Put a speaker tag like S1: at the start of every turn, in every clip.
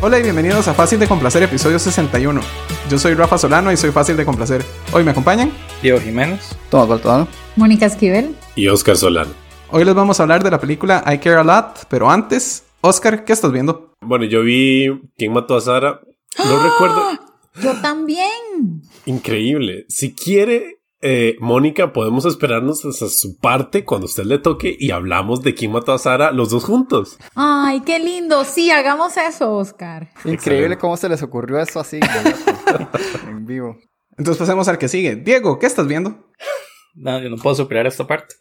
S1: Hola y bienvenidos a Fácil de Complacer, episodio 61. Yo soy Rafa Solano y soy Fácil de Complacer. Hoy me acompañan.
S2: Diego Jiménez.
S3: Tomás Baltodano.
S4: Mónica Esquivel.
S5: Y Oscar Solano.
S1: Hoy les vamos a hablar de la película I Care a Lot, pero antes, Oscar, ¿qué estás viendo?
S5: Bueno, yo vi ¿Quién mató a Sara? No
S4: ¡Ah!
S5: recuerdo.
S4: Yo también.
S5: Increíble. Si quiere, eh, Mónica, podemos esperarnos hasta su parte cuando usted le toque y hablamos de quién mató a Sara los dos juntos.
S4: Ay, qué lindo. Sí, hagamos eso, Oscar.
S3: Increíble cómo se les ocurrió eso así. de- en vivo.
S1: Entonces pasemos al que sigue. Diego, ¿qué estás viendo?
S2: No, yo no puedo superar esta parte.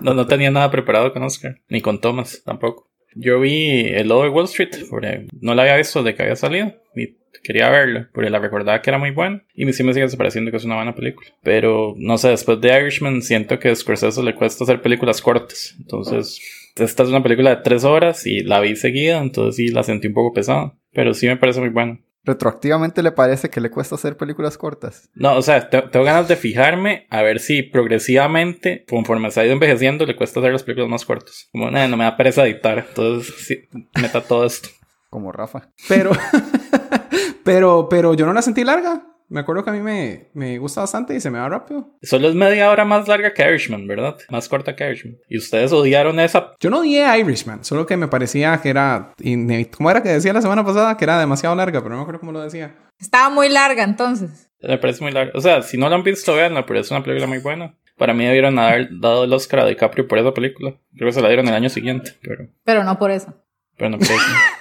S2: No, no tenía nada preparado con Oscar, ni con Thomas tampoco. Yo vi El Lobo de Wall Street, porque no la había visto desde que había salido, ni quería verla, porque la recordaba que era muy buena, y sí me sigue pareciendo que es una buena película. Pero, no sé, después de Irishman siento que a Scorsese le cuesta hacer películas cortas, entonces... Esta es una película de tres horas y la vi seguida, entonces sí la sentí un poco pesada, pero sí me parece muy buena.
S3: Retroactivamente le parece que le cuesta hacer películas cortas.
S2: No, o sea, te- tengo ganas de fijarme a ver si progresivamente, conforme se ha ido envejeciendo, le cuesta hacer las películas más cortas. Como, "Nah, no me da pereza editar, entonces sí, meta todo esto.
S3: Como Rafa.
S1: Pero, pero, pero yo no la sentí larga. Me acuerdo que a mí me, me gusta bastante y se me va rápido.
S2: Solo es media hora más larga que Irishman, ¿verdad? Más corta que Irishman. Y ustedes odiaron esa...
S1: Yo no odié a Irishman, solo que me parecía que era... ine- ¿Cómo era que decía la semana pasada? Que era demasiado larga, pero no me acuerdo cómo lo decía.
S4: Estaba muy larga entonces.
S2: Me parece muy larga. O sea, si no la han visto, veanla, pero es una película muy buena. Para mí debieron haber dado el Oscar a DiCaprio por esa película. Creo que se la dieron el año siguiente, pero...
S4: Pero no por eso.
S2: Pero no creo que-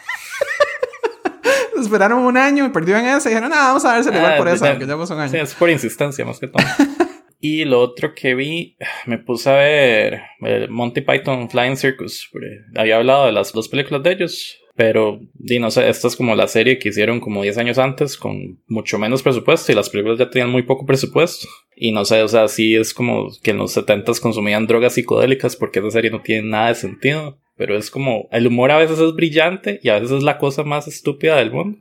S1: Esperaron un año y perdieron esa y dijeron, nada, vamos a darse igual
S2: Ah,
S1: por esa,
S2: ya-
S1: que ya pasó un
S2: Sí,
S1: año.
S2: es por insistencia más que todo. y lo otro que vi, me puse a ver eh, Monty Python Flying Circus. porque Había hablado de las dos películas de ellos. Pero, di, no sé, esta es como la serie que hicieron como 10 años antes con mucho menos presupuesto y las películas ya tenían muy poco presupuesto. Y no sé, o sea, sí es como que en los 70 consumían drogas psicodélicas porque esa serie no tiene nada de sentido. Pero es como, el humor a veces es brillante y a veces es la cosa más estúpida del mundo.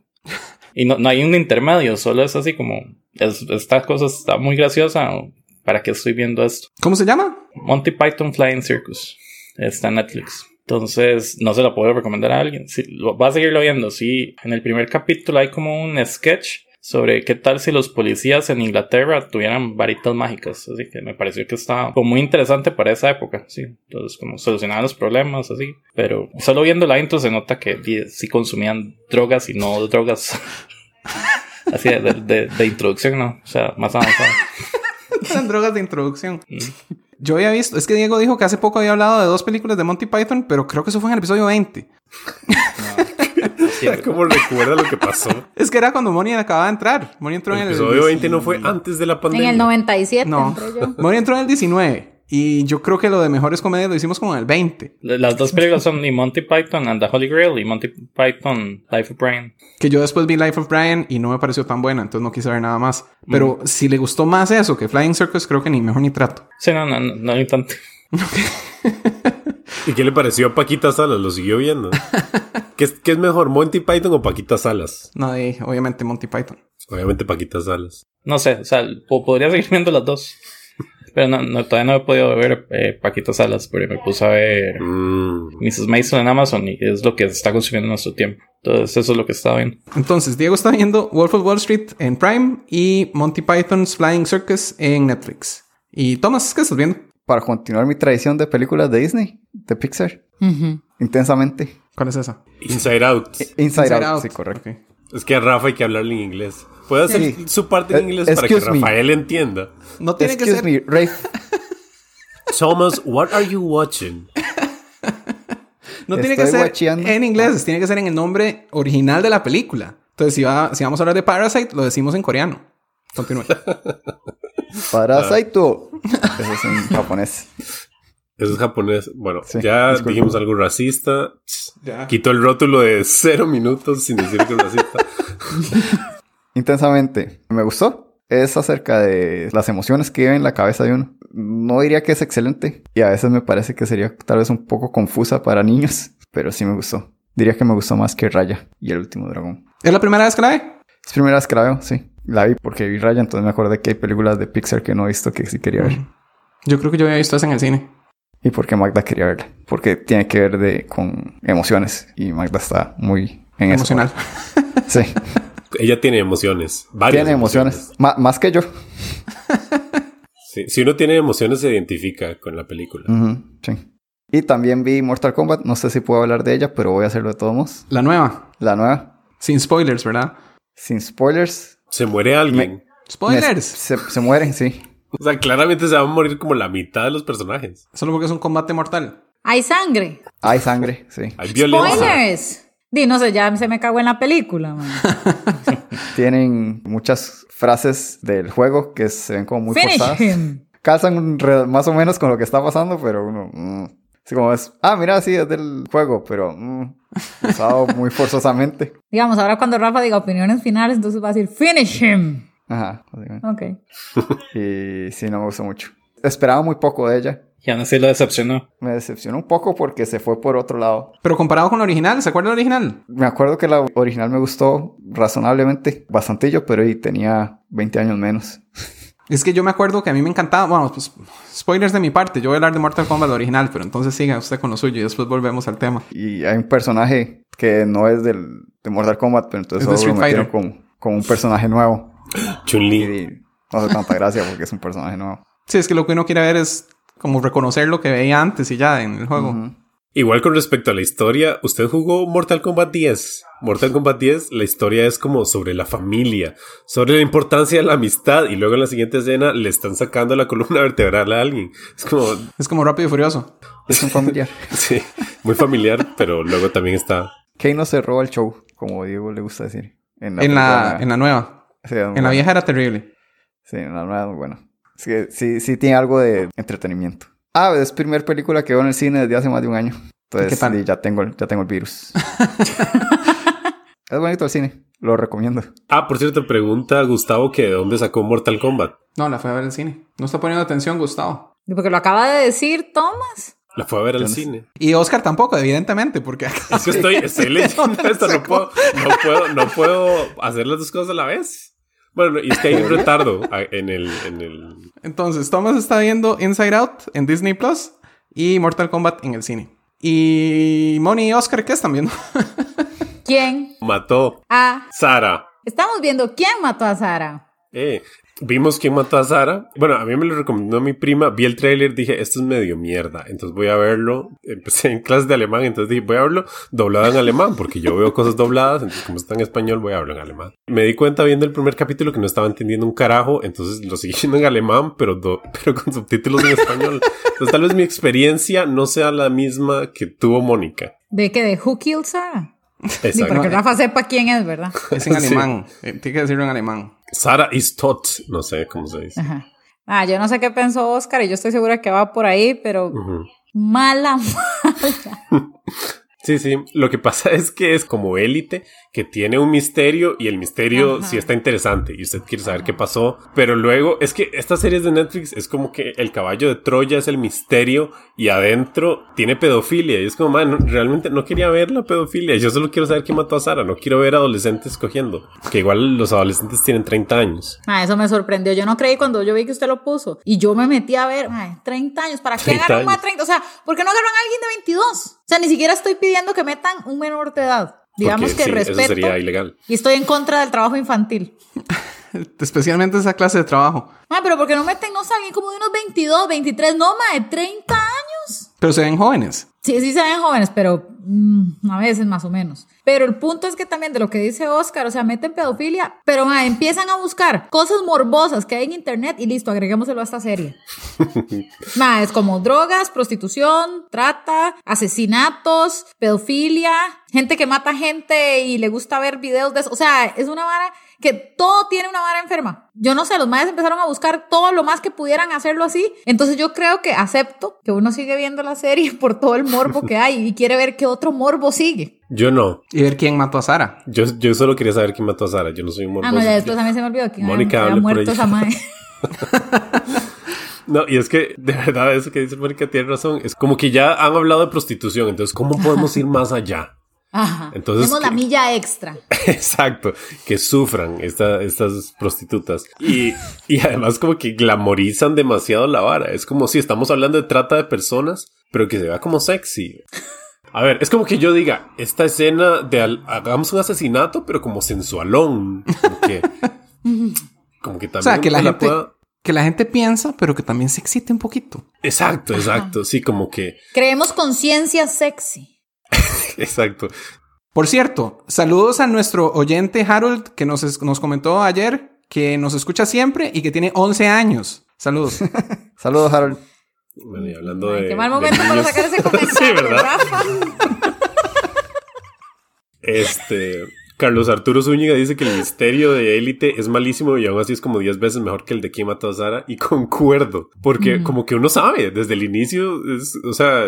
S2: Y no, no hay un intermedio, solo es así como, es- esta cosa está muy graciosa, o ¿para qué estoy viendo esto?
S1: ¿Cómo se llama?
S2: Monty Python Flying Circus, está en Netflix. Entonces, no se la puedo recomendar a alguien. Si, lo, va a seguirlo viendo, sí. En el primer capítulo hay como un sketch sobre qué tal si los policías en Inglaterra tuvieran varitas mágicas. Así que me pareció que estaba como muy interesante para esa época, sí. Entonces, como solucionaban los problemas, así. Pero solo viendo la intro se nota que di- sí consumían drogas y no drogas. así de, de- de- de introducción, ¿no? O sea, más avanzada.
S1: Eran drogas de introducción. Yo había visto, es que Diego dijo que hace poco había hablado de dos películas de Monty Python, pero creo que eso fue en el episodio 20.
S5: ¿Cómo recuerda lo que pasó?
S1: Es que era cuando Moni acababa de entrar. Moni entró en
S5: El
S1: el
S5: episodio 20 no fue antes de la
S4: En
S5: pandemia.
S4: el 97
S1: No.
S4: entré yo.
S1: Moni entró en el 19. Y yo creo que lo de mejores comedias lo hicimos como en el 20.
S2: Las dos películas son y Monty Python and the Holy Grail y Monty Python Life of Brian.
S1: Que yo después vi Life of Brian y no me pareció tan buena, entonces no quise ver nada más. Pero si le gustó más eso que Flying Circus, creo que ni mejor ni trato.
S2: Sí, no, no, no, no hay tanto.
S5: ¿Y qué le pareció a Paquita Salas? Lo siguió viendo. ¿Qué es, qué es mejor, Monty Python o Paquita Salas?
S1: No, de- obviamente Monty Python.
S5: Obviamente Paquita Salas.
S2: No sé, o sea, po- podría seguir viendo las dos. Pero no, no, todavía no he podido ver eh, Paquito Salas, pero me puse a ver
S5: Mm.
S2: Mrs. Mason en Amazon y es lo que se está consumiendo en nuestro tiempo. Entonces, eso es lo que está viendo.
S1: Entonces, Diego está viendo Wolf of Wall Street en Prime y Monty Python's Flying Circus en Netflix. Y Thomas, ¿qué estás viendo?
S3: Para continuar mi tradición de películas de Disney, de Pixar,
S4: Ujú.
S3: intensamente.
S1: ¿Cuál es esa?
S5: Inside Out.
S3: Inside, Out, sí, correcto.
S1: Ok.
S5: Es que a Rafa hay que hablarle en inglés. Puede hacer
S3: Sí.
S5: su parte en
S3: Eh,
S5: inglés para que
S3: excuse me.
S5: Rafael entienda.
S1: No tiene que
S3: Excuse
S1: ser.
S3: me, Rafe.
S5: Thomas, what are you watching?
S1: No tiene que ser
S3: Estoy guacheando.
S1: en inglés, tiene que ser en el nombre original de la película. Entonces, si, va- si vamos a hablar de Parasite, lo decimos en coreano. Continúe.
S3: Parasite. Eso es en japonés.
S5: Eso es japonés. Bueno,
S3: Sí,
S5: ya
S3: disculpa.
S5: dijimos algo racista.
S1: Ya.
S5: Quitó el rótulo de cero minutos sin decir que es racista.
S3: Intensamente. Me gustó. Es acerca de las emociones que viven en la cabeza de uno. No diría que es excelente. Y a veces me parece que sería tal vez un poco confusa para niños. Pero sí me gustó. Diría que me gustó más que Raya y el último dragón.
S1: ¿Es la primera vez que la ve?
S3: Es primera vez que la veo, sí. La vi porque vi Raya, entonces me acordé que hay películas de Pixar que no he visto que sí quería ver.
S1: Yo creo que yo había visto esa en el cine.
S3: Y porque Magda quería verla. Porque tiene que ver de, con emociones. Y Magda está muy en eso.
S1: emocional.
S3: Sí,
S5: Ella tiene emociones. Varias
S3: tiene emociones. Ma- más que yo.
S5: Sí, Si uno tiene emociones, se identifica con la película.
S3: Ujú, sí. Y también vi Mortal Kombat. No sé si puedo hablar de ella, pero voy a hacerlo de todos modos.
S1: La nueva.
S3: La nueva,
S1: Sin spoilers, ¿verdad?
S3: sin spoilers.
S5: Se muere alguien.
S3: Me-
S1: ¡Spoilers!
S3: se, se mueren, sí.
S5: O sea, claramente se van a morir como la mitad de los personajes.
S1: Solo porque es un combate mortal.
S4: Hay sangre.
S3: Hay sangre, sí.
S5: Hay violencia.
S4: Spoilers. Di, no sé, ya se me cagó en la película, man.
S3: Tienen muchas frases del juego que se ven como muy
S4: Finish
S3: forzadas.
S4: him.
S3: Casan un re- más o menos con lo que está pasando, pero uno... mm. Así como es... Ah, mira, sí, es del juego, pero... mm, usado muy forzosamente.
S4: Digamos, ahora cuando Rafa diga opiniones finales, entonces va a decir finish him.
S3: Ajá. básicamente.
S4: Ok.
S3: Y sí, no me gustó mucho. Esperaba muy poco de ella.
S2: Y aún así lo decepcionó.
S3: Me decepcionó un poco porque se fue por otro lado.
S1: Pero comparado con la original, ¿se acuerda la original?
S3: Me acuerdo que la original me gustó razonablemente, bastantillo, pero y tenía 20 años menos.
S1: Es que yo me acuerdo que a mí me encantaba. Bueno, pues, spoilers de mi parte. Yo voy a hablar de Mortal Kombat la original, pero entonces siga usted con lo suyo y después volvemos al tema.
S3: Y hay un personaje que no es del, de Mortal Kombat, pero entonces
S1: Es de
S3: solo lo
S1: Street
S3: metieron
S1: Fighter.
S3: como, como un personaje nuevo. Y
S5: Chun-Li.
S3: no hace tanta gracia porque es un personaje nuevo.
S1: Sí, es que lo que uno quiere ver es como reconocer lo que veía antes y ya en el juego.
S3: Ujú.
S5: Igual con respecto a la historia, usted jugó Mortal Kombat 10. Mortal Kombat 10, la historia es como sobre la familia, sobre la importancia de la amistad. Y luego en la siguiente escena le están sacando la columna vertebral a alguien. Es como,
S1: Es como rápido y furioso.
S3: Es un familiar.
S5: sí, muy familiar, pero luego también está.
S3: Kane no se roba el show, como Diego le gusta decir.
S1: en, la,
S3: película.
S1: en la nueva.
S3: Sí, es muy
S1: En la
S3: buena.
S1: vieja era terrible.
S3: Sí, no, no es muy bueno. Es que sí, sí tiene algo de entretenimiento. Ah, es primer película que veo en el cine desde hace más de un año. Entonces,
S1: ¿Qué tal?
S3: sí, ya tengo, el- ya tengo el virus. es bonito el cine, lo recomiendo.
S5: Ah, por cierto, pregunta Gustavo que de dónde sacó Mortal Kombat.
S1: No, la fue a ver al cine. No está poniendo atención, Gustavo.
S4: Y Porque lo acaba de decir Thomas.
S5: La fue a ver al
S3: Yo no sé.
S5: cine.
S1: Y Oscar tampoco, evidentemente, porque
S5: Es que estoy, estoy leyendo esto, no puedo, no, puedo, no puedo hacer las dos cosas a la vez. Bueno, y es que hay un retardo ah, en el, en el
S1: Entonces, Thomas está viendo Inside Out en Disney Plus y Mortal Kombat en el cine. Y Moni y Oscar, ¿qué están viendo?
S4: ¿Quién?
S5: mató
S4: Ah,
S5: Sara.
S4: estamos viendo quién mató a Sara.
S5: Eh, vimos quién mató a Sara. Bueno, a mí me lo recomendó mi prima. Vi el tráiler, dije, esto es medio mierda. Entonces voy a verlo. Empecé en clase de alemán, entonces dije, voy a verlo doblado en alemán, porque yo veo cosas dobladas. Entonces, como está en español, voy a verlo en alemán. Me di cuenta viendo el primer capítulo que no estaba entendiendo un carajo. Entonces lo seguí viendo en alemán, pero, do- pero con subtítulos en español. Entonces tal vez mi experiencia no sea la misma que tuvo Mónica.
S4: ¿De qué? ¿De Who Killed Sara? Di, para
S5: Exacto.
S4: que Rafa sepa quién es, ¿verdad?
S1: Es en
S5: Sí.
S1: alemán. Eh, tiene que decirlo en alemán.
S5: Sara is tot. No sé cómo se dice.
S4: Ajá. Ah, yo no sé qué pensó Oscar y yo estoy segura que va por ahí, pero
S5: Ujú.
S4: mala, mala.
S5: Sí, sí. Lo que pasa es que es como élite que tiene un misterio y el misterio
S4: Ajá.
S5: sí está interesante y usted quiere saber qué pasó. Pero luego es que estas series de Netflix es como que el caballo de Troya es el misterio y adentro tiene pedofilia. Y es como, man, no- realmente no quería ver la pedofilia. Yo solo quiero saber qué mató a Sara. No quiero ver adolescentes cogiendo. Que igual los adolescentes tienen 30 años.
S4: Ah, eso me sorprendió. Yo no creí cuando yo vi que usted lo puso. Y yo me metí a ver, ay, 30 años. ¿Para qué
S5: 30
S4: agarran más
S5: años.
S4: 30? O sea, ¿por qué no agarran a alguien de 22? O sea, ni siquiera estoy pidiendo que metan un menor de edad. Digamos
S5: Porque
S4: que
S5: sí,
S4: respeto.
S5: Eso sería ilegal.
S4: Y estoy en contra del trabajo infantil.
S1: Especialmente esa clase de trabajo.
S4: Ah, pero ¿por qué no meten, no sé, alguien como de unos 22, 23? No, ma, de 30 años.
S1: Pero se ven jóvenes.
S4: Sí, sí se ven jóvenes, pero mm, a veces más o menos. Pero el punto es que también de lo que dice Oscar, o sea, meten pedofilia, pero ma, empiezan a buscar cosas morbosas que hay en internet y listo, agreguémoselo a esta serie. ma, es como drogas, prostitución, trata, asesinatos, pedofilia, gente que mata gente y le gusta ver videos de eso. O sea, es una vara que todo tiene una vara enferma. Yo no sé, los madres empezaron a buscar todo lo más que pudieran hacerlo así. Entonces yo creo que acepto que uno sigue viendo la serie por todo el morbo que hay y quiere ver qué otro morbo sigue.
S5: Yo no.
S1: Y ver quién mató a Sara.
S5: Yo, yo solo quería saber quién mató a Sara. Yo no soy un
S4: Ah,
S5: morboso.
S4: no, ya después a mí se me olvidó que
S5: Mónica,
S4: había
S5: hable por
S4: muerto
S5: ella.
S4: esa madre.
S5: No, y es que de verdad eso que dice Mónica tiene razón. Es como que ya han hablado de prostitución, entonces ¿cómo podemos ir más allá?
S4: Ajá.
S5: Entonces,
S4: Tenemos la
S5: ¿qué?
S4: milla extra.
S5: Exacto, que sufran esta- estas prostitutas. Y, y además como que glamorizan demasiado la vara. Es como si estamos hablando de trata de personas, pero que se vea como sexy. A ver, es como que yo diga, esta escena de al- hagamos un asesinato, pero como sensualón. Como que, como que también
S1: O sea, que la
S5: uno
S1: gente- Que la gente piensa, pero que también se excite un poquito.
S5: Exacto, exacto. Sí, como que...
S4: Creemos conciencia sexy.
S5: Exacto.
S1: Por cierto, saludos a nuestro oyente Harold que nos, es- nos comentó ayer que nos escucha siempre y que tiene 11 años. Saludos.
S3: Saludos, Harold.
S5: Bueno, y hablando
S4: Ay,
S5: de...
S4: qué mal
S5: de
S4: momento para
S5: niños,
S4: sacar ese comentario,
S5: ¿verdad?
S4: Rafa.
S5: Este... Carlos Arturo Zúñiga dice que el misterio de élite es malísimo y aún así es como 10 veces mejor que el de quién mató a Sara y concuerdo, porque
S4: Mm.
S5: como que uno sabe desde el inicio, es- o sea,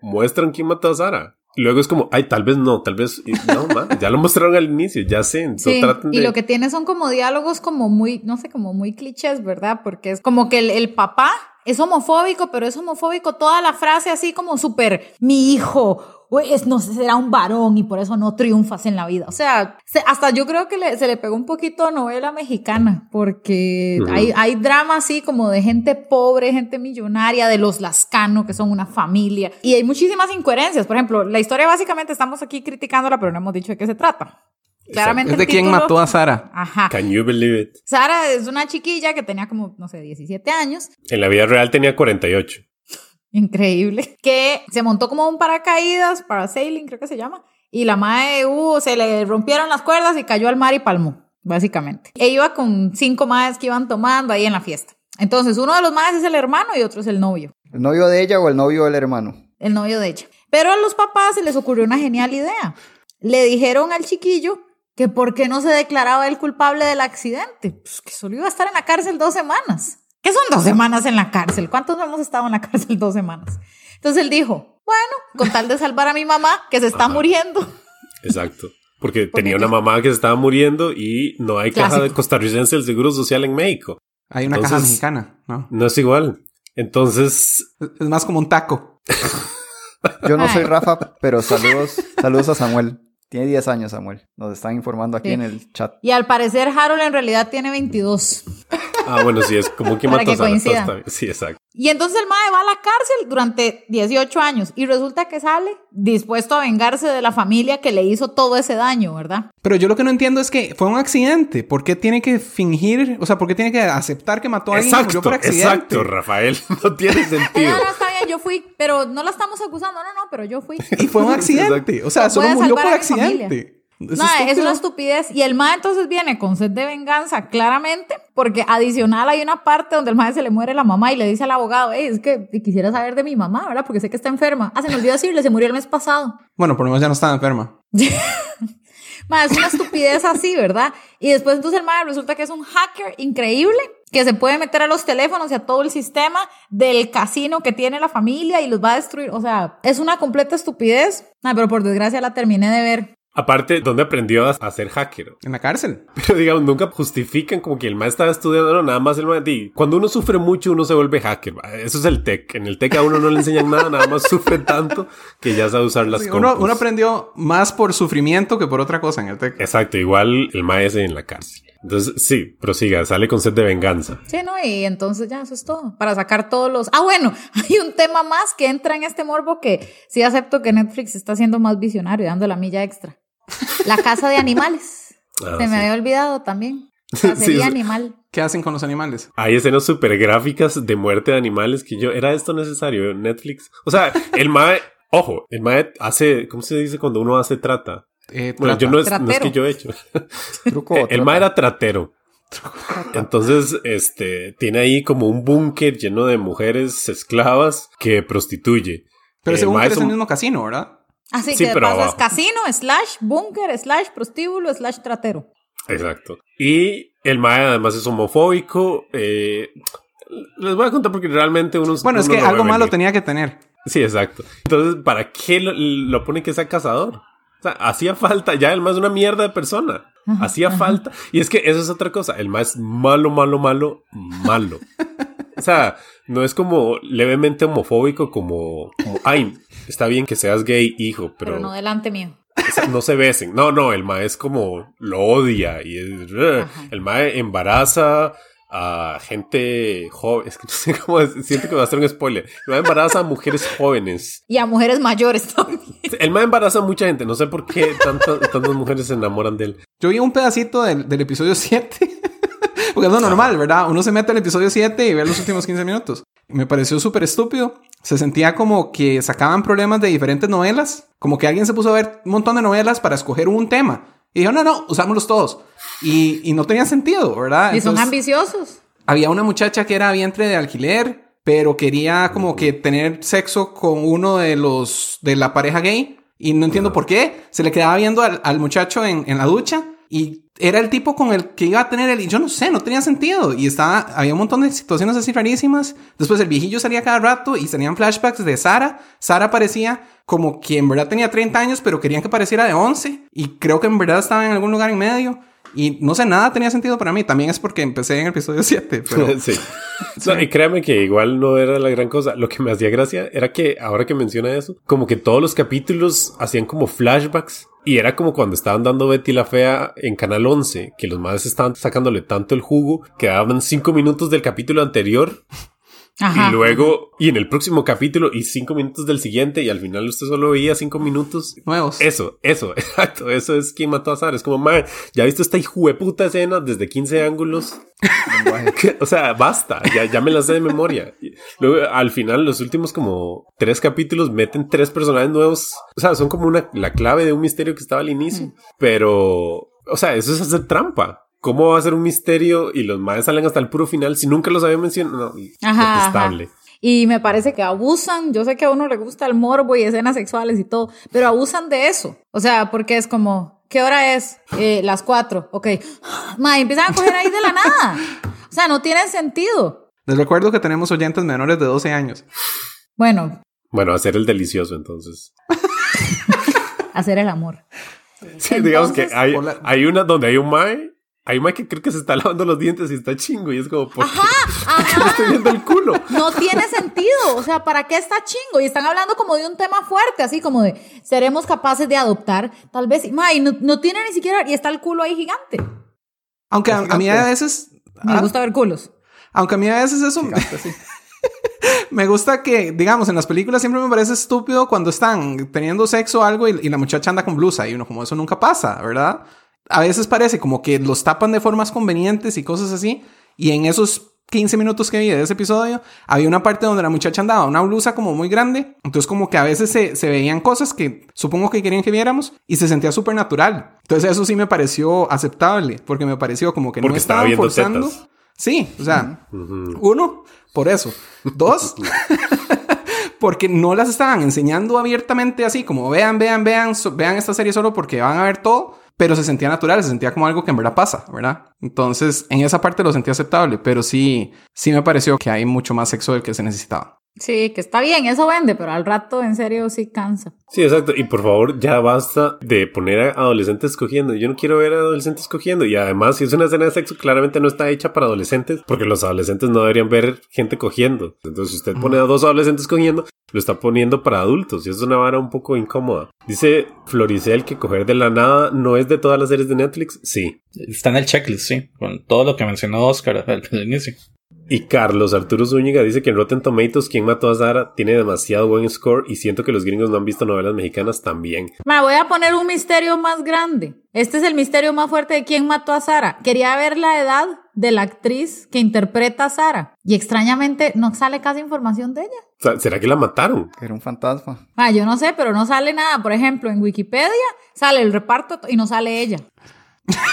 S5: muestran quién mató a Sara. Y Luego es como, ay, tal vez no, tal vez y- no, ma, ya lo mostraron al inicio, ya sé, entonces
S4: Sí,
S5: traten
S4: y
S5: de-
S4: lo que tiene son como diálogos como muy, no sé, como muy clichés, ¿verdad? Porque es como que el, el papá es homofóbico, pero es homofóbico toda la frase así como súper, mi hijo, o es, no sé, será un varón y por eso no triunfas en la vida. O sea, se- hasta yo creo que le- se le pegó un poquito a novela mexicana, porque
S5: Ujú.
S4: hay, hay drama así como de gente pobre, gente millonaria, de los Lascano, que son una familia, y hay muchísimas incoherencias. Por ejemplo, la historia básicamente estamos aquí criticándola, pero no hemos dicho de qué se trata. Claramente
S1: es de
S4: el
S1: quien
S4: título-
S1: mató a Sara.
S4: Ajá.
S5: Can you believe it?
S4: Sara es una chiquilla que tenía como, no sé, 17 años,
S5: En la vida real tenía 48.
S4: increíble, que se montó como un paracaídas, para sailing creo que se llama, y la madre, uh, se le rompieron las cuerdas y cayó al mar y palmó, básicamente. E iba con cinco madres que iban tomando ahí en la fiesta. Entonces, uno de los madres es el hermano y otro es el novio.
S3: ¿El novio de ella o el novio del hermano?
S4: el novio de ella. Pero a los papás se les ocurrió una genial idea. Le dijeron al chiquillo que por qué no se declaraba el culpable del accidente, pues que solo iba a estar en la cárcel dos semanas. ¿Qué son dos semanas en la cárcel? ¿Cuántos no hemos estado en la cárcel dos semanas? Entonces él dijo, bueno, con tal de salvar a mi mamá que se está muriendo.
S5: Exacto. Porque tenía una mamá que se estaba muriendo y no hay caja
S4: Clásico.
S5: de costarricense del Seguro Social en México.
S1: Hay una caja
S5: Entonces-
S1: mexicana, ¿no?
S5: No es igual. Entonces,
S1: Es- Es más como un taco.
S3: Yo no
S4: Ay.
S3: soy Rafa, pero saludos, saludos a Samuel. Tiene 10 años, Samuel. Nos están informando aquí
S4: Sí.
S3: en el chat.
S4: Y al parecer Harold en realidad tiene 22.
S5: ah, bueno, sí, es como que
S4: Para
S5: mató
S4: que
S5: a Sara, entonces
S4: coincida.
S5: está bien. Sí, exacto.
S4: Y entonces el mae va a la cárcel durante 18 años y resulta que sale dispuesto a vengarse de la familia que le hizo todo ese daño, ¿verdad?
S1: Pero yo lo que no entiendo es que fue un accidente. ¿Por qué tiene que fingir? O sea, ¿por qué tiene que aceptar que mató a alguien que murió
S5: Exacto,
S1: por accidente?
S5: exacto, Rafael. No tiene
S4: No,
S5: sentido.
S4: no, está bien, yo fui, pero no la estamos acusando, no, no, pero yo fui.
S1: Y fue un accidente. O sea,
S4: Exacto.
S1: solo
S4: Voy a
S1: murió
S4: salvar
S1: por
S4: a mi familia.
S1: accidente. Es
S4: No, es
S1: estúpido.
S4: una estupidez. Y el mae entonces viene con sed de venganza, claramente, porque adicional hay una parte donde el mae se le muere la mamá y le dice al abogado, hey, es que quisiera saber de mi mamá, ¿verdad? Porque sé que está enferma. Ah, se me olvidó decirle, se murió el mes pasado.
S1: Bueno, por lo menos ya no estaba enferma.
S4: Ma, es una estupidez así, ¿verdad? Y después entonces el madre resulta que es un hacker increíble que se puede meter a los teléfonos y a todo el sistema del casino que tiene la familia y los va a destruir. O sea, es una completa estupidez. Ma, pero por desgracia la terminé de ver.
S5: Aparte, ¿dónde aprendió a, a ser hacker?
S1: En la cárcel.
S5: Pero digamos, nunca justifican como que el más estaba estudiando, no, nada más el más. Cuando uno sufre mucho, uno se vuelve hacker. va. Eso es el tech. En el tech a uno no le enseñan nada, nada más sufre tanto que ya sabe usar las
S1: Sí,
S5: cosas.
S1: uno, uno aprendió más por sufrimiento que por otra cosa en el tech.
S5: Exacto, igual el maestro en la cárcel. Entonces, sí, prosiga, sale con sed de venganza.
S4: Sí, ¿no? Y entonces ya, eso es todo. Para sacar todos los... Ah, bueno, hay un tema más que entra en este morbo que sí acepto que Netflix está siendo más visionario, y dando la milla extra. La casa de animales.
S5: Ah,
S4: se
S5: sí.
S4: me había olvidado también. Cacería
S5: Sí, sí.
S4: animal.
S1: ¿Qué hacen con los animales?
S5: Hay escenas súper gráficas de muerte de animales que yo, ¿era esto necesario? Netflix. O sea, el mae, ojo, el mae hace, ¿cómo se dice cuando uno hace trata?
S1: Eh,
S5: Bueno,
S1: trata.
S5: yo no es, no es
S4: Tratero.
S5: que yo he hecho.
S3: Truco.
S5: el mae era tratero. Entonces, este, tiene ahí como un búnker lleno de mujeres esclavas que prostituye.
S1: Pero
S5: el
S1: según
S5: mae
S1: que es
S5: es
S1: el
S5: un-
S1: mismo casino, ¿verdad?
S4: Así
S5: Sí,
S4: que de
S5: pero
S4: paso es
S5: abajo.
S4: casino, slash, búnker, slash, prostíbulo, slash, tratero.
S5: Exacto. Y el mae además es homofóbico. eh, les voy a contar porque realmente uno...
S1: Bueno, es
S5: Pues uno
S1: que
S5: lo ve
S1: algo malo
S5: venir.
S1: tenía que tener.
S5: Sí, exacto. Entonces, ¿para qué lo, lo pone que sea cazador? O sea, hacía falta, ya el más es una mierda de persona. Hacía falta. Y es que eso es otra cosa. El más es malo, malo, malo, malo. O sea, no es como levemente homofóbico como, como, ay, está bien que seas gay, hijo,
S4: Pero,
S5: pero,
S4: no delante mío.
S5: o sea, no se besen. No, no, el mae es como lo odia y es-
S4: Ajá.
S5: el mae embaraza a gente joven. Es que no sé cómo es, siento que va a ser un spoiler. El mae embaraza a mujeres jóvenes.
S4: Y a mujeres mayores también.
S5: El mae embaraza a mucha gente. No sé por qué tanto- tantas mujeres se enamoran de él.
S1: Yo vi un pedacito del, del episodio 7. Porque es lo normal, ¿verdad? Uno se mete al episodio 7 y ve los últimos 15 minutos. Me pareció súper estúpido. Se sentía como que sacaban problemas de diferentes novelas. Como que alguien se puso a ver un montón de novelas para escoger un tema. Y dijo, no, no, usámoslos todos. Y, y no tenía sentido, ¿verdad?
S4: Y son
S1: Ah, Entonces,
S4: ambiciosos.
S1: había una muchacha que era vientre de alquiler, pero quería como que tener sexo con uno de los de la pareja gay. Y no entiendo por qué. Se le quedaba viendo al, al muchacho en, en la ducha y era el tipo con el que iba a tener el. Y yo no sé, no tenía sentido. Y estaba, había un montón de situaciones así rarísimas. Después el viejillo salía cada rato y tenían flashbacks de Sara. Sara parecía como que en verdad tenía 30 años, pero querían que pareciera de 11. Y creo que en verdad estaba en algún lugar en medio. Y no sé, nada tenía sentido para mí. También es porque empecé en el episodio 7, pero
S5: sí. No, y créame que igual no era la gran cosa. Lo que me hacía gracia era que ahora que menciona eso, como que todos los capítulos hacían como flashbacks. Y era como cuando estaban dando Betty la Fea en Canal 11, que los madres estaban sacándole tanto el jugo que daban cinco minutos del capítulo anterior
S4: Ajá.
S5: y luego, y en el próximo capítulo y cinco minutos del siguiente y al final usted solo veía cinco minutos.
S1: nuevos.
S5: Eso, eso, exacto. Eso es quien mató a Sara. Es como, madre, ya viste esta hijueputa escena desde 15 ángulos.
S3: Lenguaje.
S5: Que, O sea, basta, ya, ya me las sé de memoria. Y Luego, al final, los últimos como tres capítulos meten tres personajes nuevos. O sea, son como una, la clave de un misterio que estaba al inicio. Pero, o sea, eso es hacer trampa. ¿Cómo va a ser un misterio y los madres salen hasta el puro final si nunca los había mencionado? No,
S4: Ajá, ajá.
S5: detestable.
S4: Y me parece que abusan, yo sé que a uno le gusta el morbo y escenas sexuales y todo, pero abusan de eso. O sea, porque es como, ¿qué hora es? Eh, las cuatro, ok. Ma, y empiezan a coger ahí de la nada. O sea, no tiene sentido.
S1: Les recuerdo que tenemos oyentes menores de 12 años.
S4: Bueno,
S5: Bueno, hacer el delicioso entonces.
S4: hacer el amor.
S5: Sí, digamos que
S4: Entonces-
S5: hay,
S1: Hola.
S5: hay una donde hay un mae. Hay un mae que creo que se está lavando los dientes y está chingo y es como, ¿por qué?
S4: Ajá,
S5: Estoy viendo el culo.
S4: no tiene sentido. O sea, ¿para qué está chingo? Y están hablando como de un tema fuerte, así como de, ¿seremos capaces de adoptar? Tal vez, ma, y no, no tiene ni siquiera, y está el culo ahí gigante.
S1: Aunque a, a mí a veces...
S4: Me
S1: ah,
S4: gusta ver culos.
S1: Aunque a mí a veces eso... me gusta que, digamos, en las películas siempre me parece estúpido cuando están teniendo sexo o algo y, y la muchacha anda con blusa y uno como eso nunca pasa, ¿verdad? A veces parece como que los tapan de formas convenientes y cosas así. Y en esos 15 minutos que vi de ese episodio, había una parte donde la muchacha andaba una blusa como muy grande. Entonces como que a veces se, se veían cosas que supongo que querían que viéramos y se sentía súper natural. Entonces eso sí me pareció aceptable porque me pareció como que no
S5: Porque estaba
S1: estaban
S5: viendo
S1: forzando.
S5: tetas.
S1: Sí, o sea, uno, por eso. Dos, porque no las estaban enseñando abiertamente así, como vean, vean, vean, so- vean esta serie solo porque van a ver todo, pero se sentía natural, se sentía como algo que en verdad pasa, ¿verdad? Entonces, en esa parte lo sentí aceptable, pero sí, sí me pareció que hay mucho más sexo del que se necesitaba.
S4: Sí, que está bien, eso vende, pero al rato en serio sí cansa.
S5: Sí, exacto. Y por favor, ya basta de poner a adolescentes cogiendo. Yo no quiero ver a adolescentes cogiendo. Y además, si es una escena de sexo, claramente no está hecha para adolescentes, porque los adolescentes no deberían ver gente cogiendo. Entonces, si usted pone a dos adolescentes cogiendo, lo está poniendo para adultos. Y eso es una vara un poco incómoda. Dice Floricel que coger de la nada no es de todas las series de Netflix. Sí.
S2: Está en el checklist, sí, con todo lo que mencionó Oscar al, al inicio.
S5: Y Carlos Arturo Zúñiga dice que en Rotten Tomatoes, quien mató a Sara, tiene demasiado buen score y siento que los gringos no han visto novelas mexicanas también.
S4: Ma, voy a poner un misterio más grande. Este es el misterio más fuerte de quién mató a Sara. Quería ver la edad de la actriz que interpreta a Sara. Y extrañamente no sale casi información de ella.
S5: O sea, ¿Será que la mataron?
S3: Que era un fantasma.
S4: Ma, yo no sé, pero no sale nada. Por ejemplo, en Wikipedia sale el reparto y no sale ella.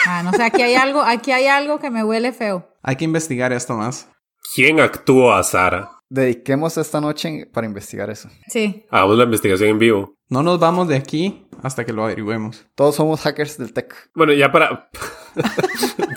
S4: Ah, no sé, aquí hay algo, aquí hay algo que me huele feo.
S1: Hay que investigar esto más.
S5: ¿Quién actuó a Sara?
S3: Dediquemos esta noche en- para investigar eso.
S4: Sí.
S5: Hagamos Ah, la investigación en vivo.
S1: No nos vamos de aquí hasta que lo averigüemos.
S3: Todos somos hackers del tech.
S5: Bueno, ya para,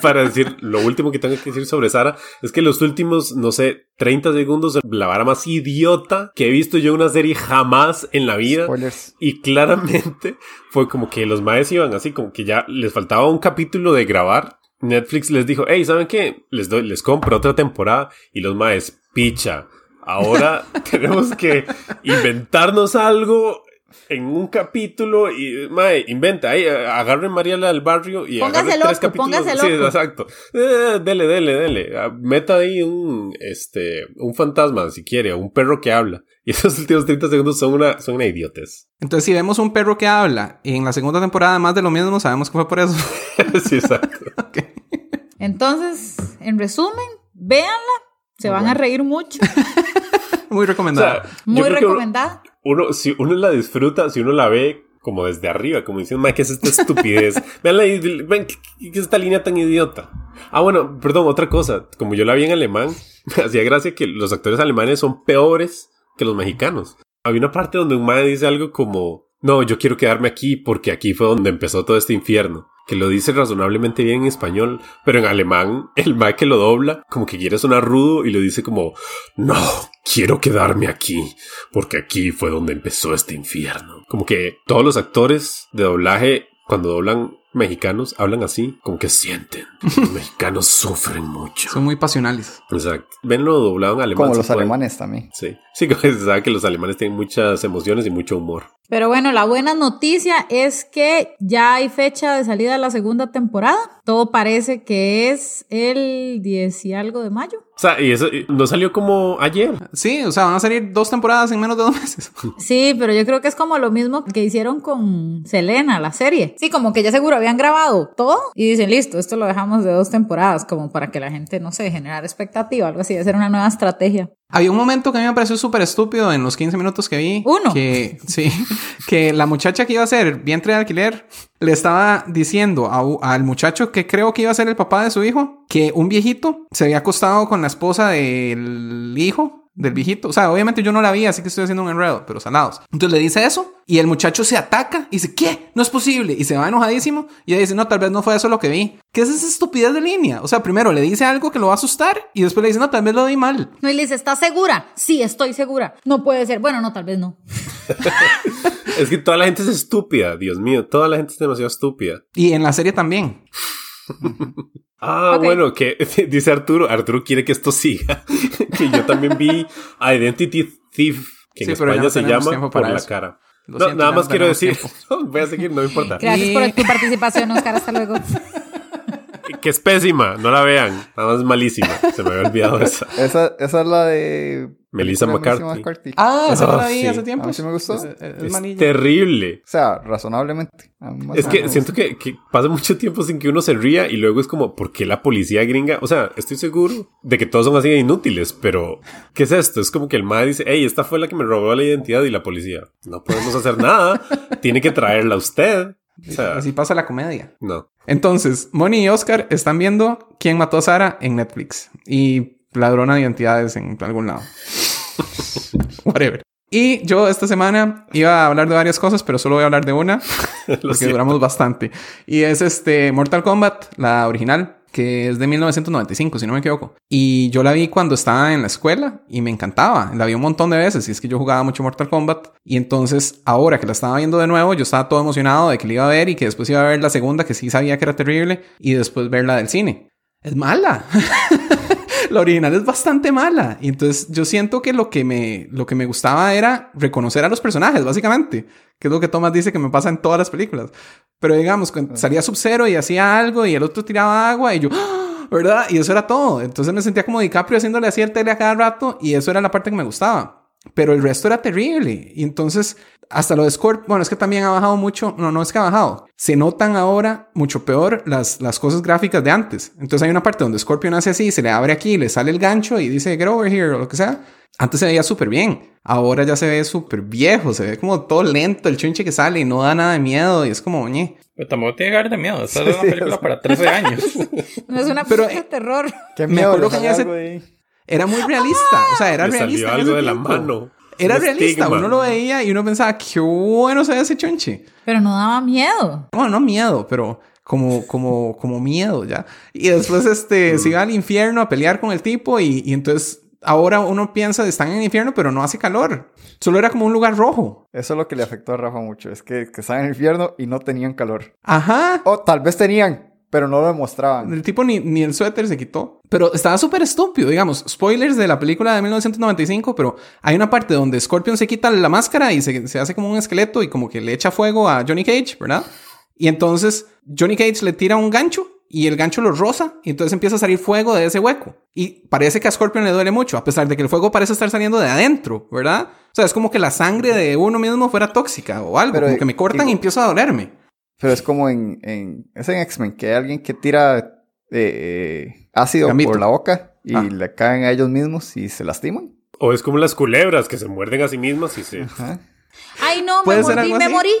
S5: para decir lo último que tengo que decir sobre Sara, es que los últimos, no sé, 30 segundos, la vara más idiota que he visto yo en una serie jamás en la vida.
S3: Spoilers.
S5: Y claramente fue como que los maes iban así, como que ya les faltaba un capítulo de grabar. Netflix les dijo, hey, ¿saben qué? Les doy, les compro otra temporada y los maes, picha. Ahora tenemos que inventarnos algo en un capítulo y, mae, inventa, ahí, agarre Mariela del barrio y
S4: Póngase
S5: agarre
S4: loco,
S5: tres capítulos.
S4: póngase
S5: sí,
S4: loco.
S5: exacto. Eh, dele, dele, dele. Ah, Meta ahí un, este, un fantasma, si quiere, o un perro que habla. Y esos últimos 30 segundos son una, son una idiotez.
S1: Entonces, si vemos un perro que habla y en la segunda temporada más de lo mismo, sabemos que fue por eso.
S5: sí, exacto.
S4: Entonces, en resumen, véanla. Se van a reír mucho.
S1: Muy
S5: O
S1: recomendada.
S5: sea, yo
S4: Muy
S5: creo que uno-
S4: recomendada.
S5: uno, si uno la disfruta, si uno la ve como desde arriba, como diciendo, "Mae, ¿qué es esta estupidez? vean, la, vean qué- qué es esta línea tan idiota. Ah, bueno, perdón, otra cosa. Como yo la vi en alemán, me hacía gracia que los actores alemanes son peores que los mexicanos. Había una parte donde un mae dice algo como, no, yo quiero quedarme aquí porque aquí fue donde empezó todo este infierno. Que lo dice razonablemente bien en español, pero en alemán, el mae que lo dobla, como que quiere sonar rudo y lo dice como, no, quiero quedarme aquí porque aquí fue donde empezó este infierno. Como que todos los actores de doblaje, cuando doblan mexicanos, hablan así, como que sienten. Los mexicanos sufren mucho.
S1: Son muy pasionales.
S5: Exacto. Venlo doblado en alemán.
S3: Como
S5: si
S3: los
S5: pueden.
S3: alemanes también.
S5: Sí. Sí, como se sabe que los alemanes tienen muchas emociones y mucho humor.
S4: Pero bueno, la buena noticia es que ya hay fecha de salida de la segunda temporada. Todo parece que es el 10 y algo de mayo.
S5: O sea, y eso y no salió como ayer.
S1: Sí, o sea, van a salir dos temporadas en menos de dos meses.
S4: Sí, pero yo creo que es como lo mismo que hicieron con Selena, la serie. Sí, como que ya seguro habían grabado todo y dicen, listo, esto lo dejamos de dos temporadas, como para que la gente, no sé, generar expectativa, algo así, de hacer una nueva estrategia.
S1: Había un momento que a mí me pareció súper estúpido en los 15 minutos que vi.
S4: Uno.
S1: Que, sí, que la muchacha que iba a ser vientre de alquiler le estaba diciendo a u- al muchacho que creo que iba a ser el papá de su hijo que un viejito se había acostado con la esposa del hijo del viejito. O sea, obviamente yo no la vi, así que estoy haciendo un enredo, pero sanados. Entonces le dice eso y el muchacho se ataca y dice, ¿qué? No es posible. Y se va enojadísimo y ella dice, no, tal vez no fue eso lo que vi. ¿Qué es esa estupidez de línea? O sea, primero le dice algo que lo va a asustar y después le dice, no, tal vez lo vi mal.
S4: No, y le dice, ¿estás segura? Sí, estoy segura. No puede ser. Bueno, no, tal vez no.
S5: Es que toda la gente es estúpida. Dios mío, toda la gente es demasiado estúpida.
S1: Y en la serie también.
S5: Ah,
S4: Ok.
S5: bueno, que dice Arturo. Arturo quiere que esto siga. que yo también vi Identity Thief, que en
S1: Sí, pero ya
S5: España
S1: no
S5: se
S1: tenemos
S5: llama
S1: tiempo
S5: por
S1: para
S5: la
S1: eso.
S5: cara.
S1: Lo
S5: No,
S1: siento,
S5: nada
S1: ya
S5: más
S1: no
S5: quiero
S1: tenemos
S5: decir,
S1: tiempo.
S5: voy a seguir, no me importa.
S4: Gracias
S1: Y-
S4: por tu participación, Oscar. Hasta luego.
S5: que es pésima, no la vean. Nada más malísima. Se me había olvidado esa.
S3: Esa, esa es la de...
S5: Melissa
S3: película de Melissa
S5: McCarthy.
S1: Ah, esa
S5: Ah,
S1: la vi
S5: sí.
S1: hace tiempo.
S3: A mí sí me gustó.
S1: Es, es- es
S5: Es
S1: malilla.
S5: terrible.
S3: O sea, razonablemente. A mí más
S5: Es
S3: o
S5: que
S3: menos.
S5: siento que, que pasa mucho tiempo sin que uno se ría y luego es como, ¿por qué la policía gringa? O sea, estoy seguro de que todos son así de inútiles, pero ¿qué es esto? Es como que el madre dice, hey, esta fue la que me robó la identidad y la policía. No podemos hacer nada, tiene que traerla usted. O sea,
S1: Así pasa la comedia.
S5: no.
S1: Entonces, Moni y Oscar están viendo quién mató a Sara en Netflix y ladrona de identidades en algún lado. Whatever. Y yo esta semana iba a hablar de varias cosas, pero solo voy a hablar de una.
S5: Lo
S1: porque
S5: siento.
S1: duramos bastante. Y es este Mortal Kombat, la original, que es de 1995, si no me equivoco. Y yo la vi cuando estaba en la escuela y me encantaba. La vi un montón de veces y es que yo jugaba mucho Mortal Kombat. Y entonces, ahora que la estaba viendo de nuevo, yo estaba todo emocionado de que la iba a ver y que después iba a ver la segunda, que sí sabía que era terrible, y después verla del cine. Es mala. la original es bastante mala. Y entonces yo siento que lo que me, lo que me gustaba era reconocer a los personajes, básicamente. Que es lo que Thomas dice que me pasa en todas las películas. Pero digamos, cuando salía Sub-Zero y hacía algo y el otro tiraba agua y yo, ¡Ah! ¿verdad? Y eso era todo. Entonces me sentía como DiCaprio haciéndole así el tele a cada rato y eso era la parte que me gustaba. Pero el resto era terrible. Y entonces, hasta lo de Scorp, bueno, es que también ha bajado mucho. No, no es que ha bajado. Se notan ahora mucho peor las, las cosas gráficas de antes. Entonces hay una parte donde Scorpion hace así, se le abre aquí, le sale el gancho y dice, get over here o lo que sea. Antes se veía súper bien. Ahora ya se ve súper viejo. Se ve como todo lento el chunche que sale y no da nada de miedo. Y es como, oñe.
S2: Pero tampoco tiene que dar de miedo. Esta es una película para 13 años.
S4: No es una
S1: Pero, eh,
S4: película de terror.
S3: Qué
S1: me
S3: miedo,
S1: acuerdo
S3: le
S1: que
S3: sale
S1: ya se-
S3: algo ahí.
S1: Era muy realista. O sea, era
S5: Le
S1: realista.
S5: salió
S1: en
S5: algo
S1: ese
S5: de la
S1: tiempo.
S5: mano.
S1: Era
S5: Un
S1: realista.
S5: estigma.
S1: Uno lo veía y uno pensaba, qué bueno se ve ese chunche.
S4: Pero no daba miedo.
S1: Bueno, no miedo, pero como, como, como miedo ya. Y después
S5: Mm.
S1: este, se iba al infierno a pelear con el tipo y, y entonces ahora uno piensa, están en el infierno, pero no hace calor. Solo era como un lugar rojo.
S3: Eso es lo que le afectó a Rafa mucho. Es que, que estaban en el infierno y no tenían calor.
S1: Ajá.
S3: O tal vez tenían, pero no lo demostraban.
S1: El tipo ni, ni el suéter se quitó. Pero estaba súper estúpido, digamos. Spoilers de la película de 1995, pero hay una parte donde Scorpion se quita la máscara y se, se hace como un esqueleto y como que le echa fuego a Johnny Cage, ¿verdad? Y entonces Johnny Cage le tira un gancho y el gancho lo roza y entonces empieza a salir fuego de ese hueco. Y parece que a Scorpion le duele mucho, a pesar de que el fuego parece estar saliendo de adentro, ¿verdad? O sea, es como que la sangre de uno mismo fuera tóxica o algo,
S3: Pero,
S1: como que me cortan y,
S3: digo-
S1: empiezo a dolerme.
S3: Pero es como en, en es en X-Men, que hay alguien que tira eh, ácido
S1: Gambito.
S3: por la boca y
S1: Ah.
S3: le caen a ellos mismos y se lastiman.
S5: O es como las culebras que se muerden a sí mismas y se...
S3: Ajá.
S4: Ay, no, me
S1: ¿Puede ser
S4: morí,
S1: algo
S4: me
S1: así?
S4: morí.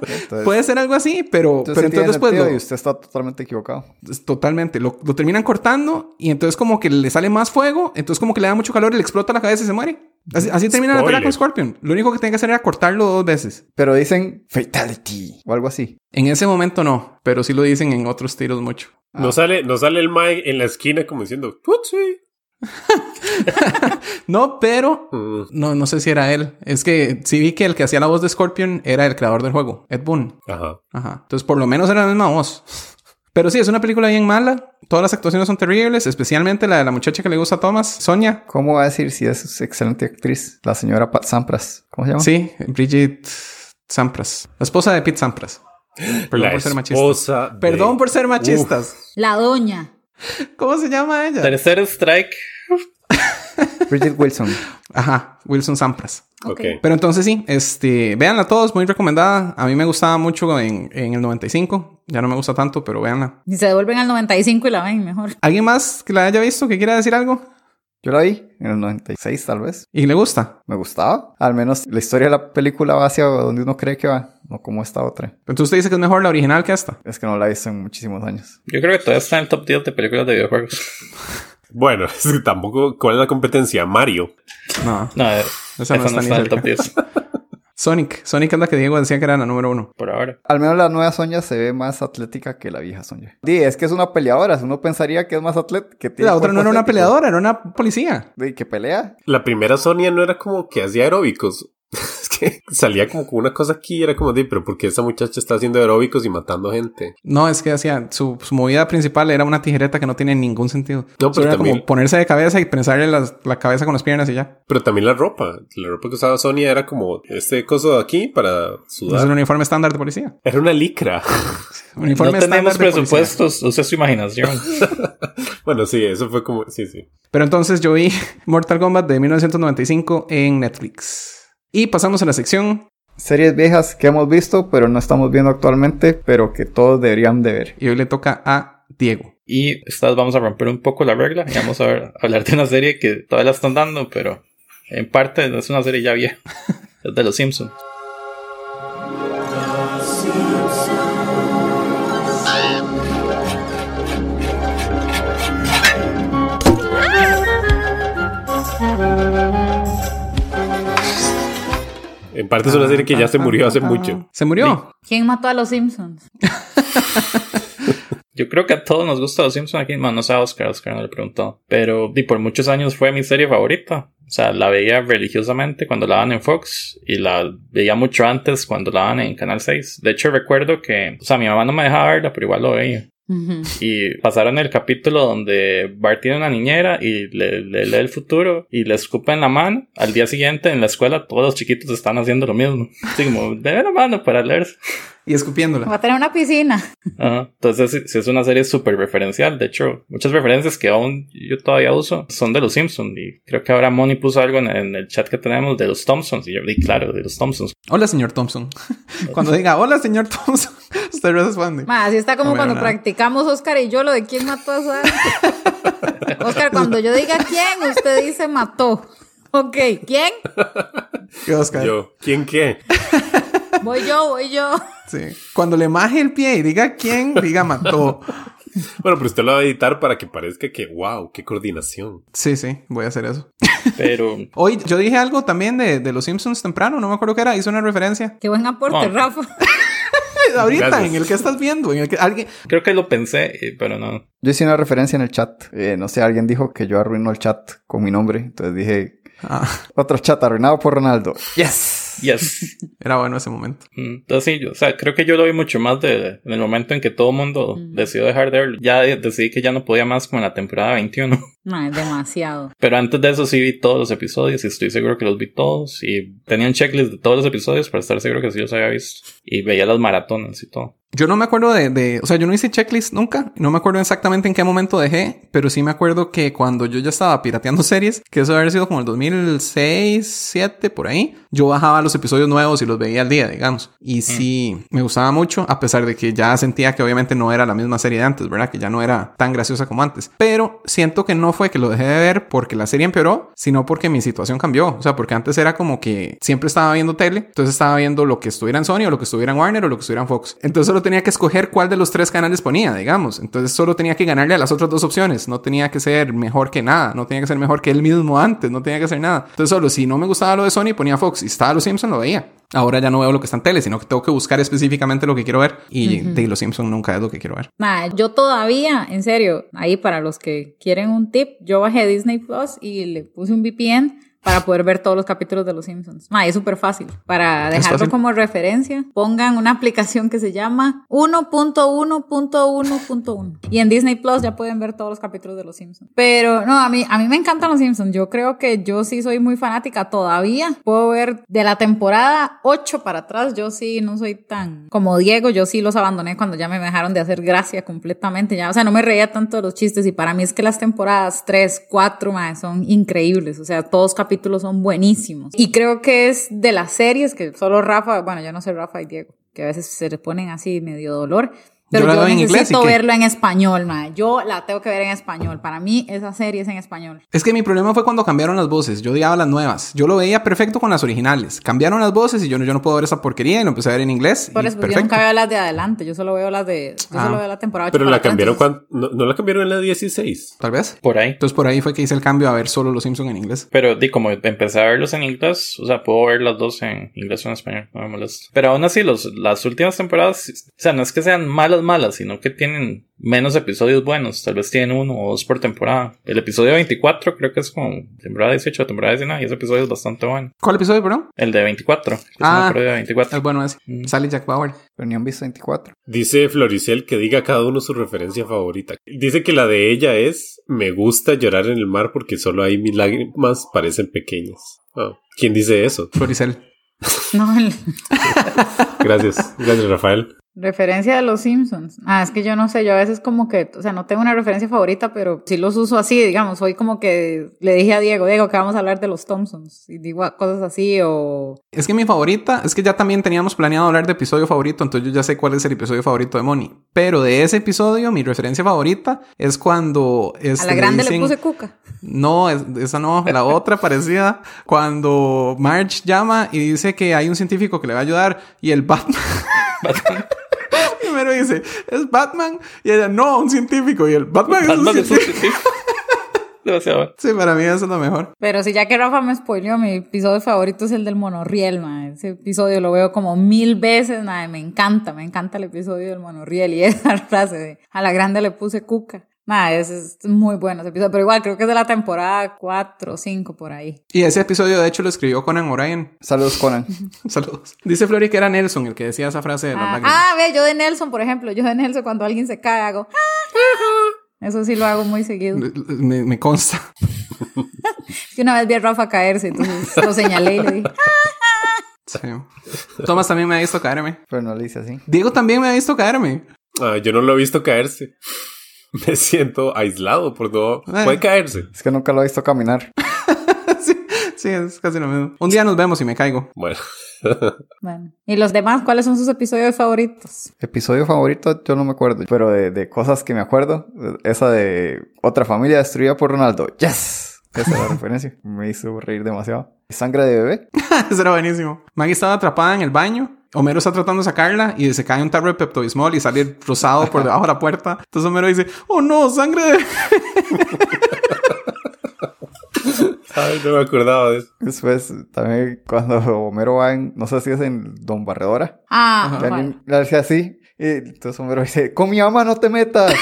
S3: Entonces,
S1: Puede ser algo así, pero
S3: pues, entonces
S1: pero
S3: sí tiene
S1: entonces después
S3: sentido
S1: lo-
S3: y usted está totalmente equivocado.
S1: es totalmente lo, lo terminan cortando y entonces como que le sale más fuego, entonces como que le da mucho calor y le explota la cabeza y se muere. Así, así termina la pelea con
S5: Spoiler.
S1: Scorpion. Lo único que tiene que hacer era cortarlo dos veces.
S3: Pero dicen fatality o algo así.
S1: En ese momento no, pero sí lo dicen en otros tiros mucho.
S5: No sale, no sale el Mike en la esquina como diciendo, "Tutsi".
S1: No, pero
S5: Mm.
S1: No, no sé si era él. Es que sí vi que el que hacía la voz de Scorpion era el creador del juego, Ed Boon.
S5: Ajá.
S1: Ajá. Entonces, por lo menos era la misma voz. Pero sí, es una película bien mala. Todas las actuaciones son terribles, especialmente la de la muchacha que le gusta a Thomas, Sonia.
S3: ¿Cómo va a decir si es excelente actriz? La señora Pat Sampras. ¿Cómo se llama?
S1: Sí, Bridget Sampras, la esposa de Pete Sampras. Perdón
S5: La
S1: por ser machistas.
S5: esposa de-
S1: Perdón por ser machistas.
S4: La doña.
S1: ¿Cómo se llama ella?
S2: Tercer strike.
S3: Bridget Wilson.
S1: Ajá, Wilson Sampras.
S5: Ok.
S1: Pero entonces sí, este, véanla todos, muy recomendada. A mí me gustaba mucho en, en el 95. Ya no me gusta tanto, pero véanla.
S4: Ni se devuelven al 95 y la ven mejor.
S1: ¿Alguien más que la haya visto que quiera decir algo?
S3: Yo la vi en el 96 tal vez.
S1: ¿Y le gusta?
S3: Me gustaba. Al menos la historia de la película va hacia donde uno cree que va. No como esta otra.
S1: Entonces usted dice que es mejor la original que esta.
S3: Es que no la he visto en muchísimos años.
S2: Yo creo que todavía está en el top 10 de películas de videojuegos.
S5: Bueno, es que tampoco. ¿Cuál es la competencia? Mario.
S1: No.
S2: No, eh,
S1: Esa
S2: esa
S1: no
S2: no,
S1: está ni
S2: está en el
S1: cerca.
S2: top 10
S1: Sonic. Sonic es la que Diego decía que era la número uno.
S2: por ahora.
S3: Al menos la nueva Sonia se ve más atlética que la vieja Sonia. Di, es que es una peleadora. Uno pensaría que es más atlética. Que tiene
S1: La otra
S3: cuerpo
S1: no era una
S3: atlético.
S1: peleadora, era una policía.
S3: Di, que pelea.
S5: La primera Sonia no era como que hacía aeróbicos. Es que salía como con una cosa aquí y era como de, pero ¿por qué esa muchacha está haciendo aeróbicos y matando gente?
S1: No, es que hacía su, su movida principal era una tijereta que no tiene ningún sentido.
S5: pero
S1: Solo era
S5: también-
S1: como ponerse de cabeza y pensarle las- la cabeza con las piernas y ya.
S5: Pero también la ropa. La ropa que usaba Sonia era como este coso de aquí para
S1: Es el
S5: sudar.
S1: uniforme estándar de policía.
S5: Era una licra.
S1: Uniforme
S2: no
S1: estándar
S2: tenemos
S1: de policía.
S2: presupuestos, usa su imaginación.
S5: bueno, sí, eso fue como. Sí, sí.
S1: Pero entonces yo vi Mortal Kombat de 1995 en Netflix. Y pasamos a la sección
S3: Series viejas que hemos visto, pero no estamos viendo actualmente, pero que todos deberían de ver.
S1: y hoy le toca a Diego.
S2: Y estas vamos a romper un poco la regla y vamos a ver- hablar de una serie que todavía la están dando, pero en parte es una serie ya vieja. Es de los Simpsons.
S5: En parte es una serie que ya se murió hace mucho.
S1: Ah, ¿Se murió?
S4: ¿Quién mató a los Simpsons?
S2: Yo creo que a todos nos gusta Los Simpsons aquí. Bueno, no sé a Oscar, Oscar no le he preguntado. Pero y por muchos años fue mi serie favorita. O sea, la veía religiosamente cuando la daban en Fox y la veía mucho antes cuando la daban en Canal 6. De hecho, recuerdo que, o sea, mi mamá no me dejaba verla, pero igual lo veía.
S4: Ujú.
S2: Y pasaron el capítulo donde Bart tiene una niñera y le, le lee el futuro y le escupa en la mano. Al día siguiente en la escuela todos los chiquitos están haciendo lo mismo. Así como, debe la mano para leerse.
S1: Y escupiéndola.
S4: Va a tener una piscina.
S2: Ajá. Entonces sí- sí es una serie súper referencial. De hecho, muchas referencias que aún yo todavía uso son de los Simpsons. Y creo que ahora Moni puso algo en, en el chat que tenemos de los Thompsons. Y yo di, claro, de los Thompsons.
S1: Hola, señor Thompson. Cuando diga hola, señor Thompson, usted responde.
S4: Ma, así está
S1: No,
S4: como
S1: mira,
S4: cuando
S1: nada.
S4: practicamos Oscar y yo lo de quién mató a Sara. Oscar, cuando yo diga quién, usted dice mató. Ok, ¿quién?
S1: Y Oscar.
S5: Yo, ¿quién qué?
S4: Voy yo, voy yo.
S1: Sí. Cuando le maje el pie y diga quién, diga mató.
S5: Bueno, pero usted lo va a editar para que parezca que, wow, qué coordinación.
S1: Sí, sí, voy a hacer eso.
S2: Pero
S1: Hoy yo dije algo también de, de los Simpsons temprano, no me acuerdo qué era, hice una referencia.
S4: Qué buen aporte,
S2: Bueno.
S4: Rafa.
S1: Ahorita,
S5: Gracias.
S1: en el que estás viendo, en el que alguien.
S2: creo que lo pensé, eh, pero no.
S3: Yo hice una referencia en el chat. Eh, no sé, alguien dijo que yo arruinó el chat con mi nombre. Entonces dije,
S1: Ah,
S3: otro chat arruinado por Ronaldo. ¡Yes!
S2: Yes.
S1: Era bueno ese momento.
S2: Entonces sí, yo- o sea, creo que yo lo vi mucho más de, en el momento en que todo el mundo decidió dejar de verlo. Ya de- decidí que ya no podía más con la temporada 21.
S4: Mae, demasiado.
S2: Pero antes de eso sí vi todos los episodios y estoy seguro que los vi todos. Y tenía un checklist de todos los episodios para estar seguro que sí los había visto. Y veía las maratones y todo.
S1: Yo no me acuerdo de, de- o sea, yo no hice checklist nunca, no me acuerdo exactamente en qué momento dejé, pero sí me acuerdo que cuando yo ya estaba pirateando series, que eso haber sido como el 2006, 7 por ahí, yo bajaba los episodios nuevos y los veía al día, digamos. Y sí, me gustaba mucho, a pesar de que ya sentía que obviamente no era la misma serie de antes, ¿verdad? Que ya no era tan graciosa como antes. Pero siento que no fue que lo dejé de ver porque la serie empeoró, sino porque mi situación cambió. O sea, porque antes era como que siempre estaba viendo tele, entonces estaba viendo lo que estuviera en Sony o lo que estuviera en Warner o lo que estuviera en Fox. Entonces solo tenía que escoger cuál de los tres canales ponía, digamos. Entonces solo tenía que ganarle a las otras dos opciones. No tenía que ser mejor que nada, no tenía que ser mejor que él mismo antes, no tenía que hacer nada. Entonces solo si no me gustaba lo de Sony ponía Fox y estaba Los Simpson lo veía. Ahora ya no veo lo que está en tele, sino que tengo que buscar específicamente lo que quiero ver y de Los Simpson nunca es lo que quiero ver.
S4: Mae, yo todavía, en serio, ahí para los que quieren un tip, yo bajé Disney Plus y le puse un VPN para poder ver todos los capítulos de Los Simpsons. Mae, es súper fácil. Para
S1: Es
S4: dejarlo
S1: fácil.
S4: como referencia, pongan una aplicación que se llama 1.1.1.1. Y en Disney Plus ya pueden ver todos los capítulos de Los Simpsons. Pero no, a mí, a mí me encantan Los Simpsons. Yo creo que yo sí soy muy fanática todavía. Puedo ver de la temporada 8 para atrás. Yo sí no soy tan como Diego. Yo sí los abandoné cuando ya me dejaron de hacer gracia completamente. Ya, o sea, no me reía tanto de los chistes. Y para mí es que las temporadas 3, 4 mae, son increíbles. O sea, todos los capítulos son buenísimos. Y creo que es de las series que solo Rafa, bueno, yo no sé Rafa y Diego, que a veces se le ponen así medio dolor. Pero
S1: Yo la
S4: yo,
S1: veo en inglés,
S4: necesito
S1: ¿y qué?
S4: verlo en español, mae. Yo la tengo que ver en español. Para mí esa serie es en español.
S1: Es que mi problema fue cuando cambiaron las voces. Yo odiaba las nuevas. Yo lo veía perfecto con las originales. Cambiaron las voces y yo no, yo no puedo ver esa porquería y lo empecé a ver en inglés.
S4: Por
S1: y
S4: eso, porque yo
S1: perfecto.
S4: nunca veo las de adelante, yo solo veo las de, yo
S1: Ah.
S4: solo veo la temporada ocho
S5: Pero
S4: para
S5: la
S4: atrás,
S5: cambiaron
S4: entonces-
S5: cuando. No, no la cambiaron en la 16.
S1: Tal vez.
S2: Por ahí.
S1: Entonces por ahí fue que hice el cambio a ver solo los Simpsons en inglés.
S2: Pero di, como empecé a verlos en inglés, o sea, puedo ver las dos en inglés o en español, no me molesta. Pero aún así, los, las últimas temporadas, o sea, no es que sean malas, malas, sino que tienen menos episodios buenos, tal vez tienen uno o dos por temporada. El episodio 24 creo que es como temporada 18 o temporada 19 y ese episodio es bastante bueno.
S1: ¿Cuál episodio, perdón?
S2: El de 24, que es
S1: Ah.
S2: una parodia de
S1: El
S2: 24.
S1: bueno es
S2: Mm.
S1: Sally Jack Bauer.
S3: Pero ni han visto 24.
S5: Dice Floricel que diga cada uno su referencia favorita. Dice que la de ella es Me gusta llorar en el mar porque solo ahí mis lágrimas parecen pequeñas. Ah, ¿Quién dice eso?
S1: Floricel.
S4: No, el-
S5: Gracias. Gracias, Rafael.
S4: referencia de los Simpsons. Ah, es que yo no sé, yo a veces como que, o sea, no tengo una referencia favorita, pero sí los uso así, digamos, hoy como que le dije a Diego, Diego, que vamos a hablar de los Thompsons, y digo ah, cosas así, o...
S1: Es que mi favorita, es que ya también teníamos planeado hablar de episodio favorito, entonces yo ya sé cuál es el episodio favorito de Moni. Pero de ese episodio, mi referencia favorita es cuando...
S4: a
S1: este,
S4: la grande
S1: dicen-
S4: le puse cuca.
S1: No, es- esa no, la otra parecida. Cuando Marge llama y dice que hay un científico que le va a ayudar y el Batman. Primero dice, es Batman. Y ella, no, un científico. Y el Batman,
S2: Batman
S1: es un
S2: es un
S1: científico.
S2: científico. Demasiado bueno.
S1: Sí, para mí eso es lo mejor.
S4: Pero si ya que Rafa me spoileó, mi episodio favorito es el del monorriel, ma. Ese episodio lo veo como mil veces, ma. Me encanta, me encanta el episodio del monorriel. Y esa frase de a la grande le puse cuca. Ma, ese es muy bueno ese episodio. Pero igual, creo que es de la temporada 4 o 5 por ahí.
S1: Y ese episodio, de hecho, lo escribió Conan O'Brien.
S3: Saludos, Conan.
S1: Saludos. Dice Flori que era Nelson el que decía esa frase de las
S4: Ah,
S1: lágrimas.
S4: ah, ve, yo de Nelson, por ejemplo. Yo de Nelson, cuando alguien se cae, hago. "Ah, Eso sí lo hago muy seguido.
S1: Me, me consta.
S4: Es que una vez vi a Rafa caerse, entonces lo señalé y le dije. "Ah,
S1: Sí. Thomas también me ha visto caerme.
S3: Pero no le hice así.
S1: Diego también me ha visto caerme.
S5: Ah, yo no lo he visto caerse. Me siento aislado por no.
S1: Bueno.
S5: Puede caerse.
S3: Es que nunca lo he visto caminar.
S1: sí, sí, es casi lo mismo. Un día nos vemos y me caigo.
S5: Bueno.
S4: Bueno. ¿Y los demás cuáles son sus episodios favoritos?
S3: Episodio favorito, yo no me acuerdo. Pero de, de cosas que me acuerdo, esa de otra familia destruida por Ronaldo. ¡Yes! Esa es la referencia. Me hizo reír demasiado. Sangre de bebé.
S1: Eso era buenísimo. Maggie estaba atrapada en el baño. Homero está tratando de sacarla y se cae un tarro de Pepto Bismol y sale rosado por debajo de la puerta. Entonces Homero dice, oh no, sangre de...
S5: Ay, no me acordaba de eso.
S3: Después, también cuando Homero va en, no sé si es en Don Barredora.
S4: Ah,
S3: Ya
S4: bueno.
S3: ni- Le hace así. Y entonces Homero dice, con mi ama no te metas.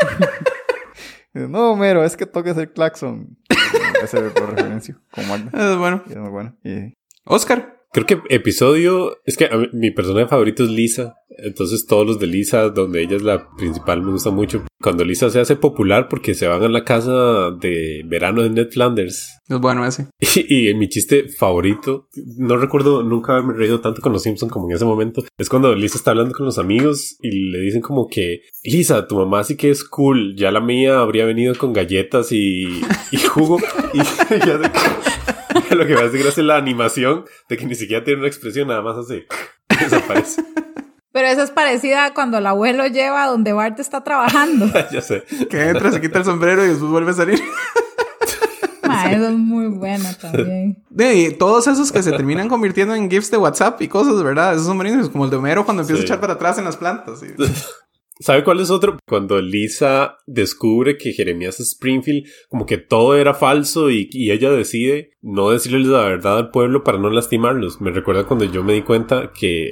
S3: Y dice, no, Homero, es que toques el claxon. Ese es por referencia. Con Magda.
S1: Es bueno.
S3: Y es muy bueno. Y
S1: Oscar.
S5: Creo que episodio, es que a mí- mi personaje favorito es Lisa, entonces todos los de Lisa, donde ella es la principal, me gusta mucho. Cuando Lisa se hace popular porque se van a la casa de verano de Ned Flanders.
S1: Es bueno ese.
S5: Y, mi chiste favorito, no recuerdo nunca haberme reído tanto con los Simpsons como en ese momento, es cuando Lisa está hablando con los amigos y le dicen como que, Lisa, tu mamá sí que es cool, ya la mía habría venido con galletas y, y jugo. y ya se- lo que me hace gracia es la animación de que ni siquiera tiene una expresión, nada más así. Desaparece.
S4: Pero eso es parecida a cuando el abuelo lleva a donde Bart está trabajando.
S5: ya sé.
S1: Que entra, se quita el sombrero y después vuelve a salir.
S4: Ma, Ah, eso es muy buena también.
S1: De, y todos esos que se terminan convirtiendo en GIFs de WhatsApp y cosas, ¿verdad? Esos son buenísimos, como el de Homero cuando empieza
S5: Sí.
S1: a echar para atrás en las plantas. y-
S5: ¿Sabe cuál es otro? Cuando Lisa descubre que Jeremías Springfield, como que todo era falso y, y ella decide no decirles la verdad al pueblo para no lastimarlos. Me recuerda cuando yo me di cuenta que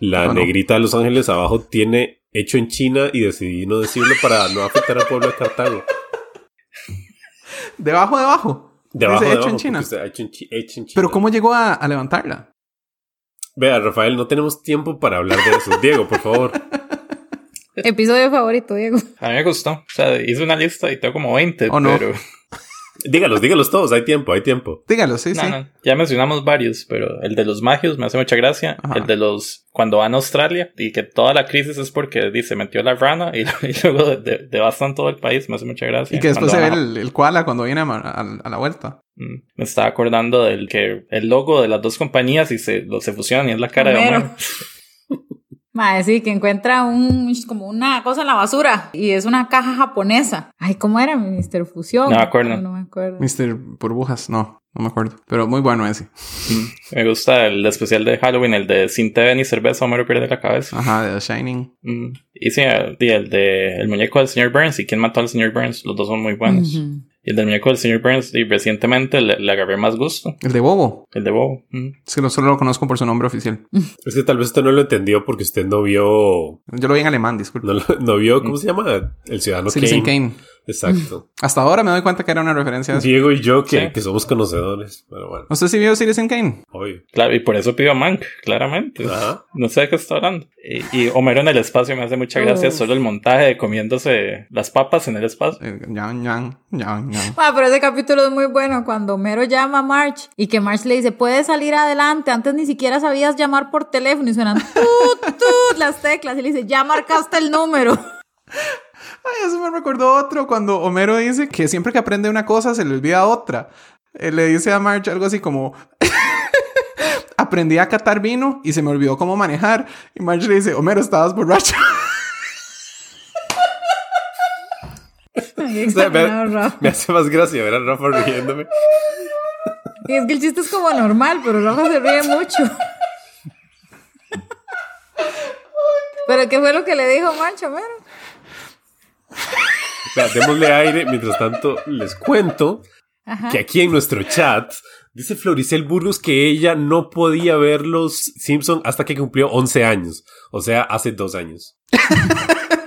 S5: la
S1: Ah, no.
S5: negrita de Los Ángeles abajo tiene hecho en China y decidí no decirlo para no afectar al pueblo de Cartago.
S1: Debajo, debajo.
S5: Debajo,
S1: Dice,
S5: de
S1: hecho en China.
S5: hecho en, Chi- hecho en China.
S1: Pero ¿cómo llegó a, a levantarla?
S5: Vea, Rafael, no tenemos tiempo para hablar de eso. Diego, por favor.
S4: Episodio favorito, Diego.
S2: A mí me gustó. O sea, hice una lista y tengo como 20,
S1: Oh, no.
S2: pero.
S5: Dígalos, dígalos todos. Hay tiempo, hay tiempo.
S1: Dígalo, sí,
S2: No,
S1: sí.
S2: no, ya mencionamos varios, pero el de los magios me hace mucha gracia.
S1: Ajá.
S2: El de los cuando van a Australia y que toda la crisis es porque dice metió la rana y, y luego de- de- devastan todo el país, me hace mucha gracia.
S1: Y que después
S2: Cuando
S1: se ve
S2: van a-
S1: el, el koala cuando viene a, ma- a- a la vuelta.
S2: Mm, Me estaba acordando del que el logo de las dos compañías y se, lo, se fusionan y es la cara de
S4: Homero.
S2: Homero.
S4: Madre, sí, que encuentra un, como una cosa en la basura y es una caja japonesa. Ay, ¿cómo era? Mr. Fusión.
S2: No me acuerdo.
S4: Ay, No me acuerdo.
S1: Mr. Burbujas, no, no me acuerdo. Pero muy bueno ese.
S2: Mm, Me gusta el especial de Halloween, el de sin TV ni cerveza, Homero pierde la cabeza.
S1: Ajá, de The Shining.
S2: Mm, Y sí, el, y el de el muñeco del señor Burns y quién mató al señor Burns, los dos son muy buenos.
S4: Ujú.
S2: Y el del muñeco del señor Burns, y recientemente le, le agarré más gusto.
S1: El de Bobo.
S2: El de Bobo. Mm.
S1: Es que no solo lo conozco por su nombre oficial.
S5: Es que tal vez usted no lo entendió porque usted no vio
S1: Yo lo vi en alemán, disculpe.
S5: No, lo- no vio, ¿cómo se llama? El ciudadano
S1: Citizen
S5: Kane.
S1: Kane. Ah.
S5: Exacto.
S1: Hasta ahora me doy cuenta que era una referencia a eso.
S5: Diego y yo, que,
S2: Sí.
S5: que somos conocedores. Pero bueno,
S1: ¿Usted sí vio Citizen Kane?
S5: obvio.
S2: Claro, y por eso pido a Mank, claramente.
S5: Ajá.
S2: No sé de qué está hablando. Y, y Homero en el espacio me hace mucha gracia solo el montaje de comiéndose las papas en el espacio.
S1: Eh, ñan, ñan, ñan, ñan.
S4: Ma, Ah, pero ese capítulo es muy bueno cuando Homero llama a March y que March le dice, puedes salir adelante, antes ni siquiera sabías llamar por teléfono y suenan tut, tut las teclas y le dice, ya marcaste el número.
S1: Ay, eso me recordó otro cuando Homero dice que siempre que aprende una cosa se le olvida otra. Eh, le dice a Marge algo así como: Aprendí a catar vino y se me olvidó cómo manejar. Y Marge le dice: Homero, estabas borracho.
S4: Ay,
S5: O sea, me,
S4: exagerado, Rafa.
S5: me hace más gracia ver a Rafa riéndome.
S4: Y es que el chiste es como normal, pero Rafa se ríe mucho. ¿Pero qué fue lo que le dijo March a Homero?
S5: Vea, démosle aire. Mientras tanto, les cuento que aquí en nuestro chat dice Floricel Burgos que ella no podía ver los Simpson hasta que cumplió 11 años. O sea, hace dos años.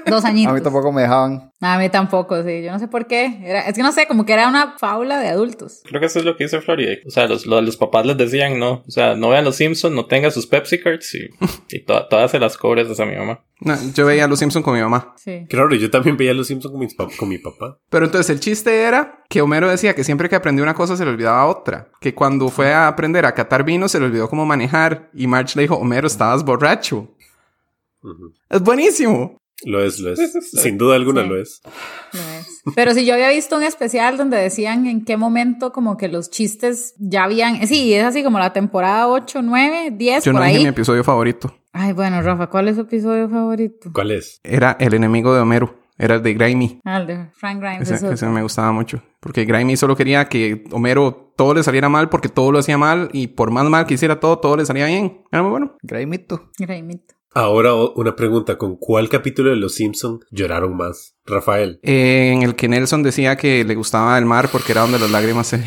S4: Dos añitos.
S3: A mí tampoco me dejaban.
S4: A mí tampoco, sí. Yo no sé por qué. Era, es que no sé, como que era una fábula de adultos.
S2: Creo que eso es lo que hizo Florida. O sea, los, los, los papás les decían, no, o sea, no vean los Simpsons, no tengan sus Pepsi Cards y, y to- todas se las cobres a mi mamá.
S1: No, yo veía a los Simpsons con mi mamá.
S4: Sí.
S5: Claro, yo también veía los Simpson con, mis pap- con mi papá.
S1: Pero entonces el chiste era que Homero decía que siempre que aprendía una cosa se le olvidaba otra. Que cuando fue a aprender a catar vino se le olvidó cómo manejar. Y Marge le dijo: Homero, estabas borracho.
S5: Ujú.
S1: Es buenísimo.
S5: Lo es, lo es. Sin duda alguna
S4: Sí.
S5: lo es.
S4: No es. Pero sí, yo había visto un especial donde decían en qué momento como que los chistes ya habían... eh, Sí, es así como la temporada 8, 9, 10,
S1: Yo
S4: por
S1: no dije
S4: ahí.
S1: mi episodio favorito.
S4: Ay, bueno, Rafa, ¿cuál es su episodio favorito?
S5: ¿Cuál es?
S1: Era el enemigo de Homero. Era el de Grimy.
S4: Ah, el de Frank Grimes.
S1: Ese,
S4: es otro.
S1: ese me gustaba mucho. Porque Grimy solo quería que Homero todo le saliera mal porque todo lo hacía mal y por más mal que hiciera todo, todo le salía bien. Era muy bueno.
S3: Graimito.
S4: Grimito.
S5: Ahora o- una pregunta, ¿con cuál capítulo de Los Simpson lloraron más? Rafael.
S1: Eh, en el que Nelson decía que le gustaba el mar porque era donde las lágrimas se...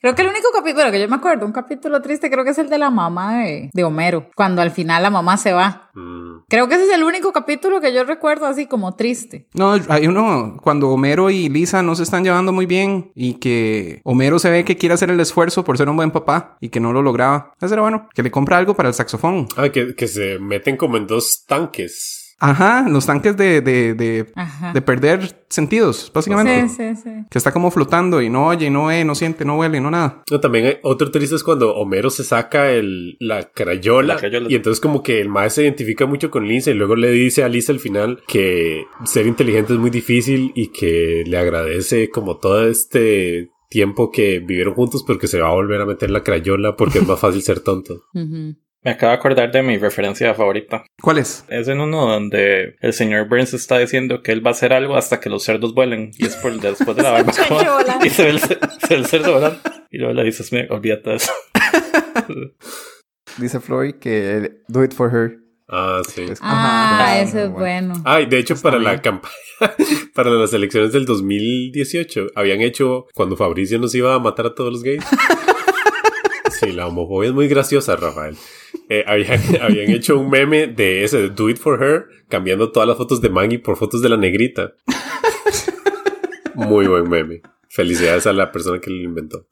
S4: Creo que el único capítulo que yo me acuerdo, un capítulo triste, creo que es el de la mamá de, de Homero, cuando al final la mamá se va.
S5: Mm,
S4: Creo que ese es el único capítulo que yo recuerdo así como triste.
S1: No, hay uno cuando Homero y Lisa no se están llevando muy bien y que Homero se ve que quiere hacer el esfuerzo por ser un buen papá y que no lo lograba. Eso era bueno, que le compra algo para el saxofón.
S5: Ah, que, que se meten como en dos tanques.
S1: Ajá, los tanques de, de, de,
S4: Ajá.
S1: de perder sentidos, básicamente.
S4: Sí, sí, sí.
S1: Que está como flotando y no oye, no ve, no siente, no huele, no nada.
S5: No, también hay otro triste es cuando Homero se saca el, la, crayola,
S2: La crayola.
S5: y entonces como que el maestro se identifica mucho con Lisa y luego le dice a Lisa al final que ser inteligente es muy difícil y que le agradece como todo este tiempo que vivieron juntos porque se va a volver a meter la crayola porque es más fácil ser tonto.
S4: Ujú.
S2: Me acabo de acordar de mi referencia favorita.
S1: ¿Cuál es?
S2: Es en uno donde el señor Burns está diciendo que él va a hacer algo hasta que los cerdos vuelen. Y es por después de la
S4: Chancho
S2: barbacoa.
S4: volando.
S2: y se ve el, cer- se ve el cerdo volando. Y luego le dices, mira, olvídate de eso.
S3: Dice Flory que el do it for her.
S5: Ah, sí.
S3: Es-
S4: Ah,
S3: Ajá.
S4: ese es bueno.
S5: Ay, de hecho, para la campaña, para las elecciones del 2018, habían hecho cuando Fabricio nos iba a matar a todos los gays. Sí, la homofobia es muy graciosa, Rafael. Eh, habían, habían hecho un meme de ese, de Do It For Her, cambiando todas las fotos de Maggie por fotos de la negrita. Muy buen meme. Felicidades a la persona que lo inventó.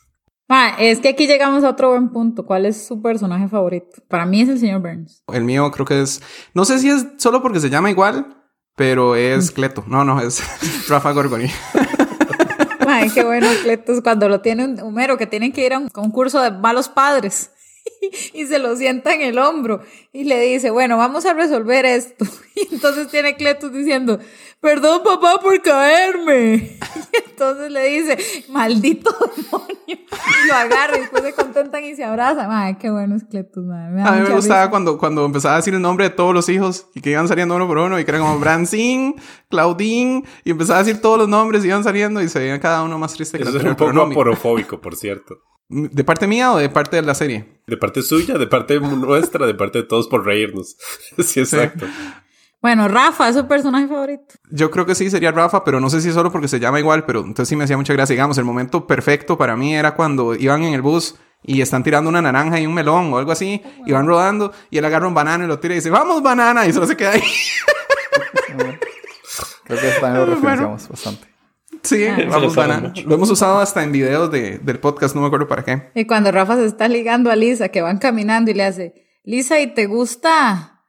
S4: Ma, es que aquí llegamos a otro buen punto. ¿Cuál es su personaje favorito? Para mí es el señor Burns.
S1: El mío creo que es, no sé si es solo porque se llama igual, pero es Cleto. No, no, es Rafa Gorgoni.
S4: Ma, qué bueno, Cletus, cuando lo tiene un Homero, que tienen que ir a un concurso de malos padres. Y se lo sienta en el hombro y le dice, bueno, vamos a resolver esto. Y entonces tiene Cletus diciendo, perdón papá por caerme. Y entonces le dice, maldito demonio. Y lo agarra y después se contentan y se abrazan. Ay, qué bueno es Cletus, ma, me da
S1: A mí me
S4: mucha
S1: gustaba
S4: risa.
S1: cuando, cuando empezaba a decir el nombre de todos los hijos y que iban saliendo uno por uno y que era como Brancín, Claudín y empezaba a decir todos los nombres y iban saliendo y se veía cada uno más triste que el
S5: Eso es
S1: anterior,
S5: un poco
S1: pero no,
S5: aporofóbico, por cierto.
S1: mi- ¿De parte mía o de parte de la serie?
S5: De parte suya, de parte nuestra, de parte de todos por reírnos. Sí, exacto.
S4: Bueno, Rafa es su personaje favorito.
S1: Yo creo que sí sería Rafa, pero no sé si es solo porque se llama igual, pero entonces sí me hacía mucha gracia. Digamos, el momento perfecto para mí era cuando iban en el bus y están tirando una naranja y un melón o algo así, y van rodando y él agarra un banana y lo tira y dice, vamos banana, y solo se queda ahí.
S3: Creo que también lo
S1: Bueno.
S3: referenciamos bastante.
S1: Sí,
S4: Ah.
S2: Eso lo
S1: vamos
S2: usaron
S1: banana.
S2: mucho.
S1: Lo hemos usado hasta en videos de, del podcast, no me acuerdo para qué.
S4: Y cuando Rafa se está ligando a Lisa, que van caminando y le hace, Lisa, ¿y te gusta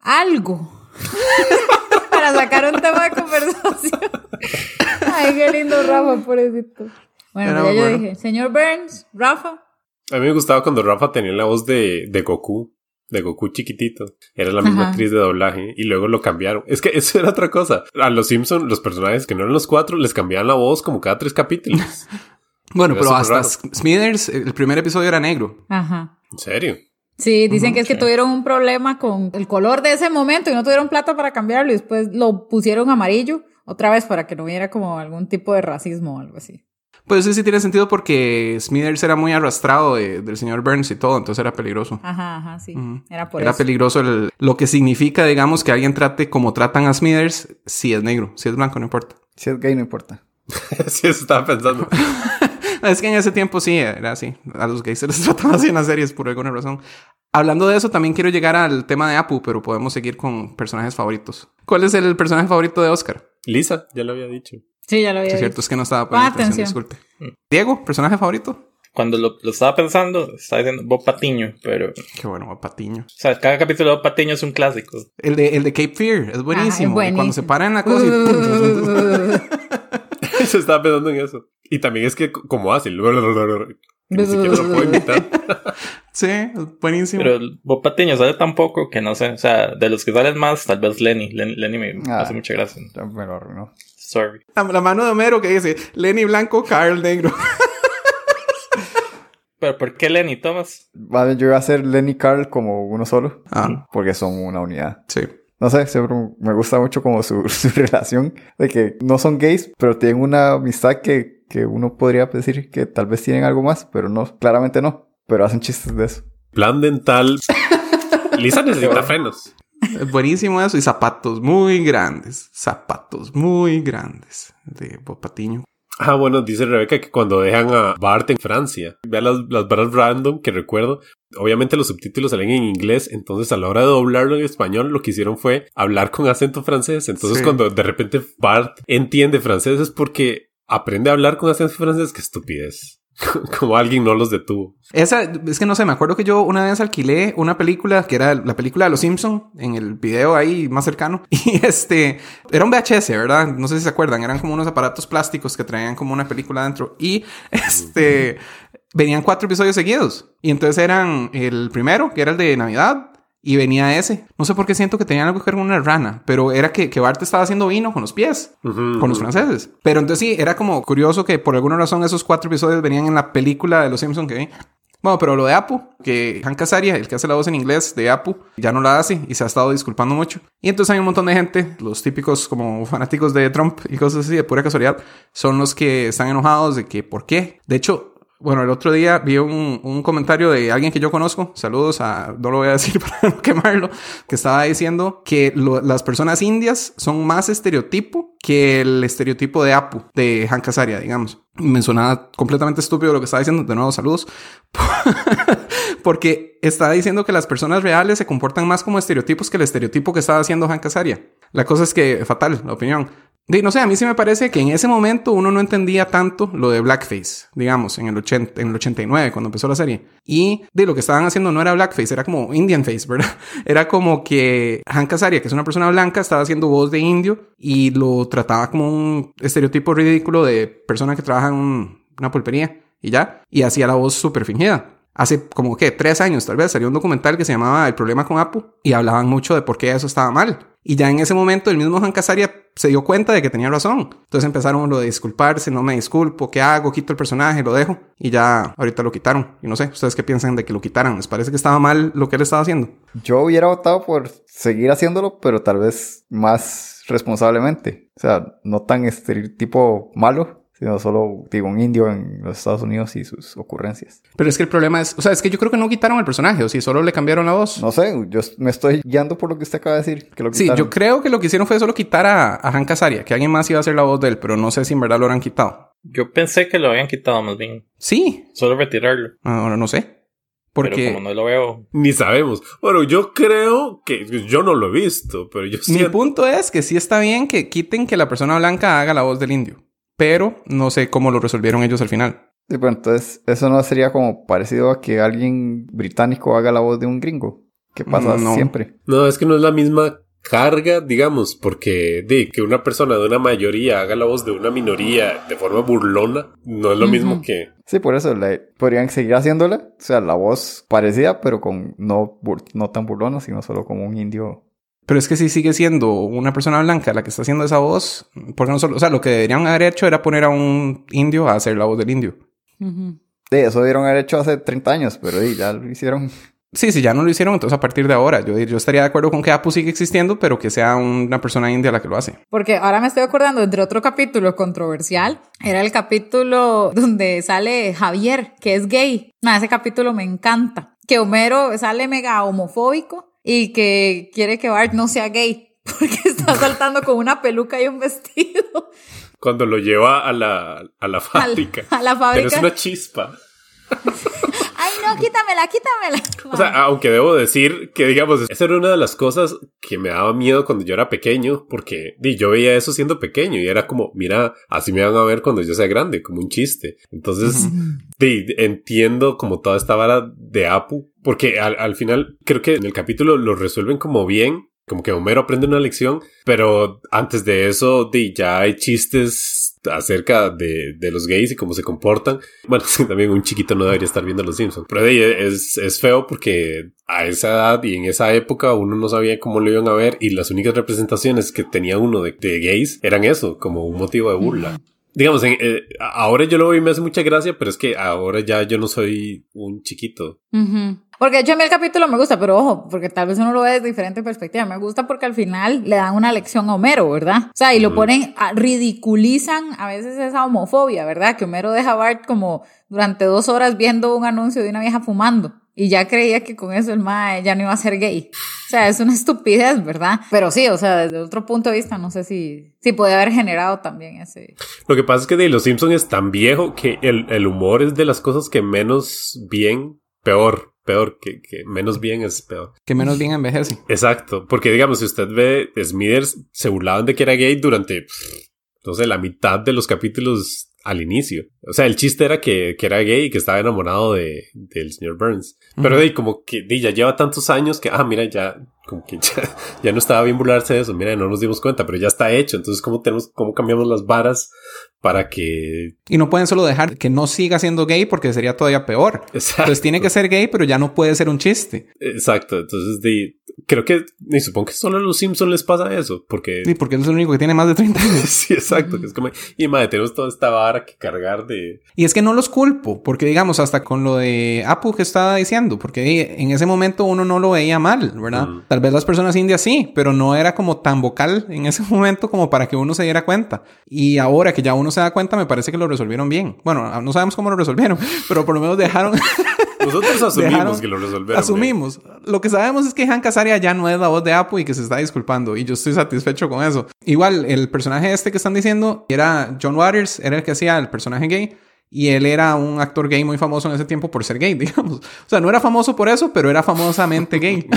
S4: algo? Para sacar un tema de conversación. Ay, qué lindo Rafa, pobrecito. Bueno,
S1: Era
S4: ya yo
S1: bueno.
S4: dije, señor Burns, Rafa.
S5: A mí me gustaba cuando Rafa tenía la voz de, de Goku, de Goku chiquitito. Era la misma
S4: Ajá.
S5: actriz de doblaje y luego lo cambiaron. Es que eso era otra cosa. A los Simpson, los personajes que no eran los cuatro, les cambiaban la voz como cada tres capítulos.
S1: Bueno,
S5: Era
S1: pero
S5: súper
S1: hasta
S5: raro.
S1: S- Smithers, el primer episodio era negro.
S4: Ajá.
S5: En serio.
S4: Sí, dicen que es que tuvieron un problema con el color de ese momento y no tuvieron plata para cambiarlo y después lo pusieron amarillo otra vez para que no hubiera como algún tipo de racismo o algo así.
S1: Pues sí, sí tiene sentido porque Smithers era muy arrastrado de- del señor Burns y todo, entonces era peligroso.
S4: Ajá, ajá, sí.
S1: Ujú.
S4: Era Ah, por
S1: era
S4: eso.
S1: peligroso el- lo que significa, digamos, que alguien trate como tratan a Smithers si es negro, si es blanco, no importa.
S3: Si es gay, no importa.
S5: Así eso estaba pensando.
S1: Es que en ese tiempo sí, era así. A los gays se les trataba así en las series por alguna razón. Hablando de eso, también quiero llegar al tema de Apu, pero podemos seguir con personajes favoritos. ¿Cuál es el personaje favorito de Oscar?
S5: Lisa, ya lo había dicho.
S4: Sí, ya
S1: Sí,
S4: lo había
S1: es
S4: dicho.
S1: cierto, es que no estaba poniendo
S4: Pon
S1: atención, disculpe. Diego, personaje favorito.
S2: Cuando lo, lo estaba pensando, estaba diciendo Bob Patiño, pero... O
S1: Qué bueno, Patiño.
S2: sea, cada capítulo de Bob Patiño es un clásico.
S1: El de, el de Cape Fear, es buenísimo.
S4: Ajá,
S1: Y
S4: es buenísimo.
S1: Cuando se para en la cosa y...
S5: Se estaba pensando en eso. Y también es que, c- como hace, que ni siquiera lo puedo imitar.
S1: Sí, es buenísimo.
S2: Pero Bob Patiño sale tan poco que no sé. O sea, de los que salen más, tal vez Lenny. Len- Lenny me
S3: Ah.
S2: hace mucha gracia.
S3: Ya me lo arruinó.
S2: Sorry.
S1: La, la mano de Homero que dice, Lenny Blanco, Carl Negro.
S2: Pero ¿por qué Lenny, Thomas?
S3: Vale, yo iba a hacer Lenny y Carl como uno solo,
S1: Ah,
S3: porque son una unidad.
S1: sí.
S3: No sé, siempre me gusta mucho como su, su relación de que no son gays, pero tienen una amistad que, que uno podría decir que tal vez tienen algo más, pero no, claramente no. Pero hacen chistes de eso.
S5: Plan dental. Lisa necesita frenos.
S1: Es buenísimo eso. Y zapatos muy grandes. Zapatos muy grandes. De Bopatiño.
S5: Ah, bueno, dice Rebeca que cuando dejan a Bart en Francia, vean las, las barras random que recuerdo. Obviamente los subtítulos salen en inglés, entonces a la hora de doblarlo en español lo que hicieron fue hablar con acento francés. Entonces
S1: Sí.
S5: cuando de repente Bart entiende francés es porque aprende a hablar con acento francés, qué estupidez. Como alguien no los detuvo.
S1: Esa, es que no sé, me acuerdo que yo una vez alquilé una película que era la película de Los Simpson en el video ahí más cercano. Y este, era un VHS, ¿verdad? No sé si se acuerdan, eran como unos aparatos plásticos que traían como una película dentro. Y este, venían cuatro episodios seguidos. Y entonces eran el primero, que era el de Navidad. Y venía ese. No sé por qué siento que tenían algo que ver con una rana, pero era que, que Bart estaba haciendo vino con los pies,
S5: Ujú.
S1: con los franceses. Pero entonces sí, era como curioso que por alguna razón esos cuatro episodios venían en la película de Los Simpsons que vi. Bueno, pero lo de Apu, que Hank Azaria, el que hace la voz en inglés de Apu, ya no la hace y se ha estado disculpando mucho. Y entonces hay un montón de gente, los típicos como fanáticos de Trump y cosas así, de pura casualidad, son los que están enojados de que por qué. De hecho, bueno, el otro día vi un, un comentario de alguien que yo conozco, saludos a, no lo voy a decir para no quemarlo, que estaba diciendo que lo- las personas indias son más estereotipo que el estereotipo de Apu, de Hank Azaria, digamos. Me sonaba completamente estúpido lo que estaba diciendo, de nuevo saludos, porque estaba diciendo que las personas reales se comportan más como estereotipos que el estereotipo que estaba haciendo Hank Azaria. La cosa es que, fatal, la opinión. Di, no sé, a mí sí me parece que en ese momento uno no entendía tanto lo de Blackface, digamos, en el, 80, en el 89, cuando empezó la serie. Y de lo que estaban haciendo no era Blackface, era como Indian Face, ¿verdad? Era como que Hank Azaria, que es una persona blanca, estaba haciendo voz de indio y lo trataba como un estereotipo ridículo de persona que trabaja en un- una pulpería y ya. Y hacía la voz súper fingida. Hace como que tres años tal vez salió un documental que se llamaba El problema con Apu y hablaban mucho de por qué eso estaba mal. Y ya en ese momento el mismo Hank Azaria se dio cuenta de que tenía razón. Entonces empezaron lo de disculparse, no me disculpo, ¿qué hago? Quito el personaje, lo dejo. Y ya ahorita lo quitaron. Y no sé, ¿ustedes qué piensan de que lo quitaran? ¿Les parece que estaba mal lo que él estaba haciendo?
S3: Yo hubiera votado por seguir haciéndolo, pero tal vez más responsablemente. O sea, no tan estereotipo malo, sino solo, digo, un indio en los Estados Unidos y sus ocurrencias.
S1: Pero es que el problema es, o sea, es que yo creo que no quitaron el personaje, o si solo le cambiaron la voz.
S3: No sé, yo est- me estoy guiando por lo que usted acaba de decir. Que lo
S1: Sí,
S3: quitaron.
S1: yo creo que lo que hicieron fue solo quitar a, a Hank Azaria, que alguien más iba a hacer la voz de él, pero no sé si en verdad lo habrán quitado.
S2: Yo pensé que lo habían quitado más bien.
S1: Sí,
S2: Solo retirarlo.
S1: Ah, ahora no sé. Porque...
S2: Pero como no lo veo.
S5: Ni sabemos. Bueno, yo creo que yo no lo he visto, pero yo
S1: Mi
S5: siento-
S1: punto es que sí está bien que quiten que la persona blanca haga la voz del indio, pero no sé cómo lo resolvieron ellos al final.
S3: Sí, pero pues, entonces, eso no sería como parecido a que alguien británico haga la voz de un gringo. Que pasa
S1: No.
S3: siempre.
S5: No, es que no es la misma carga, digamos, porque de que una persona de una mayoría haga la voz de una minoría de forma burlona, no es lo mismo
S4: Ujú.
S5: que...
S3: Sí, por eso la- podrían seguir haciéndola. O sea, la voz parecida, pero con no, bur- no tan burlona, sino solo como un indio.
S1: Pero es que si sigue siendo una persona blanca la que está haciendo esa voz, porque no solo, o sea, lo que deberían haber hecho era poner a un indio a hacer la voz del indio.
S4: Ujú.
S3: Sí, eso debieron haber hecho hace 30 años, pero sí, ya lo hicieron.
S1: Sí, si ya no lo hicieron, entonces a partir de ahora, yo, yo estaría de acuerdo con que Apu sigue existiendo, pero que sea una persona india la que lo hace.
S4: Porque ahora me estoy acordando, entre otro capítulo controversial, era el capítulo donde sale Javier, que es gay. Ma, ese capítulo me encanta. Que Homero sale mega homofóbico y que quiere que Bart no sea gay. Porque está saltando con una peluca y un vestido
S5: Cuando lo lleva a la, a la
S4: a la,
S5: fábrica.
S4: a la
S5: Pero es
S4: fábrica.
S5: una chispa.
S4: Ay, no, quítamela, quítamela.
S5: O sea, aunque debo decir que, digamos, esa era una de las cosas que me daba miedo cuando yo era pequeño, porque di, yo veía eso siendo pequeño y era como, mira, así me van a ver cuando yo sea grande, como un chiste. Entonces, di, entiendo como toda esta vara de Apu, porque al, al final creo que en el capítulo lo resuelven como bien. Como que Homero aprende una lección, pero antes de eso, di, ya hay chistes acerca de, de los gays y cómo se comportan. Bueno, sí, también un chiquito no debería estar viendo Los Simpsons. Pero sí, es, es feo porque a esa edad y en esa época uno no sabía cómo lo iban a ver y las únicas representaciones que tenía uno de, de gays eran eso, como un motivo de burla. Digamos, en- eh, a- ahora yo lo veo y me hace mucha gracia, pero es que ahora ya yo no soy un chiquito.
S4: Ujú. Porque de hecho a mí el capítulo me gusta, pero ojo, porque tal vez uno lo ve desde diferente perspectiva. Me gusta porque al final le dan una lección a Homero, ¿verdad? O sea, y lo ponen, a- ridiculizan a veces esa homofobia, ¿verdad? Que Homero deja a Bart como durante dos horas viendo un anuncio de una vieja fumando. Y ya creía que con eso el mae ya no iba a ser gay. O sea, es una estupidez, ¿verdad? Pero sí, o sea, desde otro punto de vista, no sé si, si puede haber generado también ese.
S5: Lo que pasa es que de Los Simpsons es tan viejo que el, el humor es de las cosas que menos bien, peor, peor, que, que menos bien es peor.
S1: Que menos bien envejece.
S5: Exacto, porque digamos, si usted ve Smithers, se burlaban de que era gay durante, pff, no sé, la mitad de los capítulos al inicio. O sea, el chiste era que, que era gay y que estaba enamorado de, del señor Burns. Pero
S1: Ujú.
S5: de, como que de, ya lleva tantos años que, ah, mira, ya, como que ya, ya no estaba bien burlarse de eso, mira, no nos dimos cuenta, pero ya está hecho. Entonces, ¿cómo tenemos, cómo cambiamos las varas para que...
S1: Y no pueden solo dejar que no siga siendo gay porque sería todavía peor.
S5: Exacto.
S1: Entonces Pues tiene que ser gay, pero ya no puede ser un chiste.
S5: Exacto. Entonces, de, creo que, y supongo que solo a los Simpsons les pasa eso, porque
S1: Sí, porque él es el único que tiene más de 30 años.
S5: Sí, exacto. Que es como, y madre, tenemos toda esta vara que cargar de.
S1: Y es que no los culpo, porque digamos, hasta con lo de Apu que estaba diciendo, porque di, en ese momento uno no lo veía mal, ¿verdad?
S5: Mm.
S1: Tal vez las personas indias sí, pero no era como tan vocal en ese momento como para que uno se diera cuenta. Y ahora que ya uno se da cuenta, me parece que lo resolvieron bien. Bueno, no sabemos cómo lo resolvieron, pero por lo menos dejaron...
S5: Nosotros asumimos
S1: Dejaron-
S5: que lo resolvieron.
S1: Asumimos. Lo que sabemos es que Han Casaria ya no es la voz de Apu y que se está disculpando. Y yo estoy satisfecho con eso. Igual, el personaje este que están diciendo era John Waters, era el que hacía el personaje gay. Y él era un actor gay muy famoso en ese tiempo por ser gay, digamos. O sea, no era famoso por eso, pero era famosamente gay.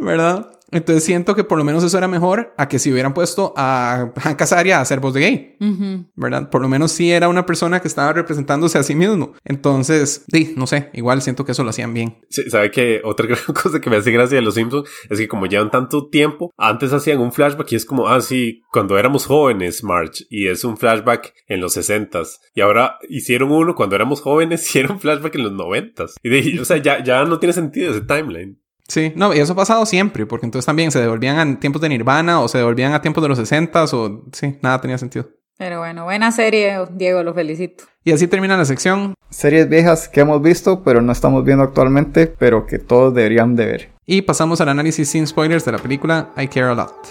S1: ¿Verdad? Entonces siento que por lo menos eso era mejor a que si hubieran puesto a Han Casaria a hacer voz de gay.
S4: Ujú.
S1: ¿verdad? Por lo menos sí era una persona que estaba representándose a sí mismo. Entonces, sí, no sé, igual siento que eso lo hacían bien.
S5: Sí, ¿Sabe que Otra gran cosa que me hace gracia de los Simpsons es que, como llevan tanto tiempo, antes hacían un flashback y es como, ah, sí, cuando éramos jóvenes, March, y es un flashback en los 60 Y ahora hicieron uno cuando éramos jóvenes y era un flashback en los 90 Y de- o sea, ya, ya no tiene sentido ese timeline.
S1: Sí, no, y eso ha pasado siempre, porque entonces también se devolvían a tiempos de Nirvana o se devolvían a tiempos de los 60 o sí, nada tenía sentido.
S4: Pero bueno, buena serie, Diego, lo felicito.
S1: Y así termina la sección.
S3: Series viejas que hemos visto, pero no estamos viendo actualmente, pero que todos deberían de ver.
S1: Y pasamos al análisis sin spoilers de la película I Care a Lot.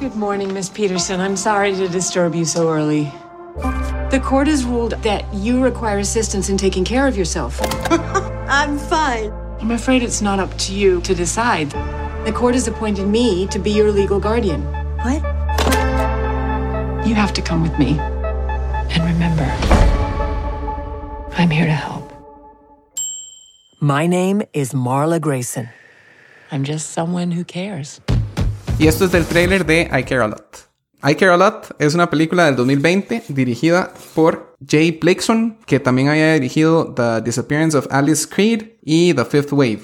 S6: Good morning, Miss Peterson. I'm sorry to disturb you so early. The court has ruled that you require assistance in taking care of yourself.
S7: I'm fine.
S6: I'm afraid it's not up to you to decide. The court has appointed me to be your legal guardian.
S7: What?
S6: You have to come with me. And remember, I'm here to help.
S7: My name is Marla Grayson.
S6: I'm just someone who cares.
S1: Y esto es del tráiler de I Care a Lot. I Care a Lot es una película del 2020 dirigida por Jay Blakeson, que también había dirigido The Disappearance of Alice Creed y The Fifth Wave.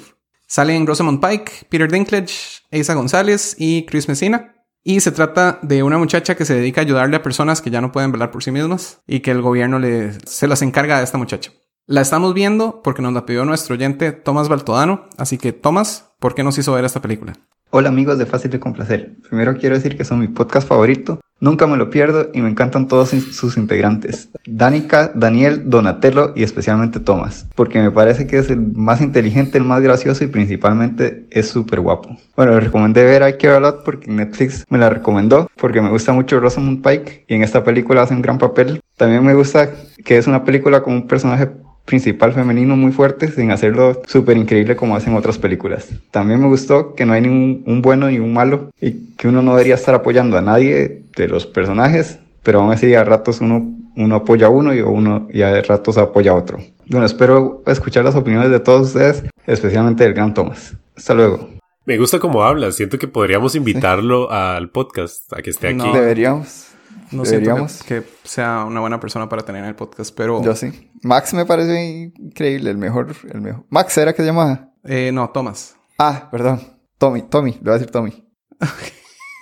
S1: Salen Rosamund Pike, Peter Dinklage, Asa González y Chris Messina. Y se trata de una muchacha que se dedica a ayudarle a personas que ya no pueden velar por sí mismas y que el gobierno le- se las encarga a esta muchacha. La estamos viendo porque nos la pidió nuestro oyente Tomás Baltodano. Así que, Tomás, ¿por qué nos hizo ver esta película?
S3: Hola amigos de Fácil de Complacer. Primero quiero decir que son mi podcast favorito. Nunca me lo pierdo y me encantan todos in- sus integrantes. Danica, Daniel, Donatello y especialmente Tomás. Porque me parece que es el más inteligente, el más gracioso y principalmente es súper guapo. Bueno, le recomendé ver I Care A Lot porque Netflix me la recomendó. Porque me gusta mucho Rosamund Pike y en esta película hace un gran papel. También me gusta que es una película con un personaje principal femenino muy fuerte sin hacerlo súper increíble como hacen otras películas. También me gustó que no hay ningún un bueno ni un malo y que uno no debería estar apoyando a nadie de los personajes, pero aún así a ratos uno, uno apoya a uno y, uno, y a ratos apoya a otro. Bueno, espero escuchar las opiniones de todos ustedes, especialmente del gran Thomas. Hasta luego.
S5: Me gusta cómo habla. Siento que podríamos invitarlo al podcast, a que esté aquí.
S1: No.
S3: Deberíamos.
S1: No
S3: deberíamos.
S1: siento que, que sea una buena persona para tener en el podcast, pero...
S3: Yo sí. Max me parece increíble, el mejor, el mejor. Max era que se llamaba.
S1: Eh, no, Tomás.
S3: Ah, perdón. Tommy, Tommy, le voy a decir Tommy.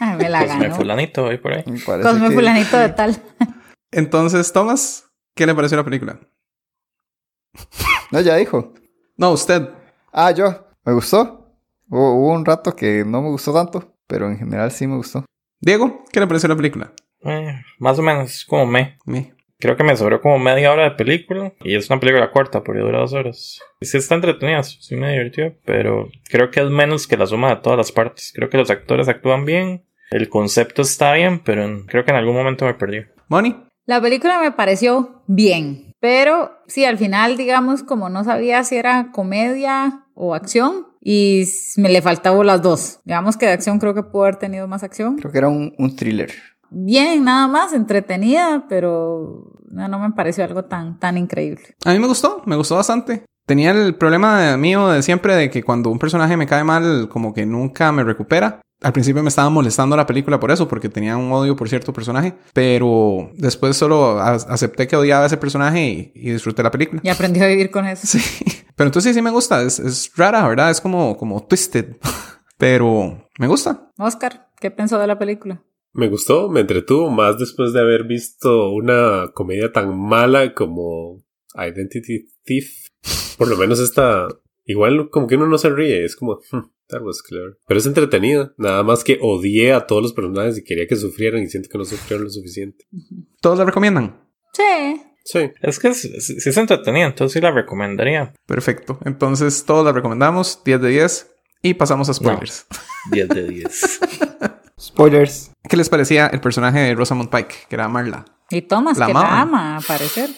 S4: Ay, me la
S2: Cosme
S4: ganó.
S2: pues, fulanito hoy por ahí.
S3: Me parece
S4: Cosme
S3: que-
S4: fulanito de tal.
S1: Entonces, Tomás, ¿qué le pareció la película?
S3: No, ya dijo.
S1: No, usted.
S3: Ah, yo. Me gustó. Hubo, hubo un rato que no me gustó tanto, pero en general sí me gustó.
S1: Diego, ¿qué le pareció la película?
S2: Eh, más o menos como me.
S1: Me.
S2: Creo que me sobró como media hora de película. Y es una película corta, porque dura dos horas. Y sí está entretenida, sí me divirtió. Pero creo que es menos que la suma de todas las partes. Creo que los actores actúan bien. El concepto está bien, pero en- creo que en algún momento me perdió.
S1: Moni.
S4: La película me pareció bien, pero sí, al final, digamos, como no sabía si era comedia o acción, y s- me le faltaban las dos. Digamos que de acción creo que pudo haber tenido más acción.
S3: Creo que era un, un thriller.
S4: Bien, nada más, entretenida, pero no, no me pareció algo tan, tan increíble.
S1: A mí me gustó, me gustó bastante. Tenía el problema de- mío de siempre de que cuando un personaje me cae mal, como que nunca me recupera. Al principio me estaba molestando la película por eso, porque tenía un odio por cierto personaje, pero después solo a- acepté que odiaba a ese personaje y, y disfruté la película.
S4: Y aprendí a vivir con eso.
S1: Sí. Pero entonces sí me gusta, es, es rara, ¿verdad? Es como, como twisted, pero me gusta.
S4: Oscar, ¿qué pensó de la película?
S5: Me gustó, me entretuvo más después de haber visto una comedia tan mala como Identity Thief. Por lo menos esta, igual como que uno no se ríe, es como, "Hmm, that was clever. Pero es entretenida, nada más que odié a todos los personajes y quería que sufrieran y siento que no sufrieron lo suficiente.
S1: Todos la recomiendan.
S4: Sí.
S5: Sí,
S2: Es que si es, es entretenida, entonces sí la recomendaría.
S1: Perfecto. Entonces todos la recomendamos, 10 de 10 y pasamos a spoilers.
S2: 10 de 10.
S3: Spoilers.
S1: ¿Qué les parecía el personaje de Rosamund Pike, que era Marla?
S4: Y Thomas,
S1: La
S4: que
S1: amaba.
S4: la ama, a parecer.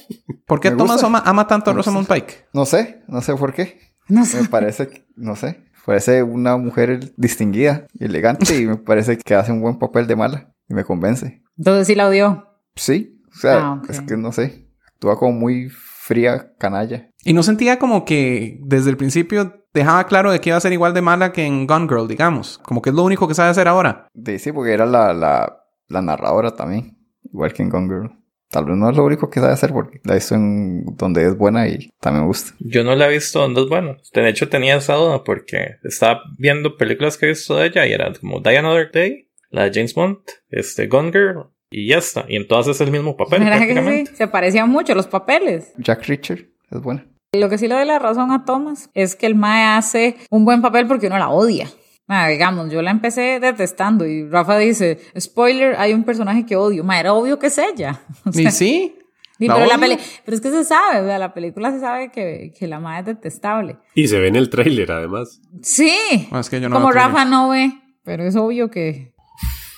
S1: ¿Por qué
S3: Me
S1: Thomas
S3: gusta.
S1: ama, ama tanto a Rosamund Pike?
S3: No sé, no sé por qué.
S4: No sé.
S3: Me parece, que- no sé, parece una mujer distinguida y elegante y me parece que hace un buen papel de mala y me convence.
S4: Entonces sí la odió.
S3: Sí, o sea,
S4: Ah, ok.
S3: es que no sé, actúa como muy fría, canalla.
S1: Y no sentía como que desde el principio dejaba claro de que iba a ser igual de mala que en Gone Girl, digamos. Como que es lo único que sabe hacer ahora.
S3: De, sí, porque era la, la, la narradora también, igual que en Gone Girl. Tal vez no es lo único que sabe hacer porque la hizo en donde es buena y también me gusta.
S2: Yo no la he visto donde es bueno. De hecho, tenía esa duda porque estaba viendo películas que he visto de ella y era como Die Another Day, la de James Bond, este, Gone Girl y ya está. Y entonces es el mismo papel
S4: ¿Verdad que
S2: prácticamente.
S4: sí? Se parecían mucho los papeles.
S3: Jack Richard es buena.
S4: Lo que sí le doy la razón a Thomas es que el Mae hace un buen papel porque uno la odia. Ah, digamos, yo la empecé detestando y Rafa dice, spoiler, hay un personaje que odio. Mae, era obvio que es ella. O sea,
S1: Y sí.
S4: sí,
S1: la
S4: pero, la
S1: odio.
S4: peli- pero es que se sabe, o sea, la película se sabe que, que la Mae es detestable.
S5: y se ve en el tráiler además.
S4: Sí.
S1: Bueno, Ah, es que yo no
S4: Como
S1: veo thriller.
S4: Rafa no ve, pero es obvio que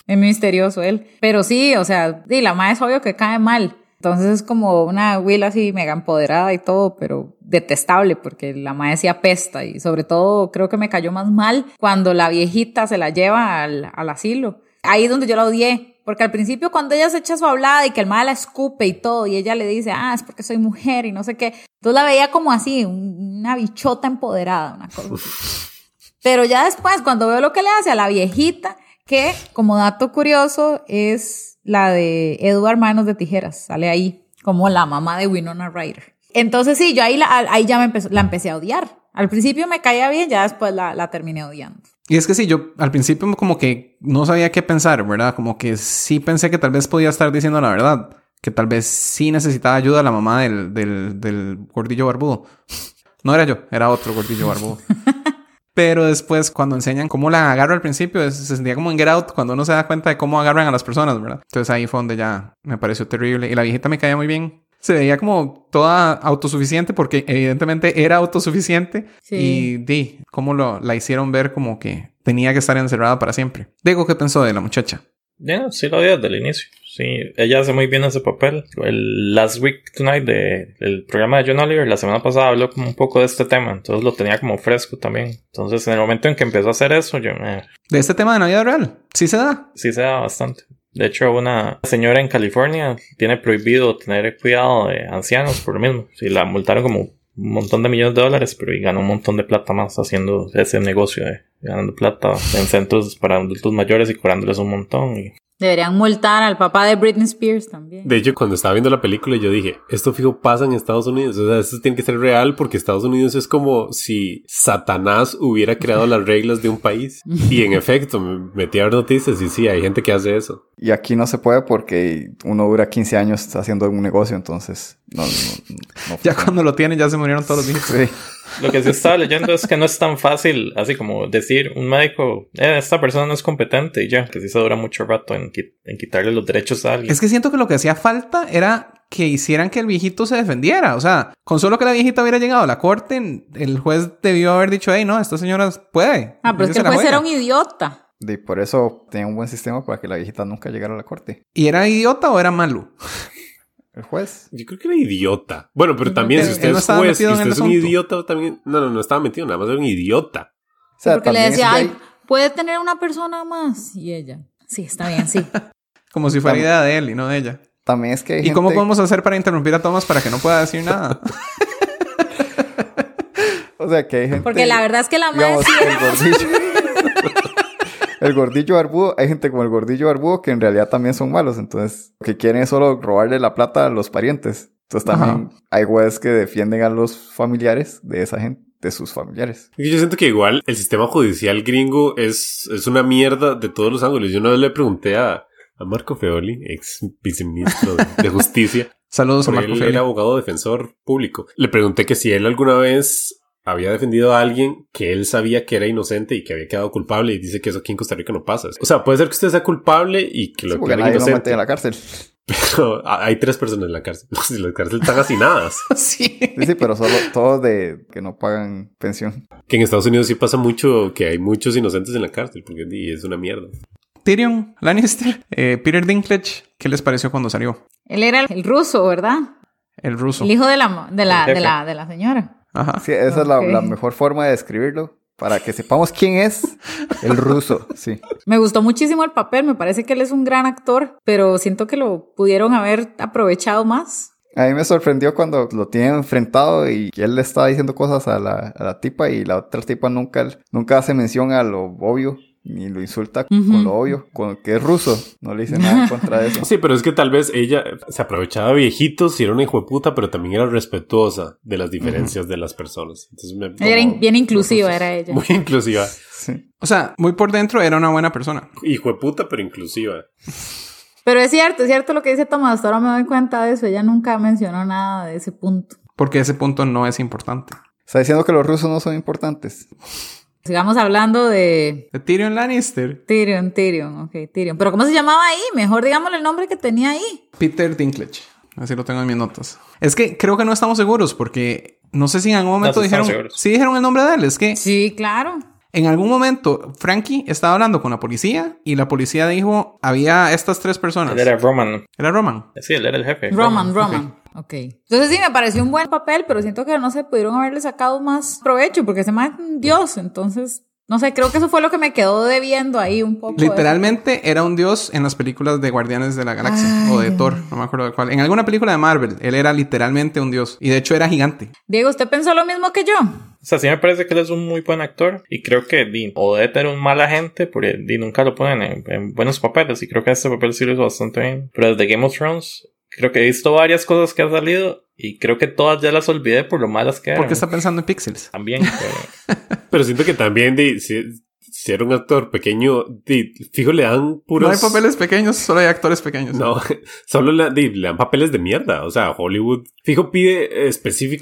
S4: es misterioso él. Pero sí, o sea, y la madre es obvio que cae mal. Entonces es como una Will así mega empoderada y todo, pero detestable porque la madre sí apesta y sobre todo creo que me cayó más mal cuando la viejita se la lleva al, al asilo. Ahí es donde yo la odié. Porque al principio cuando ella se echa su hablada y que el mal la escupe y todo, y ella le dice, ah, es porque soy mujer y no sé qué. Entonces la veía como así, un- una bichota empoderada, una cosa. así. Pero ya después, cuando veo lo que le hace a la viejita, que como dato curioso es la de Edward Manos de Tijeras, sale ahí como la mamá de Winona Ryder. Entonces sí, yo ahí, la, ahí ya me empezó- la empecé a odiar. Al principio me caía bien, ya después la, la terminé odiando.
S1: Y es que sí, yo al principio como que no sabía qué pensar, ¿verdad? Como que sí pensé que tal vez podía estar diciendo la verdad. Que tal vez sí necesitaba ayuda a la mamá del, del, del gordillo barbudo. No era yo, era otro gordillo barbudo. Pero después, cuando enseñan cómo la agarro al principio, es- se sentía como en Get Out cuando uno se da cuenta de cómo agarran a las personas, ¿verdad? Entonces ahí fue donde ya me pareció terrible. Y la viejita me caía muy bien. Se veía como toda autosuficiente porque evidentemente era autosuficiente.
S4: Sí.
S1: Y di, cómo lo, la hicieron ver como que tenía que estar encerrada para siempre. Digo, ¿qué pensó de la muchacha?
S2: Ya, sí la odié desde el inicio. Sí, ella hace muy bien ese papel. El Last Week Tonight de el programa de John Oliver la semana pasada habló como un poco de este tema, entonces lo tenía como fresco también. Entonces, en el momento en que empezó a hacer eso, yo me
S1: De este tema de la vida real. Sí se da.
S2: sí se da bastante. De hecho, una señora en California tiene prohibido tener cuidado de ancianos por lo mismo. Sí, la multaron como un montón de millones de dólares, pero y ganó un montón de plata más haciendo ese negocio de ganando plata en centros para adultos mayores y cobrándoles un montón. Y
S4: Deberían multar al papá de Britney Spears también.
S5: De hecho, cuando estaba viendo la película, yo dije, esto fijo pasa en Estados Unidos. O sea, esto tiene que ser real porque Estados Unidos es como si Satanás hubiera creado las reglas de un país. Y en efecto, me metí a ver noticias y sí, hay gente que hace eso.
S3: Y aquí no se puede porque uno dura 15 años haciendo un negocio, entonces no, no, no- no
S1: Ya
S3: funciona.
S1: cuando lo tienen, ya se murieron todos los días.
S3: Sí,
S2: Lo que sí estaba leyendo es que no es tan fácil, así como decir un médico, "Eh, esta persona no es competente y ya, que sí se dura mucho rato en, qui- en quitarle los derechos a alguien.
S1: Es que siento que lo que hacía falta era que hicieran que el viejito se defendiera. O sea, con solo que la viejita hubiera llegado a la corte, el juez debió haber dicho, hey, no, esta señora puede.
S4: ah, pero
S1: Ella
S4: es que
S1: se
S4: el
S1: la
S4: juez
S1: juega".
S4: era un idiota.
S3: y por eso tenía un buen sistema para que la viejita nunca llegara a la corte.
S1: ¿Y era idiota o era malo?
S3: El juez.
S5: Yo creo que era idiota. Bueno, pero
S4: Yo
S5: también
S4: creo
S5: si
S4: que
S5: usted
S1: él no
S5: es
S1: estaba
S5: juez y
S1: metido en
S5: usted
S1: el
S5: es un
S1: asunto.
S5: idiota también... No, no, no estaba metido, nada más era un idiota.
S3: sea,
S4: porque le
S3: también
S4: decía,
S3: es
S4: ay,
S3: gay.
S4: puede tener una persona más. Y ella, sí, está bien, sí.
S1: Como si fuera idea de él y no de ella.
S3: También es que hay
S1: ¿Y
S3: gente-
S1: cómo podemos hacer para interrumpir a Thomas para que no pueda decir nada?
S3: O sea, que hay gente...
S4: Porque la verdad es que la madre
S3: digamos,
S4: sí
S3: el gordillo... el gordillo barbudo, hay gente como el gordillo barbudo que en realidad también son malos, entonces lo que quieren es solo robarle la plata a los parientes. Entonces también hay güeyes que defienden a los familiares de esa gente, de sus familiares.
S5: Y Yo siento que igual el sistema judicial gringo es, es una mierda de todos los ángulos. Yo una vez le pregunté a, a Marco Feoli, ex viceministro de, de Justicia,
S1: Saludos a
S5: porque
S1: Marco
S5: él era
S1: Feli.
S5: abogado defensor público. Le pregunté que si él alguna vez había defendido a alguien que él sabía que era inocente y que había quedado culpable y dice que eso aquí en Costa Rica no pasa. O sea, puede ser que usted sea culpable y que lo
S3: Sí, porque nadie
S5: declaren
S3: lo
S5: inocente.
S3: mete en la cárcel.
S5: Pero a- hay tres personas en la cárcel. Si la cárcel están hacinadas.
S1: Sí.
S3: Sí, sí, pero solo todos de que no pagan pensión.
S5: que en Estados Unidos sí pasa mucho que hay muchos inocentes en la cárcel porque y es una mierda.
S1: Tyrion Lannister, eh, Peter Dinklage, ¿qué les pareció cuando salió?
S4: Él era el ruso, ¿verdad?
S1: El ruso.
S4: El hijo de la, mo- de la,
S2: El
S4: de la, de la señora.
S1: Ajá.
S3: Sí, esa es la,
S4: Ok.
S3: la mejor forma de describirlo. Para que sepamos quién es el ruso. Sí.
S4: Me gustó muchísimo el papel, me parece que él es un gran actor, pero siento que lo pudieron haber aprovechado más.
S3: A mí me sorprendió cuando lo tienen enfrentado y él le estaba diciendo cosas a la, a la tipa y la otra tipa nunca, nunca hace mención a lo obvio ni lo insulta con lo obvio, con que es ruso. No le dice nada en contra de eso.
S5: Sí, pero es que tal vez ella se aprovechaba de viejitos y era una hijo de puta, pero también era respetuosa de las diferencias de las personas. Entonces me,
S4: Ella era in-
S5: como-
S4: bien inclusiva, era ella.
S5: muy inclusiva.
S3: Sí.
S1: O sea, muy por dentro era una buena persona.
S5: Hijo de puta, pero inclusiva.
S4: Pero es cierto, es cierto lo que dice Tomás, hasta ahora me doy cuenta de eso, ella nunca mencionó nada de ese punto.
S1: Porque ese punto no es importante.
S3: Está diciendo que los rusos no son importantes.
S4: Sigamos hablando de
S1: De Tyrion Lannister,
S4: Tyrion, Tyrion, ok, Tyrion. Pero ¿cómo se llamaba ahí? Mejor digámosle el nombre que tenía ahí.
S1: Peter Dinklage. Así lo tengo en mis notas. Es que creo que no estamos seguros porque no sé si en algún momento
S2: sí estamos
S1: dijeron.
S2: seguros.
S1: Sí dijeron el nombre de él. Es que
S4: Sí, claro.
S1: En algún momento, Frankie estaba hablando con la policía y la policía dijo, había estas tres personas.
S2: Él era Roman.
S1: Era Roman.
S2: Sí, él era el jefe.
S4: Eh, Roman, Roman. Ok. Entonces sí, me pareció un buen papel, pero siento que no se pudieron haberle sacado más provecho porque se llama Dios. Entonces, no sé, creo que eso fue lo que me quedó debiendo ahí un poco. de-
S1: Literalmente era un dios en las películas de Guardianes de la Galaxia o de Thor, no me acuerdo de cuál. En alguna película de Marvel, él era literalmente un dios y de hecho era gigante.
S4: Diego, ¿usted pensó lo mismo que yo?
S2: O sea, sí me parece que él es un muy buen actor. Y creo que Dean Odette era un mal agente porque Dean nunca lo ponen en, en buenos papeles. Y creo que este papel sí lo hizo bastante bien. Pero desde Game of Thrones, creo que he visto varias cosas que han salido. Y creo que todas ya las olvidé por lo malas que eran.
S1: ¿Por qué está pensando en píxeles?
S2: También. pues, pero-
S5: Pero siento que también de, si, si era un actor pequeño, de- fijo le dan puros...
S1: No hay papeles pequeños, solo hay actores pequeños.
S5: No, solo le, di- le dan papeles de mierda. O sea, Hollywood, fijo, pide eh,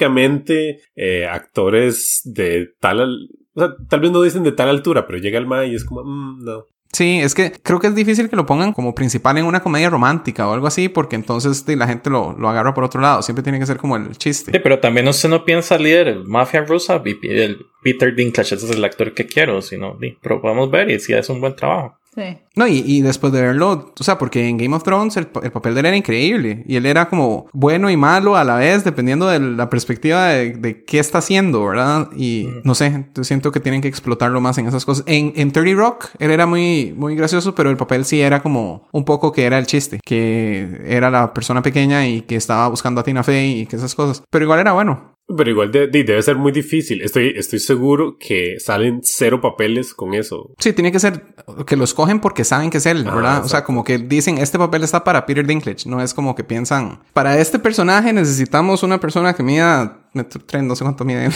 S5: específicamente eh, actores de tal... al- o sea, tal vez no dicen de tal altura, pero llega el ma y es como, "Mm, no.
S1: Sí, es que creo que es difícil que lo pongan como principal en una comedia romántica o algo así, porque entonces sí, la gente lo, lo agarra por otro lado. Siempre tiene que ser como el chiste.
S2: Sí, pero también usted no piensa líder el mafia rusa y pide el Peter Dinklage. Ese es el actor que quiero. Si no, di, pero podemos ver y si es un buen trabajo.
S4: Sí.
S1: No, y, y después de verlo, o sea, porque en Game of Thrones el, pa- el papel de él era increíble y él era como bueno y malo a la vez, dependiendo de la perspectiva de, de qué está haciendo, ¿verdad? Y no sé, yo siento que tienen que explotarlo más en esas cosas. En, en 30 Rock, él era muy, muy gracioso, pero el papel sí era como un poco que era el chiste, que era la persona pequeña y que estaba buscando a Tina Fey y que esas cosas. Pero igual era bueno.
S5: Pero igual de- de- debe ser muy difícil. Estoy, estoy seguro que salen cero papeles con eso.
S1: Sí, tiene que ser que los cogen porque saben que es él,
S5: Ah,
S1: ¿verdad? O sea,
S5: exacto.
S1: como que dicen, este papel está para Peter Dinklage. No es como que piensan, para este personaje necesitamos una persona que mida metro tres, no sé cuánto mide. él".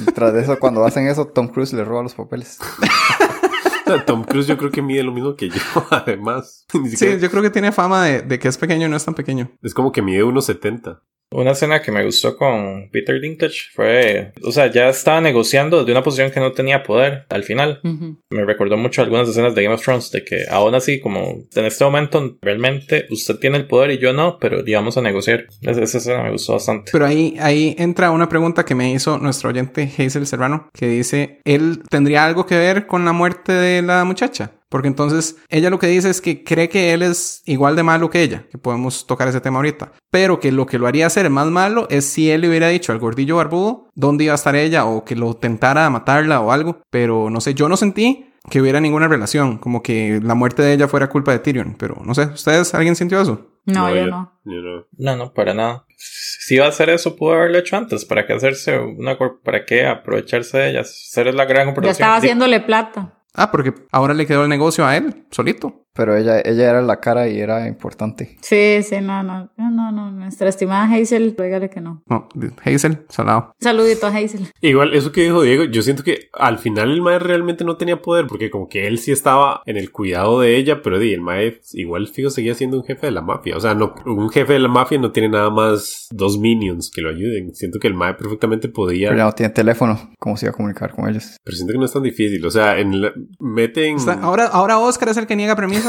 S3: Y Tras de eso, cuando hacen eso, Tom Cruise le roba los papeles.
S5: O sea, Tom Cruise yo creo que mide lo mismo que yo, además. Ni
S1: Sí,
S5: siquiera-
S1: yo creo que tiene fama de, de que es pequeño y no es tan pequeño.
S5: Es como que mide 1,70.
S2: Una escena que me gustó con Peter Dinklage fue, o sea, ya estaba negociando desde una posición que no tenía poder al final. Me recordó mucho algunas escenas de Game of Thrones, de que aún así, como en este momento, realmente usted tiene el poder y yo no, pero digamos a negociar. Es- Esa, escena me gustó bastante.
S1: Pero ahí, ahí entra una pregunta que me hizo nuestro oyente Hazel Serrano, que dice, ¿él tendría algo que ver con la muerte de la muchacha? Porque entonces ella lo que dice es que cree que él es igual de malo que ella, que podemos tocar ese tema ahorita, pero que lo que lo haría ser más malo es si él le hubiera dicho al gordillo barbudo dónde iba a estar ella o que lo tentara a matarla o algo, pero no sé, yo no sentí que hubiera ninguna relación, como que la muerte de ella fuera culpa de Tyrion, pero no sé, ¿ustedes alguien sintió eso?
S4: No, yo no.
S5: yo no.
S2: No, no, para nada. Si iba a hacer eso, pudo haberlo hecho antes. ¿Para qué hacerse una cor- ¿Para qué aprovecharse de ellas? Ser la gran
S4: Ya
S2: corporación.
S4: estaba
S2: Di-
S4: haciéndole plata.
S1: Ah, porque ahora le quedó el negocio a él, solito.
S3: Pero ella, ella era la cara y era importante.
S4: Sí, sí, no, no, no, no, no. Nuestra estimada Hazel, ruégale que no.
S1: No, Hazel, salado.
S4: Saludito a Hazel.
S5: Igual, eso que dijo Diego, yo siento que al final el mae realmente no tenía poder, porque como que él sí estaba en el cuidado de ella, pero di, el mae igual fijo seguía siendo un jefe de la mafia. O sea, no, un jefe de la mafia no tiene nada más dos minions que lo ayuden. Siento que el mae perfectamente podía,
S3: Pero ella no tiene teléfono. ¿Cómo se iba a comunicar con ellos?
S5: pero siento que no es tan difícil. O sea, en la- meten...
S1: Está- ahora, ahora Oscar es el que niega premisas.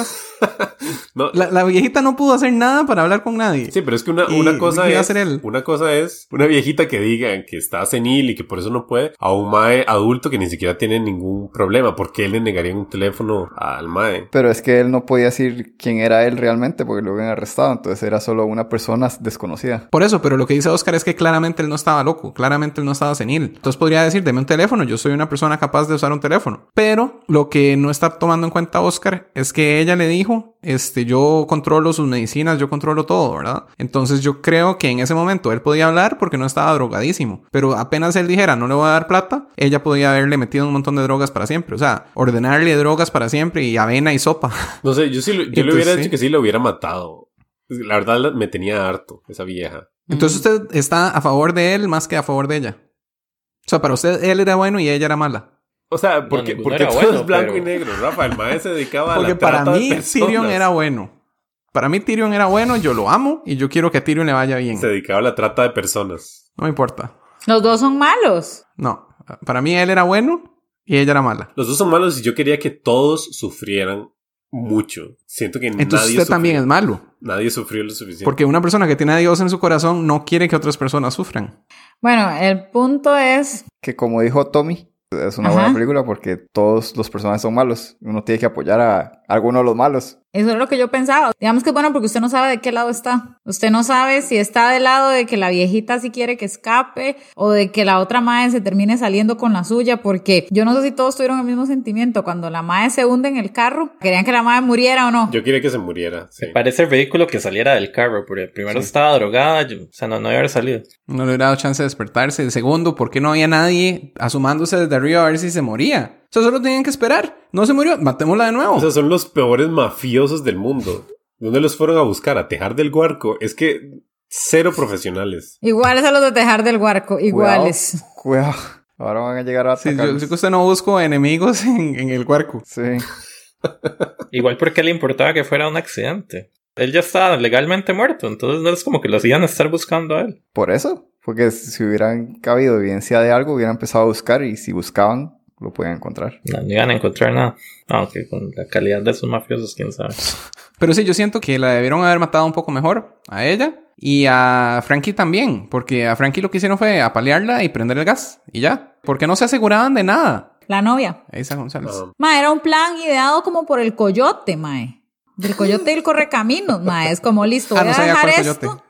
S5: no,
S1: La, la viejita no pudo hacer nada para hablar con nadie.
S5: Sí, pero es que una,
S1: Y
S5: una cosa
S1: iba a
S5: es
S1: ser él.
S5: una cosa es una viejita que diga que está senil y que por eso no puede a un mae adulto que ni siquiera tiene ningún problema porque él le negaría un teléfono al mae.
S3: Pero es que él no podía decir quién era él realmente porque lo habían arrestado. Entonces era solo una persona desconocida.
S1: Por eso, pero lo que dice Oscar es que claramente él no estaba loco, claramente él no estaba senil. Entonces podría decir, deme un teléfono, yo soy una persona capaz de usar un teléfono. Pero lo que no está tomando en cuenta Oscar es que ella le dijo, este, yo controlo sus medicinas, yo controlo todo, ¿verdad? Entonces yo creo que en ese momento él podía hablar porque no estaba drogadísimo. Pero apenas él dijera, no le voy a dar plata, ella podía haberle metido un montón de drogas para siempre. O sea, ordenarle drogas para siempre y avena y sopa.
S5: No sé, yo sí lo- yo le
S1: Entonces,
S5: hubiera
S1: sí.
S5: dicho que sí lo hubiera matado. La verdad la- me tenía harto esa vieja.
S1: Entonces usted está a favor de él más que a favor de ella. O sea, para usted él era bueno y ella era mala.
S5: O sea, porque,
S2: ninguno
S5: porque
S2: era
S5: todo
S2: bueno,
S5: es blanco
S2: pero-
S5: y negro, Rafa. El mae se dedicaba a
S1: Porque
S5: la
S1: para
S5: trata de
S1: mí
S5: personas.
S1: Tyrion era bueno. Para mí Tyrion era bueno, yo lo amo y yo quiero que a Tyrion le vaya bien.
S5: Se dedicaba a la trata de personas.
S1: No me importa.
S4: Los dos son malos.
S1: No, para mí él era bueno y ella era mala.
S5: Los dos son malos y yo quería que todos sufrieran mucho. Siento que
S1: Entonces
S5: nadie
S1: usted también es
S5: sufrió-
S1: malo,
S5: nadie sufrió lo suficiente.
S1: porque una persona que tiene a Dios en su corazón no quiere que otras personas sufran.
S4: Bueno, el punto es.
S3: Que como dijo Tommy, es una
S4: Ajá.
S3: buena película porque todos los personajes son malos. Uno tiene que apoyar a alguno de los malos.
S4: Eso es lo que yo pensaba. Digamos que es bueno porque usted no sabe de qué lado está. Usted no sabe si está del lado de que la viejita sí quiere que escape o de que la otra madre se termine saliendo con la suya porque yo no sé si todos tuvieron el mismo sentimiento. Cuando la madre se hunde en el carro, querían que la madre muriera o no.
S5: Yo quería que se muriera. sí.
S2: Parece ridículo que saliera del carro, porque primero estaba drogada, yo- o sea, no, no iba a haber salido.
S1: No le hubiera dado chance de despertarse. El segundo, ¿por qué no había nadie asumándose desde arriba a ver si se moría? O sea, solo tenían que esperar. No se murió, matémosla de nuevo.
S5: O sea, son los peores mafiosos del mundo. ¿Dónde los fueron a buscar? ¿A Tejar del Guarco? Es que cero profesionales.
S4: Iguales a los de Tejar del Huarco, iguales.
S3: Cuidado. cuidado. Ahora van a llegar a
S1: Sí,
S3: atacar.
S1: yo sé que usted no busco enemigos en, en el cuerpo.
S3: Sí.
S2: Igual porque le importaba que fuera un accidente. Él ya estaba legalmente muerto, entonces no es como que los iban a estar buscando a él.
S3: Por eso. Porque si hubieran cabido evidencia de algo, hubieran empezado a buscar y si buscaban, lo podían encontrar.
S2: No, no iban a encontrar nada. Aunque con la calidad de esos mafiosos, quién sabe.
S1: Pero sí, yo siento que la debieron haber matado un poco mejor a ella y a Frankie también, porque a Frankie lo que hicieron fue apalearla y prender el gas y ya. Porque no se aseguraban de nada.
S4: La novia.
S1: Ahí está González.
S5: Ah,
S4: Ma, era un plan ideado como por el coyote, mae. Del coyote y el correcaminos, mae. Es como listo, voy
S1: Ah, no
S4: a
S1: sabía
S4: dejar
S1: cuál
S4: esto.
S1: coyote.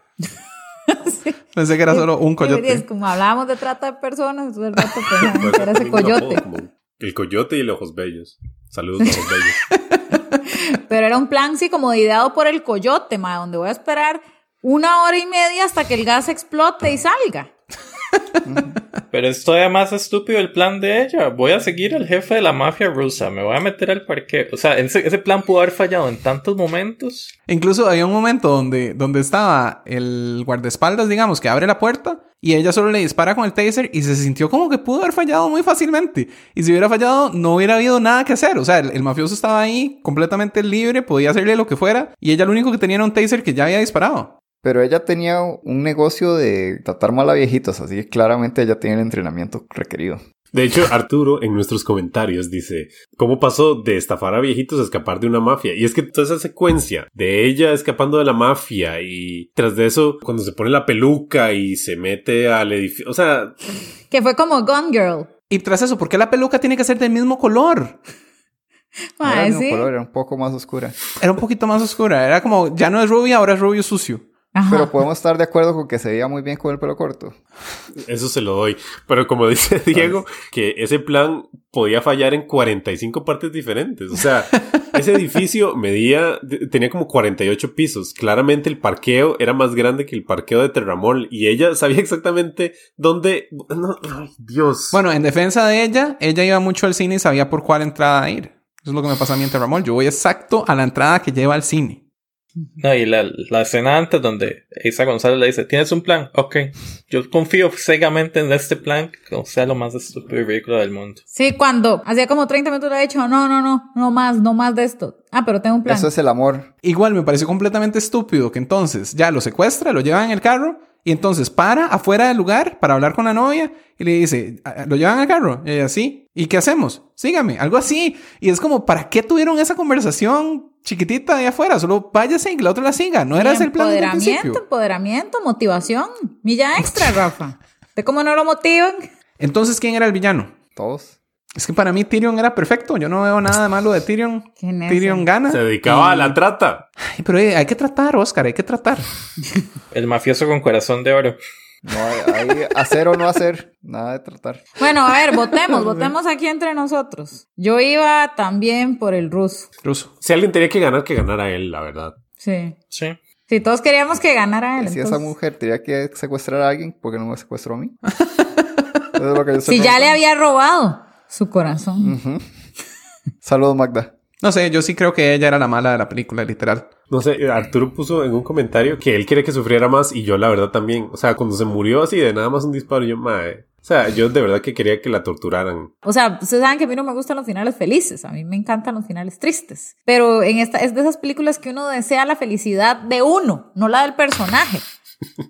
S1: Pensé que era solo un
S4: Sí, es
S1: coyote.
S4: como hablábamos de trata de personas, entonces el rato pues, pensaba
S5: bueno,
S4: que Ah, era ese
S5: tengo un apodo
S4: coyote.
S5: como El coyote y los ojos bellos. Saludos, ojos bellos.
S4: Pero era un plan, sí, como ideado por el coyote, ma, donde voy a esperar una hora y media hasta que el gas explote y salga.
S2: Pero es todavía más estúpido el plan de ella. Voy a seguir al jefe de la mafia rusa, me voy a meter al parque. O sea, ese, ese plan pudo haber fallado en tantos momentos.
S1: Incluso había un momento donde, donde estaba el guardaespaldas, digamos, que abre la puerta y ella solo le dispara con el taser y se sintió como que pudo haber fallado muy fácilmente. Y si hubiera fallado, no hubiera habido nada que hacer. O sea, el, el mafioso estaba ahí completamente libre, podía hacerle lo que fuera y ella lo único que tenía era un taser que ya había disparado.
S3: Pero ella tenía un negocio de tratar mal a viejitos, así que claramente ella tiene el entrenamiento requerido.
S5: De hecho, Arturo en nuestros comentarios dice, ¿cómo pasó de estafar a viejitos a escapar de una mafia? Y es que toda esa secuencia de ella escapando de la mafia y tras de eso, cuando se pone la peluca y se mete al edificio, o sea,
S4: Que fue como Gone Girl.
S1: Y tras eso, ¿por qué la peluca tiene que ser del mismo color?
S3: No era
S4: Mae,
S3: el mismo
S4: Ah, sí.
S3: color, era un poco más oscura.
S1: Era un poquito más oscura. Era como, ya no es rubia, ahora es rubio sucio.
S4: Ajá.
S3: Pero podemos estar de acuerdo con que se veía muy bien con el pelo corto.
S5: Eso se lo doy. Pero como dice Diego, que ese plan podía fallar en 45 partes diferentes. O sea, ese edificio medía, de- tenía como 48 pisos. Claramente el parqueo era más grande que el parqueo de Terramol. Y ella sabía exactamente dónde... no, ay, Dios.
S1: Bueno, en defensa de ella, ella iba mucho al cine y sabía por cuál entrada ir. Eso es lo que me pasa a mí en Terramol. Yo voy exacto a la entrada que lleva al cine.
S2: No, y la, la escena antes donde Isa González le dice, ¿tienes un plan? Ok, yo confío ciegamente en este plan, que sea lo más estúpido y ridículo del mundo.
S4: Sí, cuando hacía como 30 minutos le había dicho, no, no, no, no más, no más de esto. Ah, pero tengo un plan.
S3: Eso es el amor.
S1: Igual me pareció completamente estúpido que entonces ya lo secuestra, lo lleva en el carro y entonces para afuera del lugar para hablar con la novia y le dice, "Ah, ¿lo llevan al carro? Y ella, sí. ¿Y qué hacemos? Sígame, algo así. Y es como, ¿para qué tuvieron esa conversación chiquitita de afuera? Solo váyase y que la otra la siga. No era ese el plan del
S4: Empoderamiento,
S1: principio.
S4: empoderamiento, motivación. Milla extra, Rafa. ¿De cómo no lo motivan?
S1: Entonces, ¿quién era el villano?
S3: Todos.
S1: Es que para mí Tyrion era perfecto. Yo no veo nada de malo de Tyrion.
S4: ¿Quién es
S1: Tyrion
S4: él?
S1: gana.
S5: se dedicaba a la trata.
S1: Ay, pero eh, hay que tratar, Oscar, hay que tratar.
S2: El mafioso con corazón de oro.
S3: No hay, hay hacer o no hacer. Nada de tratar.
S4: Bueno, a ver, votemos, votemos aquí entre nosotros. Yo iba también por el ruso.
S1: Ruso.
S5: Si alguien tenía que ganar, que ganara él, la verdad.
S4: Sí.
S2: Sí.
S4: Si todos queríamos que ganara él.
S3: Si
S4: entonces-
S3: esa mujer tenía que secuestrar a alguien, ¿por qué no me secuestró a mí? Eso es lo que yo estoy
S4: si ya le
S3: pensando.
S4: había robado su corazón.
S3: Saludos, Magda.
S1: No sé, yo sí creo que ella era la mala de la película, literal.
S5: No sé, eh, Arturo puso en un comentario que él quiere que sufriera más y yo la verdad también. O sea, cuando se murió así de nada más un disparo, yo, madre. O sea, yo de verdad que quería que la torturaran.
S4: O sea, ustedes saben que a mí no me gustan los finales felices, a mí me encantan los finales tristes. Pero en esta es de esas películas que uno desea la felicidad de uno, no la del personaje.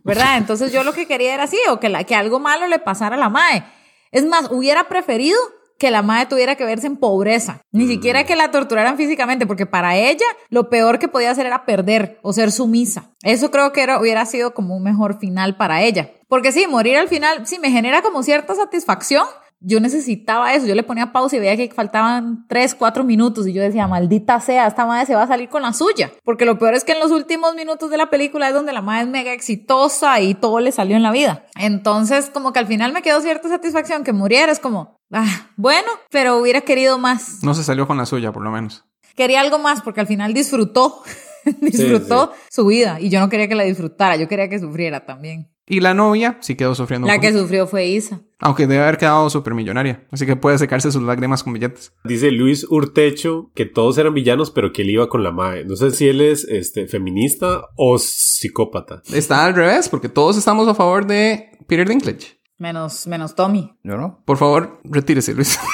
S4: ¿Verdad? Entonces yo lo que quería era así, o que, la, que algo malo le pasara a la mae. Es más, hubiera preferido que la mae tuviera que verse en pobreza, ni siquiera que la torturaran físicamente, porque para ella lo peor que podía hacer era perder o ser sumisa. Eso creo que era, hubiera sido como un mejor final para ella. Porque sí, morir al final sí me genera como cierta satisfacción. Yo necesitaba eso, yo le ponía pausa y veía que faltaban 3, 4 minutos y yo decía, maldita sea, esta madre se va a salir con la suya. Porque lo peor es que en los últimos minutos de la película es donde la madre es mega exitosa y todo le salió en la vida. Entonces, como que al final me quedó cierta satisfacción que muriera, es como, ah, bueno, pero hubiera querido más.
S1: No se salió con la suya, por lo menos.
S4: Quería algo más porque al final disfrutó, disfrutó su vida y yo no quería que la disfrutara, yo quería que sufriera también.
S1: Y la novia sí quedó sufriendo. un
S4: la que
S1: poquito.
S4: sufrió fue Isa.
S1: Aunque debe haber quedado súper millonaria. Así que puede secarse sus lágrimas con billetes.
S5: Dice Luis Urtecho que todos eran villanos, pero que él iba con la MAE. No sé si él es este, feminista o psicópata.
S1: Está al revés, porque todos estamos a favor de Peter Dinklage.
S4: Menos, menos Tommy.
S3: Yo no.
S1: Por favor, retírese, Luis.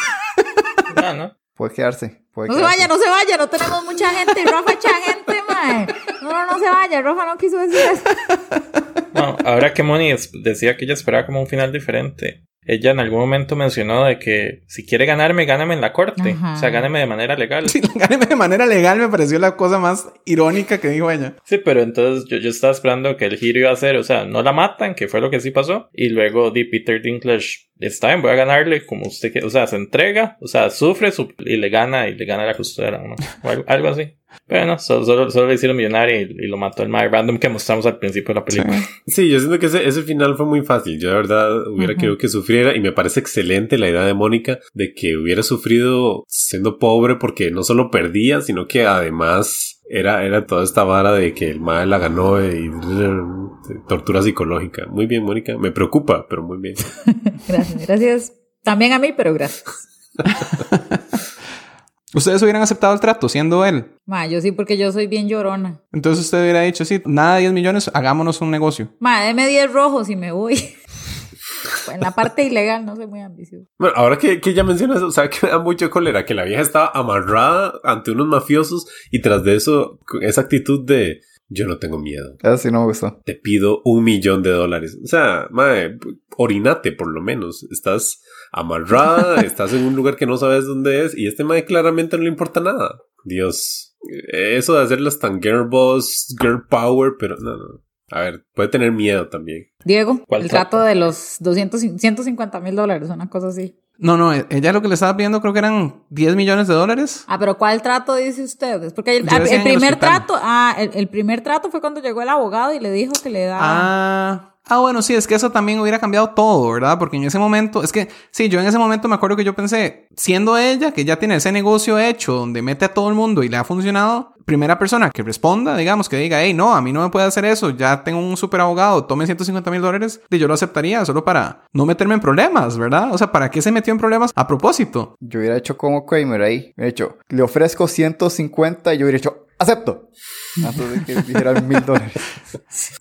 S2: No, Ah, no.
S3: Puede quedarse.
S1: Pues
S3: Puede
S4: No se
S3: quedarse.
S4: vaya, no se vaya, no tenemos mucha gente. Rafa echa gente, mae. No, no, no se vaya, Rafa no quiso decir eso.
S2: No, ahora que Moni es- decía que ella esperaba como un final diferente. Ella en algún momento mencionó de que si quiere ganarme, gáname en la corte.
S4: Ajá.
S2: O sea, gáname de manera legal.
S1: Sí, la gane de manera legal me pareció la cosa más irónica que dijo ella.
S2: Sí, pero entonces yo, yo estaba esperando que el giro iba a ser, o sea, no la matan, que fue lo que sí pasó, y luego di Peter Dinklage, está bien, voy a ganarle como usted que, o sea, se entrega, o sea, sufre su- y le gana, y le gana la custodia, ¿no? o algo, algo así. Pero no, so- solo, solo le hicieron millonario y, y lo mató el Mike Random que mostramos al principio de la película.
S5: Sí, yo siento que ese, ese final fue muy fácil. Yo, la verdad, hubiera
S4: Ajá.
S5: querido que sufriera y me parece excelente la idea de Mónica de que hubiera sufrido siendo pobre porque no solo perdía, sino que además era, era toda esta vara de que el MAE la ganó y tortura psicológica. Muy bien, Mónica. Me preocupa, pero muy bien.
S4: Gracias, gracias. También a mí, pero gracias.
S1: Ustedes hubieran aceptado el trato siendo él.
S4: Ma, yo sí, porque yo soy bien llorona.
S1: Entonces usted hubiera dicho, sí, nada de 10 millones, hagámonos un negocio.
S4: Ma, deme 10 rojos y me voy. Pues En la parte ilegal no soy muy ambiciosa.
S5: Bueno, ahora que, que ya mencionas, o sea, que me da mucho cólera que la vieja estaba amarrada ante unos mafiosos y tras de eso, con esa actitud de yo no tengo miedo,
S3: Eso sí no me gustó.
S5: te pido un millón de dólares. O sea, madre, orinate por lo menos. Estás amarrada, estás en un lugar que no sabes dónde es y este madre claramente no le importa nada. Dios, eso de hacerlas tan girl boss, girl power, pero no, no. A ver, puede tener miedo también.
S4: Diego,
S2: ¿Cuál
S4: el
S2: trato?
S4: trato de los 200, 150 mil dólares, una cosa así.
S1: No, no, e- ella lo que le estaba pidiendo creo que eran 10 millones de dólares.
S4: Ah, pero ¿cuál trato dice usted? Pues Porque el,
S1: Yo decía
S4: el
S1: en el
S4: primer
S1: hospital.
S4: trato, ah, el, el primer trato fue cuando llegó el abogado y le dijo que le daba.
S1: Ah, ah, bueno, sí, es que eso también hubiera cambiado todo, ¿verdad? Porque en ese momento, es que, sí, yo en ese momento me acuerdo que yo pensé, siendo ella, que ya tiene ese negocio hecho, donde mete a todo el mundo y le ha funcionado, primera persona que responda, digamos, que diga, hey, no, a mí no me puede hacer eso, ya tengo un super abogado, tome 150 mil dólares, y yo lo aceptaría, solo para no meterme en problemas, ¿verdad? O sea, ¿para qué se metió en problemas a propósito?
S3: Yo hubiera hecho como Kramer ahí. Hubiera hecho, le ofrezco 150 y yo hubiera hecho, acepto. Antes de que dijera mil dólares.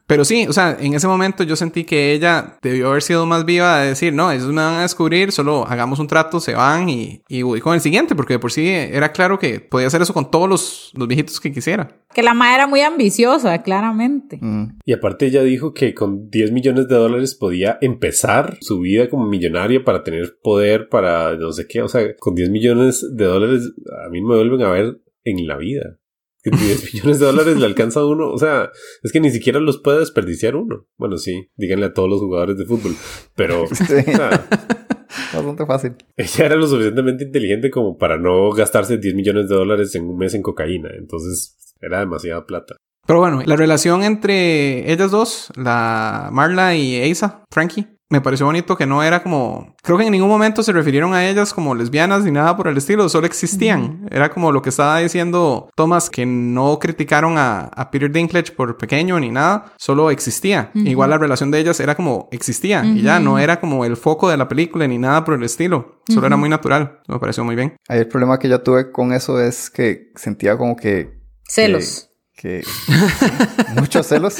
S1: Pero sí, o sea, en ese momento yo sentí que ella debió haber sido más viva de decir, no, ellos me van a descubrir, solo hagamos un trato, se van y, y voy con el siguiente, porque de por sí era claro que podía hacer eso con todos los, los viejitos que quisiera.
S4: Que la madre era muy ambiciosa, claramente.
S3: Mm.
S5: Y aparte ella dijo que con 10 millones de dólares podía empezar su vida como millonaria para tener poder, para no sé qué. O sea, con 10 millones de dólares a mí me vuelven a ver en la vida. Que 10 millones de dólares le alcanza a uno. O sea, es que ni siquiera los puede desperdiciar uno. Bueno, sí, díganle a todos los jugadores de fútbol. Pero, o sea,
S3: Bastante fácil.
S5: ella era lo suficientemente inteligente como para no gastarse 10 millones de dólares en un mes en cocaína. Entonces, era demasiada plata.
S1: Pero bueno, la relación entre ellas dos, la Marla y Asa, Frankie, me pareció bonito que no era como, creo que en ningún momento se refirieron a ellas como lesbianas ni nada por el estilo, solo existían. Era como lo que estaba diciendo Thomas, que no criticaron a, a Peter Dinklage por pequeño ni nada, solo existía. Igual la relación de ellas era como existía y ya no era como el foco de la película ni nada por el estilo, solo era muy natural, me pareció muy bien.
S3: Ahí el problema que yo tuve con eso es que sentía como que...
S4: Celos.
S3: Que... que- muchos celos.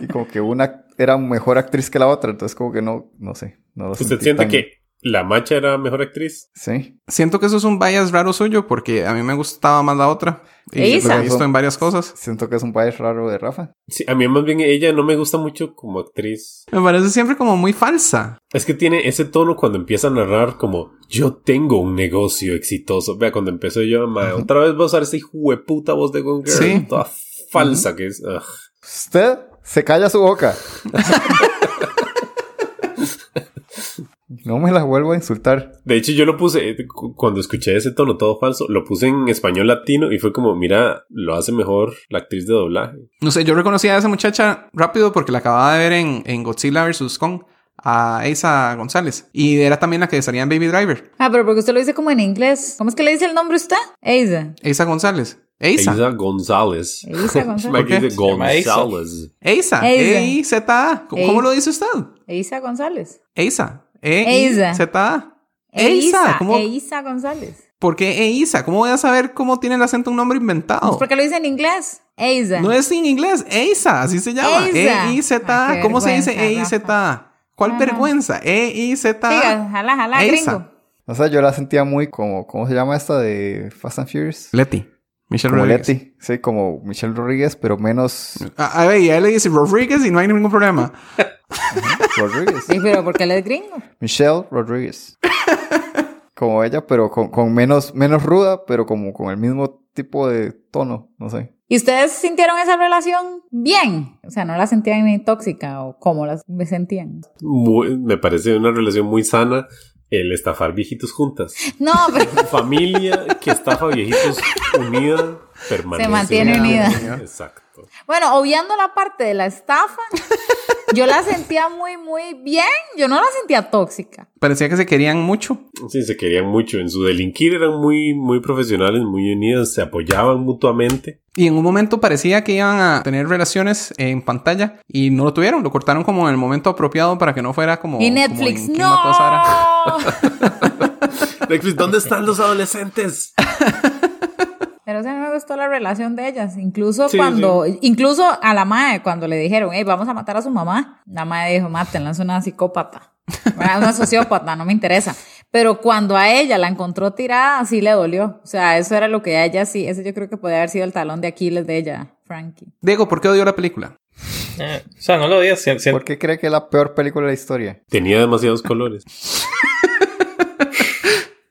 S3: y como que una era mejor actriz que la otra. Entonces como que no, no sé. No lo
S5: ¿Usted
S3: sentí
S5: siente
S3: Pues tan-
S5: que la macha era mejor actriz?
S3: Sí.
S1: Siento que eso es un bias raro suyo porque a mí me gustaba más la otra. Y
S4: Esa.
S1: lo he visto en varias cosas.
S3: Siento que es un país raro de Rafa.
S5: Sí, a mí más bien ella no me gusta mucho como actriz.
S1: Me parece siempre como muy falsa.
S5: Es que tiene ese tono cuando empieza a narrar como yo tengo un negocio exitoso. Vea, cuando empezó yo, mae, otra vez va a usar esa hijueputa voz de Gone Girl.
S1: Sí.
S5: Toda falsa que es. Ugh.
S3: Usted se calla su boca. no me la vuelvo a insultar.
S5: De hecho, yo lo puse, eh, cu- cuando escuché ese tono todo falso, lo puse en español latino y fue como, mira, lo hace mejor la actriz de doblaje.
S1: No sé, yo reconocí a esa muchacha rápido porque la acababa de ver en, en Godzilla vs. Kong a Esa González. Y era también la que salía en Baby Driver.
S4: Ah, pero porque usted lo dice como en inglés. ¿Cómo es que le dice el nombre a usted? Eiza.
S1: Esa González. Esa.
S5: Isa González.
S4: Eiza González.
S1: ¿Por qué?
S5: Mike dice
S2: Se llama Eiza.
S5: González.
S1: Esa.
S4: Eiza.
S1: E-I-Z-A. ¿Cómo, cómo lo dice usted?
S4: Eiza González.
S1: Esa. E-I-Z-A. Eiza.
S4: Eiza.
S1: ¿Cómo?
S4: Eiza González.
S1: ¿Por qué Eiza? ¿Cómo voy a saber cómo tiene el acento un nombre inventado?
S4: ¿Por qué lo dice en inglés? Eiza.
S1: No es en inglés, E EISA, así se llama. E
S4: Eiza. Ay,
S1: E-I-Z-A.
S4: qué
S1: ¿Cómo se dice E
S4: vergüenza,
S1: E-I-Z-A? ¿Cuál
S4: Ajá.
S1: vergüenza? E E-I-Z-A.
S4: Diga, jala, jala,
S1: Eiza.
S4: gringo.
S3: O sea, yo la sentía muy como, ¿cómo se llama esta de Fast and Furious?
S1: Leti. Michelle
S3: Como
S1: Rodríguez.
S3: Leti. Sí, como Michelle Rodríguez, pero menos
S1: A, a ver, y a él le dice Rodríguez y no hay ningún problema.
S3: Rodríguez.
S4: Sí, pero porque él es gringo.
S3: Michelle Rodríguez. Como ella, pero con, con menos, menos ruda, pero como con el mismo tipo de tono, no sé.
S4: ¿Y ustedes sintieron esa relación bien? O sea, no la sentían ni tóxica o cómo la sentían.
S5: Muy- me parece una relación muy sana el estafar viejitos juntas.
S4: No, pero
S5: Familia que estafa viejitos unida permanece.
S4: Se mantiene unida.
S5: Exacto.
S4: bueno, obviando la parte de la estafa, yo la sentía muy, muy bien. Yo no la sentía tóxica.
S1: Parecía que se querían mucho.
S5: Sí, se querían mucho. En su delinquir eran muy, muy profesionales, muy unidas, se apoyaban mutuamente.
S1: Y en un momento parecía que iban a tener relaciones en pantalla y no lo tuvieron. Lo cortaron como en el momento apropiado para que no fuera como.
S4: y Netflix,
S1: como en ¿Quién mató a Sara?
S4: no.
S5: Netflix, ¿dónde están los adolescentes?
S4: Pero o sea, me gustó la relación de ellas. Incluso
S5: Sí,
S4: cuando, incluso a la madre, cuando le dijeron, hey, vamos a matar a su mamá, la madre dijo, mátenla, es una psicópata. ¿Verdad? Una sociópata, no me interesa. Pero cuando a ella la encontró tirada, sí le dolió. O sea, eso era lo que a ella sí, ese yo creo que podía haber sido el talón de Aquiles de ella, Frankie.
S1: Diego, ¿por qué odió la película?
S2: Eh, o sea, no lo odias. si- si-
S3: ¿Por qué cree que es la peor película de la historia?
S5: Tenía demasiados colores.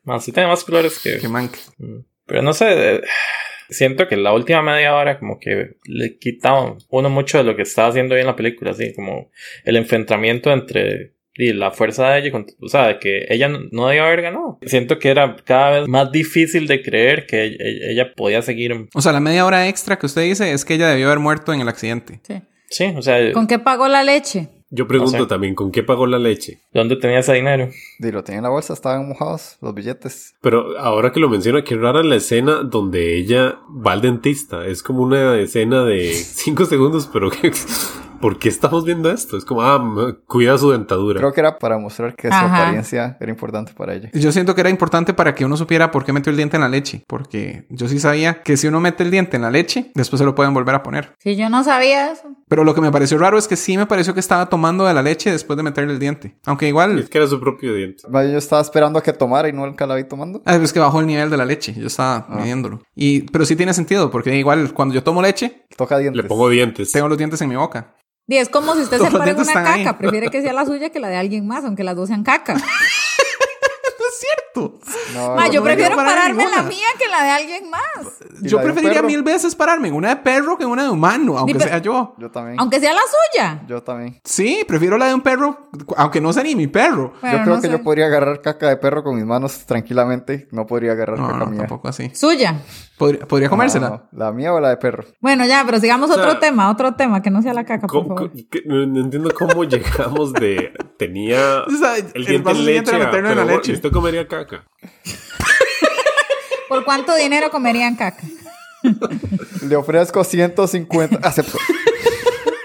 S2: no, sí tiene más colores que...
S1: Que manque.
S2: Pero no sé, eh, siento que la última media hora como que le quitaba uno mucho de lo que estaba haciendo bien la película, así como el enfrentamiento entre y la fuerza de ella, con- o sea, de que ella no- no debía haber ganado. Siento que era cada vez más difícil de creer que e- e- ella podía seguir.
S1: O sea, la media hora extra que usted dice es que ella debió haber muerto en el accidente.
S4: Sí.
S2: Sí, o sea,
S4: ¿Con qué pagó la leche?
S5: Yo pregunto
S2: O sea-
S5: también, ¿con qué pagó la leche?
S2: ¿dónde tenía ese dinero?
S3: Y lo tenía en la bolsa, estaban mojados los billetes.
S5: Pero ahora que lo menciona, qué rara la escena donde ella va al dentista. Es como una escena de cinco segundos, pero ¿qué- ¿por qué estamos viendo esto? Es como, ah, m- cuida su dentadura.
S3: Creo que era para mostrar que su
S4: Ajá.
S3: apariencia era importante para ella.
S1: Yo siento que era importante para que uno supiera por qué metió el diente en la leche, porque yo sí sabía que si uno mete el diente en la leche, después se lo pueden volver a poner.
S4: Si yo no sabía eso.
S1: Pero lo que me pareció raro es que sí me pareció que estaba tomando de la leche después de meterle el diente. Aunque igual,
S5: Es que era su propio diente.
S3: Vaya, Yo estaba esperando a que tomara y nunca la vi tomando.
S1: ah, es que bajó el nivel de la leche, yo estaba
S3: Ah.
S1: midiéndolo. Y, pero sí tiene sentido, porque igual cuando yo tomo leche,
S3: Toca dientes.
S5: Le pongo dientes.
S1: tengo los dientes en mi boca.
S4: Y es como si usted
S1: Todos
S4: se
S1: los
S4: para en
S1: dientes
S4: una
S1: están ahí.
S4: caca. Prefiere que sea la suya que la de alguien más, aunque las dos sean caca.
S1: No es cierto.
S3: No,
S4: Ma,
S1: no
S4: yo
S1: me quiero
S4: prefiero
S1: parar
S4: pararme en la
S1: ninguna. Pues,
S4: mía que la de alguien más.
S3: ¿Y
S1: Yo
S3: la de un
S1: preferiría
S3: perro?
S1: mil veces pararme en una de perro que en una de humano, aunque
S4: pero-
S1: sea yo.
S3: Yo también.
S4: Aunque sea la suya.
S3: Yo también.
S1: Sí, prefiero la de un perro, aunque no sea ni mi perro.
S4: Bueno,
S3: yo creo
S4: no
S3: que
S4: sé.
S3: yo podría agarrar caca de perro con mis manos tranquilamente. No podría agarrar
S1: No,
S3: caca
S1: no,
S3: mía.
S1: tampoco así.
S4: Suya.
S1: Podría, podría comérsela.
S3: No, no. ¿La mía o la de perro?
S4: Bueno, ya, pero sigamos
S5: sea,
S4: otro tema, otro tema, que no sea la
S1: Ah,
S4: caca, por
S5: ¿Cómo-
S4: favor.
S5: qué- no, no entiendo cómo llegamos de... Tenía
S1: O sea, el
S5: el diente
S1: vaso
S5: en
S1: siguiente
S5: leche.
S1: era
S5: a,
S1: meterlo en
S5: pero
S1: la
S5: bueno,
S1: leche.
S5: Usted comería caca.
S4: ¿Por cuánto dinero comerían caca?
S3: Le ofrezco 150. Acepto.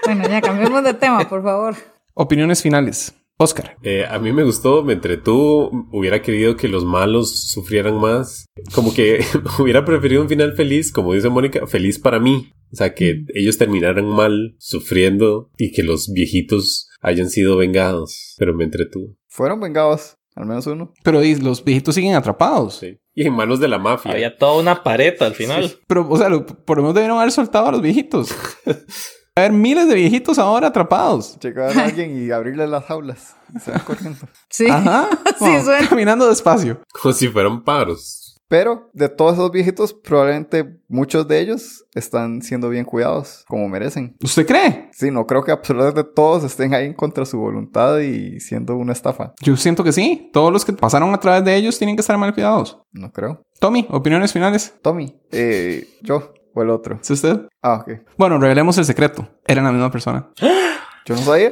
S4: Bueno, ya cambiemos de tema, por favor.
S1: Opiniones finales. Oscar.
S5: Eh, a mí me gustó, me entretuvo. Hubiera querido que los malos sufrieran más. Como que hubiera preferido un final feliz, como dice Mónica, feliz para mí. O sea, que ellos terminaran mal, sufriendo y que los viejitos hayan sido vengados. Pero me entretuvo.
S3: Fueron vengados. Al menos uno.
S1: Pero y, los viejitos siguen atrapados.
S5: Sí. Y en manos de la mafia.
S2: Había toda una pared al final.
S1: Pero, o sea, lo- por lo menos debieron haber soltado a los viejitos. Va a haber miles de viejitos ahora atrapados.
S3: Llegar a alguien y abrirle las jaulas. Y se van corriendo.
S4: Sí.
S1: Ajá.
S4: Sí,
S1: Wow,
S4: suena.
S1: Caminando despacio.
S5: Como si fueran paros.
S3: Pero de todos esos viejitos, probablemente muchos de ellos están siendo bien cuidados, como merecen.
S1: ¿Usted cree?
S3: Sí, no creo que absolutamente todos estén ahí en contra de su voluntad y siendo una estafa.
S1: Yo siento que sí. Todos los que pasaron a través de ellos tienen que estar mal cuidados.
S3: No creo.
S1: Tommy, opiniones finales.
S3: Tommy, eh, yo o el otro.
S1: ¿Es usted?
S3: Ah, ok.
S1: Bueno, revelemos el secreto. Eran la misma persona.
S3: Yo no sabía.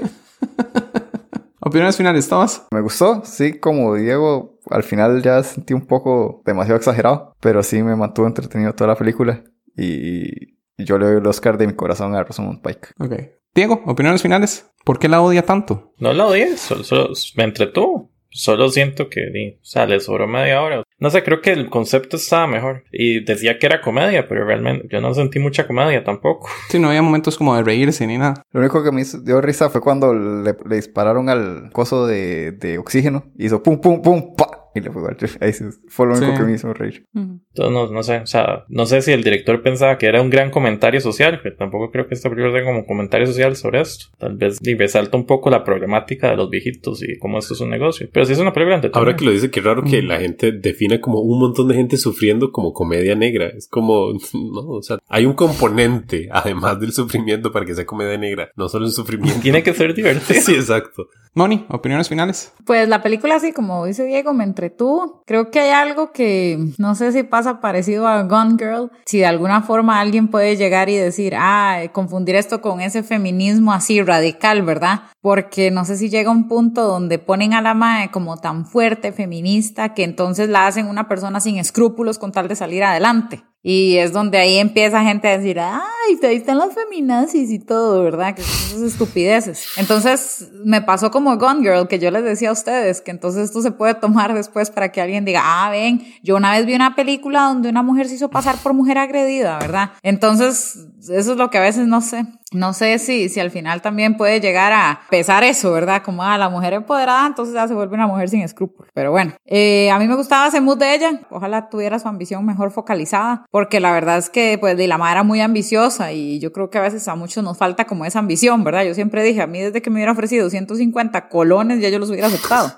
S1: Opiniones finales, Tomás.
S3: Me gustó, sí, como Diego, al final ya sentí un poco demasiado exagerado, pero sí me mantuvo entretenido toda la película y, y yo le doy el Oscar de mi corazón a Rosamund Pike.
S1: Ok. Diego, opiniones finales. ¿Por qué la odia tanto?
S2: No la odié, solo, solo me entretuvo. Solo siento que di- o sea, le sobró media hora. No sé, creo que el concepto estaba mejor. Y decía que era comedia, pero realmente yo no sentí mucha comedia tampoco.
S1: Si no había momentos como de reírse ni nada.
S3: Lo único que me hizo- dio risa fue cuando le, le dispararon al coso de, de oxígeno, hizo pum, pum, pum, pa, y le fue igual. Ahí sí, fue lo único
S1: Sí.
S3: que me hizo reír.
S2: Entonces, no, no sé, o sea, no sé si el director pensaba que era un gran comentario social, pero tampoco creo que esta película tenga como comentario social sobre esto. Tal vez y resalta un poco la problemática de los viejitos y cómo esto es un negocio. Pero sí es una película entretenida.
S5: Ahora que lo dice, qué raro que la gente defina como un montón de gente sufriendo como comedia negra. Es como, no, o sea, hay un componente además del sufrimiento para que sea comedia negra, no solo el sufrimiento.
S2: Tiene que ser divertido.
S5: Sí, exacto.
S1: Moni, opiniones finales.
S4: Pues la película, así como dice Diego, me entretuvo. Creo que hay algo que no sé si pasa parecido a Gone Girl. Si de alguna forma alguien puede llegar y decir, ah, confundir esto con ese feminismo así radical, ¿verdad? Porque no sé si llega un punto donde ponen a la madre como tan fuerte, feminista, que entonces la hacen una persona sin escrúpulos con tal de salir adelante. Y es donde ahí empieza gente a decir, ay, ahí están las feminazis y todo, ¿verdad? Que son esas estupideces. Entonces me pasó como Gone Girl, que yo les decía a ustedes, que entonces esto se puede tomar después para que alguien diga, ah, ven, yo una vez vi una película donde una mujer se hizo pasar por mujer agredida, ¿verdad? Entonces, eso es lo que a veces no sé. No sé si, si al final también puede llegar a pesar eso, ¿verdad? Como a la mujer empoderada, entonces ya se vuelve una mujer sin escrúpulos. Pero bueno, eh, a mí me gustaba ese mood de ella. Ojalá tuviera su ambición mejor focalizada, porque la verdad es que, pues, de la madre era muy ambiciosa y yo creo que a veces a muchos nos falta como esa ambición, ¿verdad? Yo siempre dije, a mí desde que me hubiera ofrecido 150 colones, ya yo los hubiera aceptado.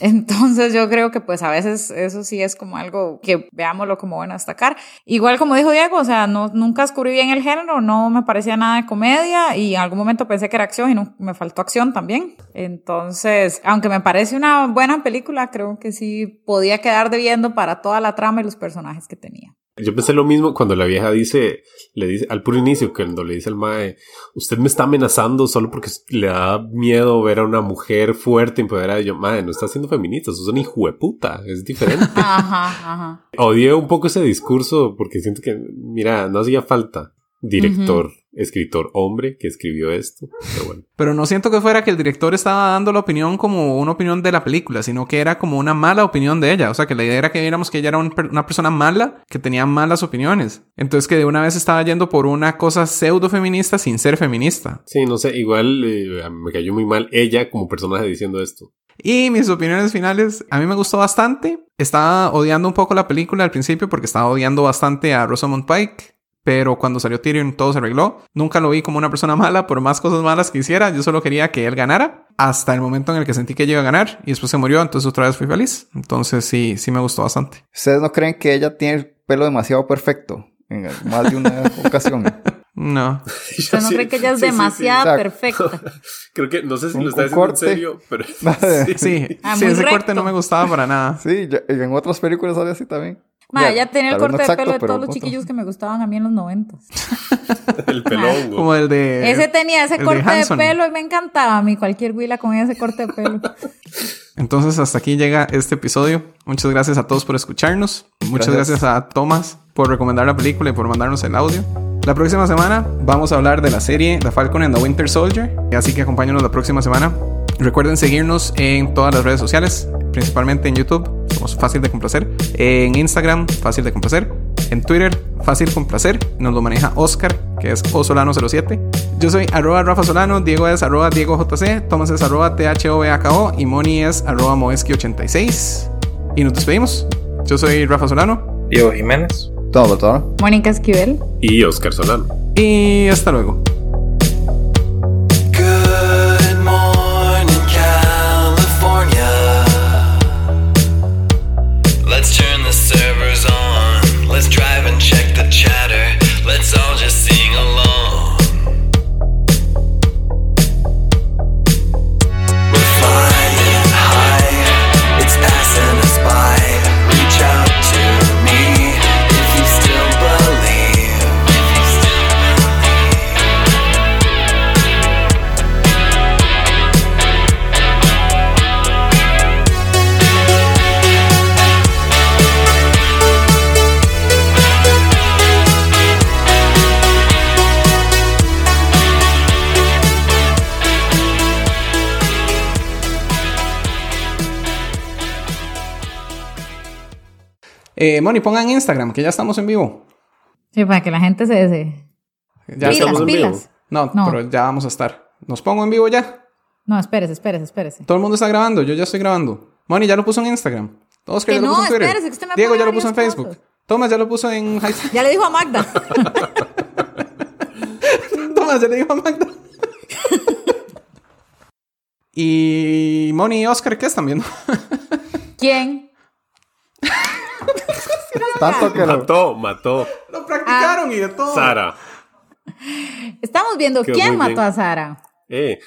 S4: Entonces yo creo que pues a veces eso sí es como algo que veámoslo como bueno destacar. Igual como dijo Diego, o sea, no, nunca descubrí bien el género, no me parecía nada de comedia y en algún momento pensé que era acción y no, me faltó acción también. Entonces, aunque me parece una buena película, creo que sí podía quedar debiendo para toda la trama y los personajes que tenía.
S5: Yo pensé lo mismo cuando la vieja dice, le dice al puro inicio, cuando le dice al mae, usted me está amenazando solo porque le da miedo ver a una mujer fuerte, empoderada. Y yo, mae, no está siendo feminista, sos una hijo de puta, es diferente.
S4: Ajá, ajá.
S5: Odié un poco ese discurso porque siento que, mira, no hacía falta director, escritor, hombre que escribió esto. Pero bueno,
S1: Pero no siento que fuera que el director estaba dando la opinión como una opinión de la película, sino que era como una mala opinión de ella. O sea, que la idea era que viéramos que ella era un per- una persona mala, que tenía malas opiniones. Entonces que de una vez estaba yendo por una cosa pseudo feminista sin ser feminista.
S5: sí, no sé, igual eh, me cayó muy mal ella como personaje diciendo esto.
S1: Y mis opiniones finales, a mí me gustó bastante. Estaba odiando un poco la película al principio porque estaba odiando bastante a Rosamund Pike. Pero cuando salió Tyrion todo se arregló. Nunca lo vi como una persona mala, por más cosas malas que hiciera. Yo solo quería que él ganara. Hasta el momento en el que sentí que iba a ganar. Y después se murió, entonces otra vez fui feliz. Entonces sí, sí me gustó bastante.
S3: ¿Ustedes no creen que ella tiene el pelo demasiado perfecto? En más de una ocasión.
S1: No.
S4: Pero no cree que ella es
S5: Sí, sí, sí.
S4: demasiado
S3: Exacto.
S4: perfecta.
S5: Creo que no sé si
S3: Un-
S5: lo está
S3: un
S5: diciendo en
S3: corte.
S5: serio, pero
S1: Sí,
S4: Ah,
S1: sí
S4: muy
S1: ese
S4: recto.
S1: corte no me gustaba para nada.
S3: Sí, ya- en otras películas sale así también.
S4: Ma,
S3: Ya,
S4: ella tenía el
S3: tal vez no
S4: corte de
S3: exacto,
S4: pelo de
S3: pero
S4: todos los
S3: otro.
S4: chiquillos que me gustaban a mí en los noventas.
S5: el pelongo.
S1: Como el de...
S4: Ese tenía ese
S1: el de
S4: corte de,
S1: Hanson.
S4: pelo y me encantaba a mí cualquier huila con ese corte de pelo.
S1: Entonces hasta aquí llega este episodio. Muchas gracias a todos por escucharnos. Muchas gracias,
S3: Gracias.
S1: a Thomas por recomendar la película y por mandarnos el audio. La próxima semana vamos a hablar de la serie The Falcon and the Winter Soldier, así que acompáñanos la próxima semana. Recuerden seguirnos en todas las redes sociales, principalmente en YouTube, somos fácil de complacer, en Instagram, fácil de complacer, en Twitter, fácil complacer, nos lo maneja Oscar, que es osolano07. Yo soy arroba Rafa Solano, Diego es arroba Diego JC, Thomas es arroba THOBAKO y Moni es arroba Moeski86. Y nos despedimos. Yo soy Rafa Solano
S2: Diego Jiménez.
S3: Todo, todo.
S4: Mónica Esquivel.
S5: Y Oscar Solano.
S1: y hasta luego.
S8: Good morning, California. Let's turn the servers on. Let's drive and check the chatter. Let's all just sing along. We're flying high. It's passing us by. Reach out to me if you still believe. If you still believe.
S1: Eh, Moni, pongan Instagram, que ya estamos en vivo.
S4: Sí, para que la gente se dese.
S1: Ya
S5: Pilas,
S1: estamos
S5: en vivo.
S4: pilas.
S1: No,
S4: No.
S1: pero ya vamos a estar. Nos pongo en vivo ya.
S4: No, espérese, espérese, espérese.
S1: Todo el mundo está grabando, yo ya estoy grabando. Moni ya lo puso en Instagram. Oscar
S4: Que
S1: ya lo
S4: no,
S1: puso en Twitter.
S4: espérese, que usted me
S1: Diego
S4: pone
S1: ya lo puso en
S4: varias
S1: Facebook.
S4: cosas.
S1: Thomas ya lo puso en
S4: Ya le dijo a Magda.
S1: Tomás, ya le digo a Magda. y Moni y Oscar, ¿qué están viendo?
S4: ¿Quién?
S3: Tanto que lo.
S5: Mató, mató.
S1: Lo
S4: Ah.
S1: practicaron y de todo.
S5: Sara.
S4: Estamos viendo
S5: Quedó
S4: quién
S5: muy
S4: mató
S5: bien.
S4: a Sara.
S5: Eh,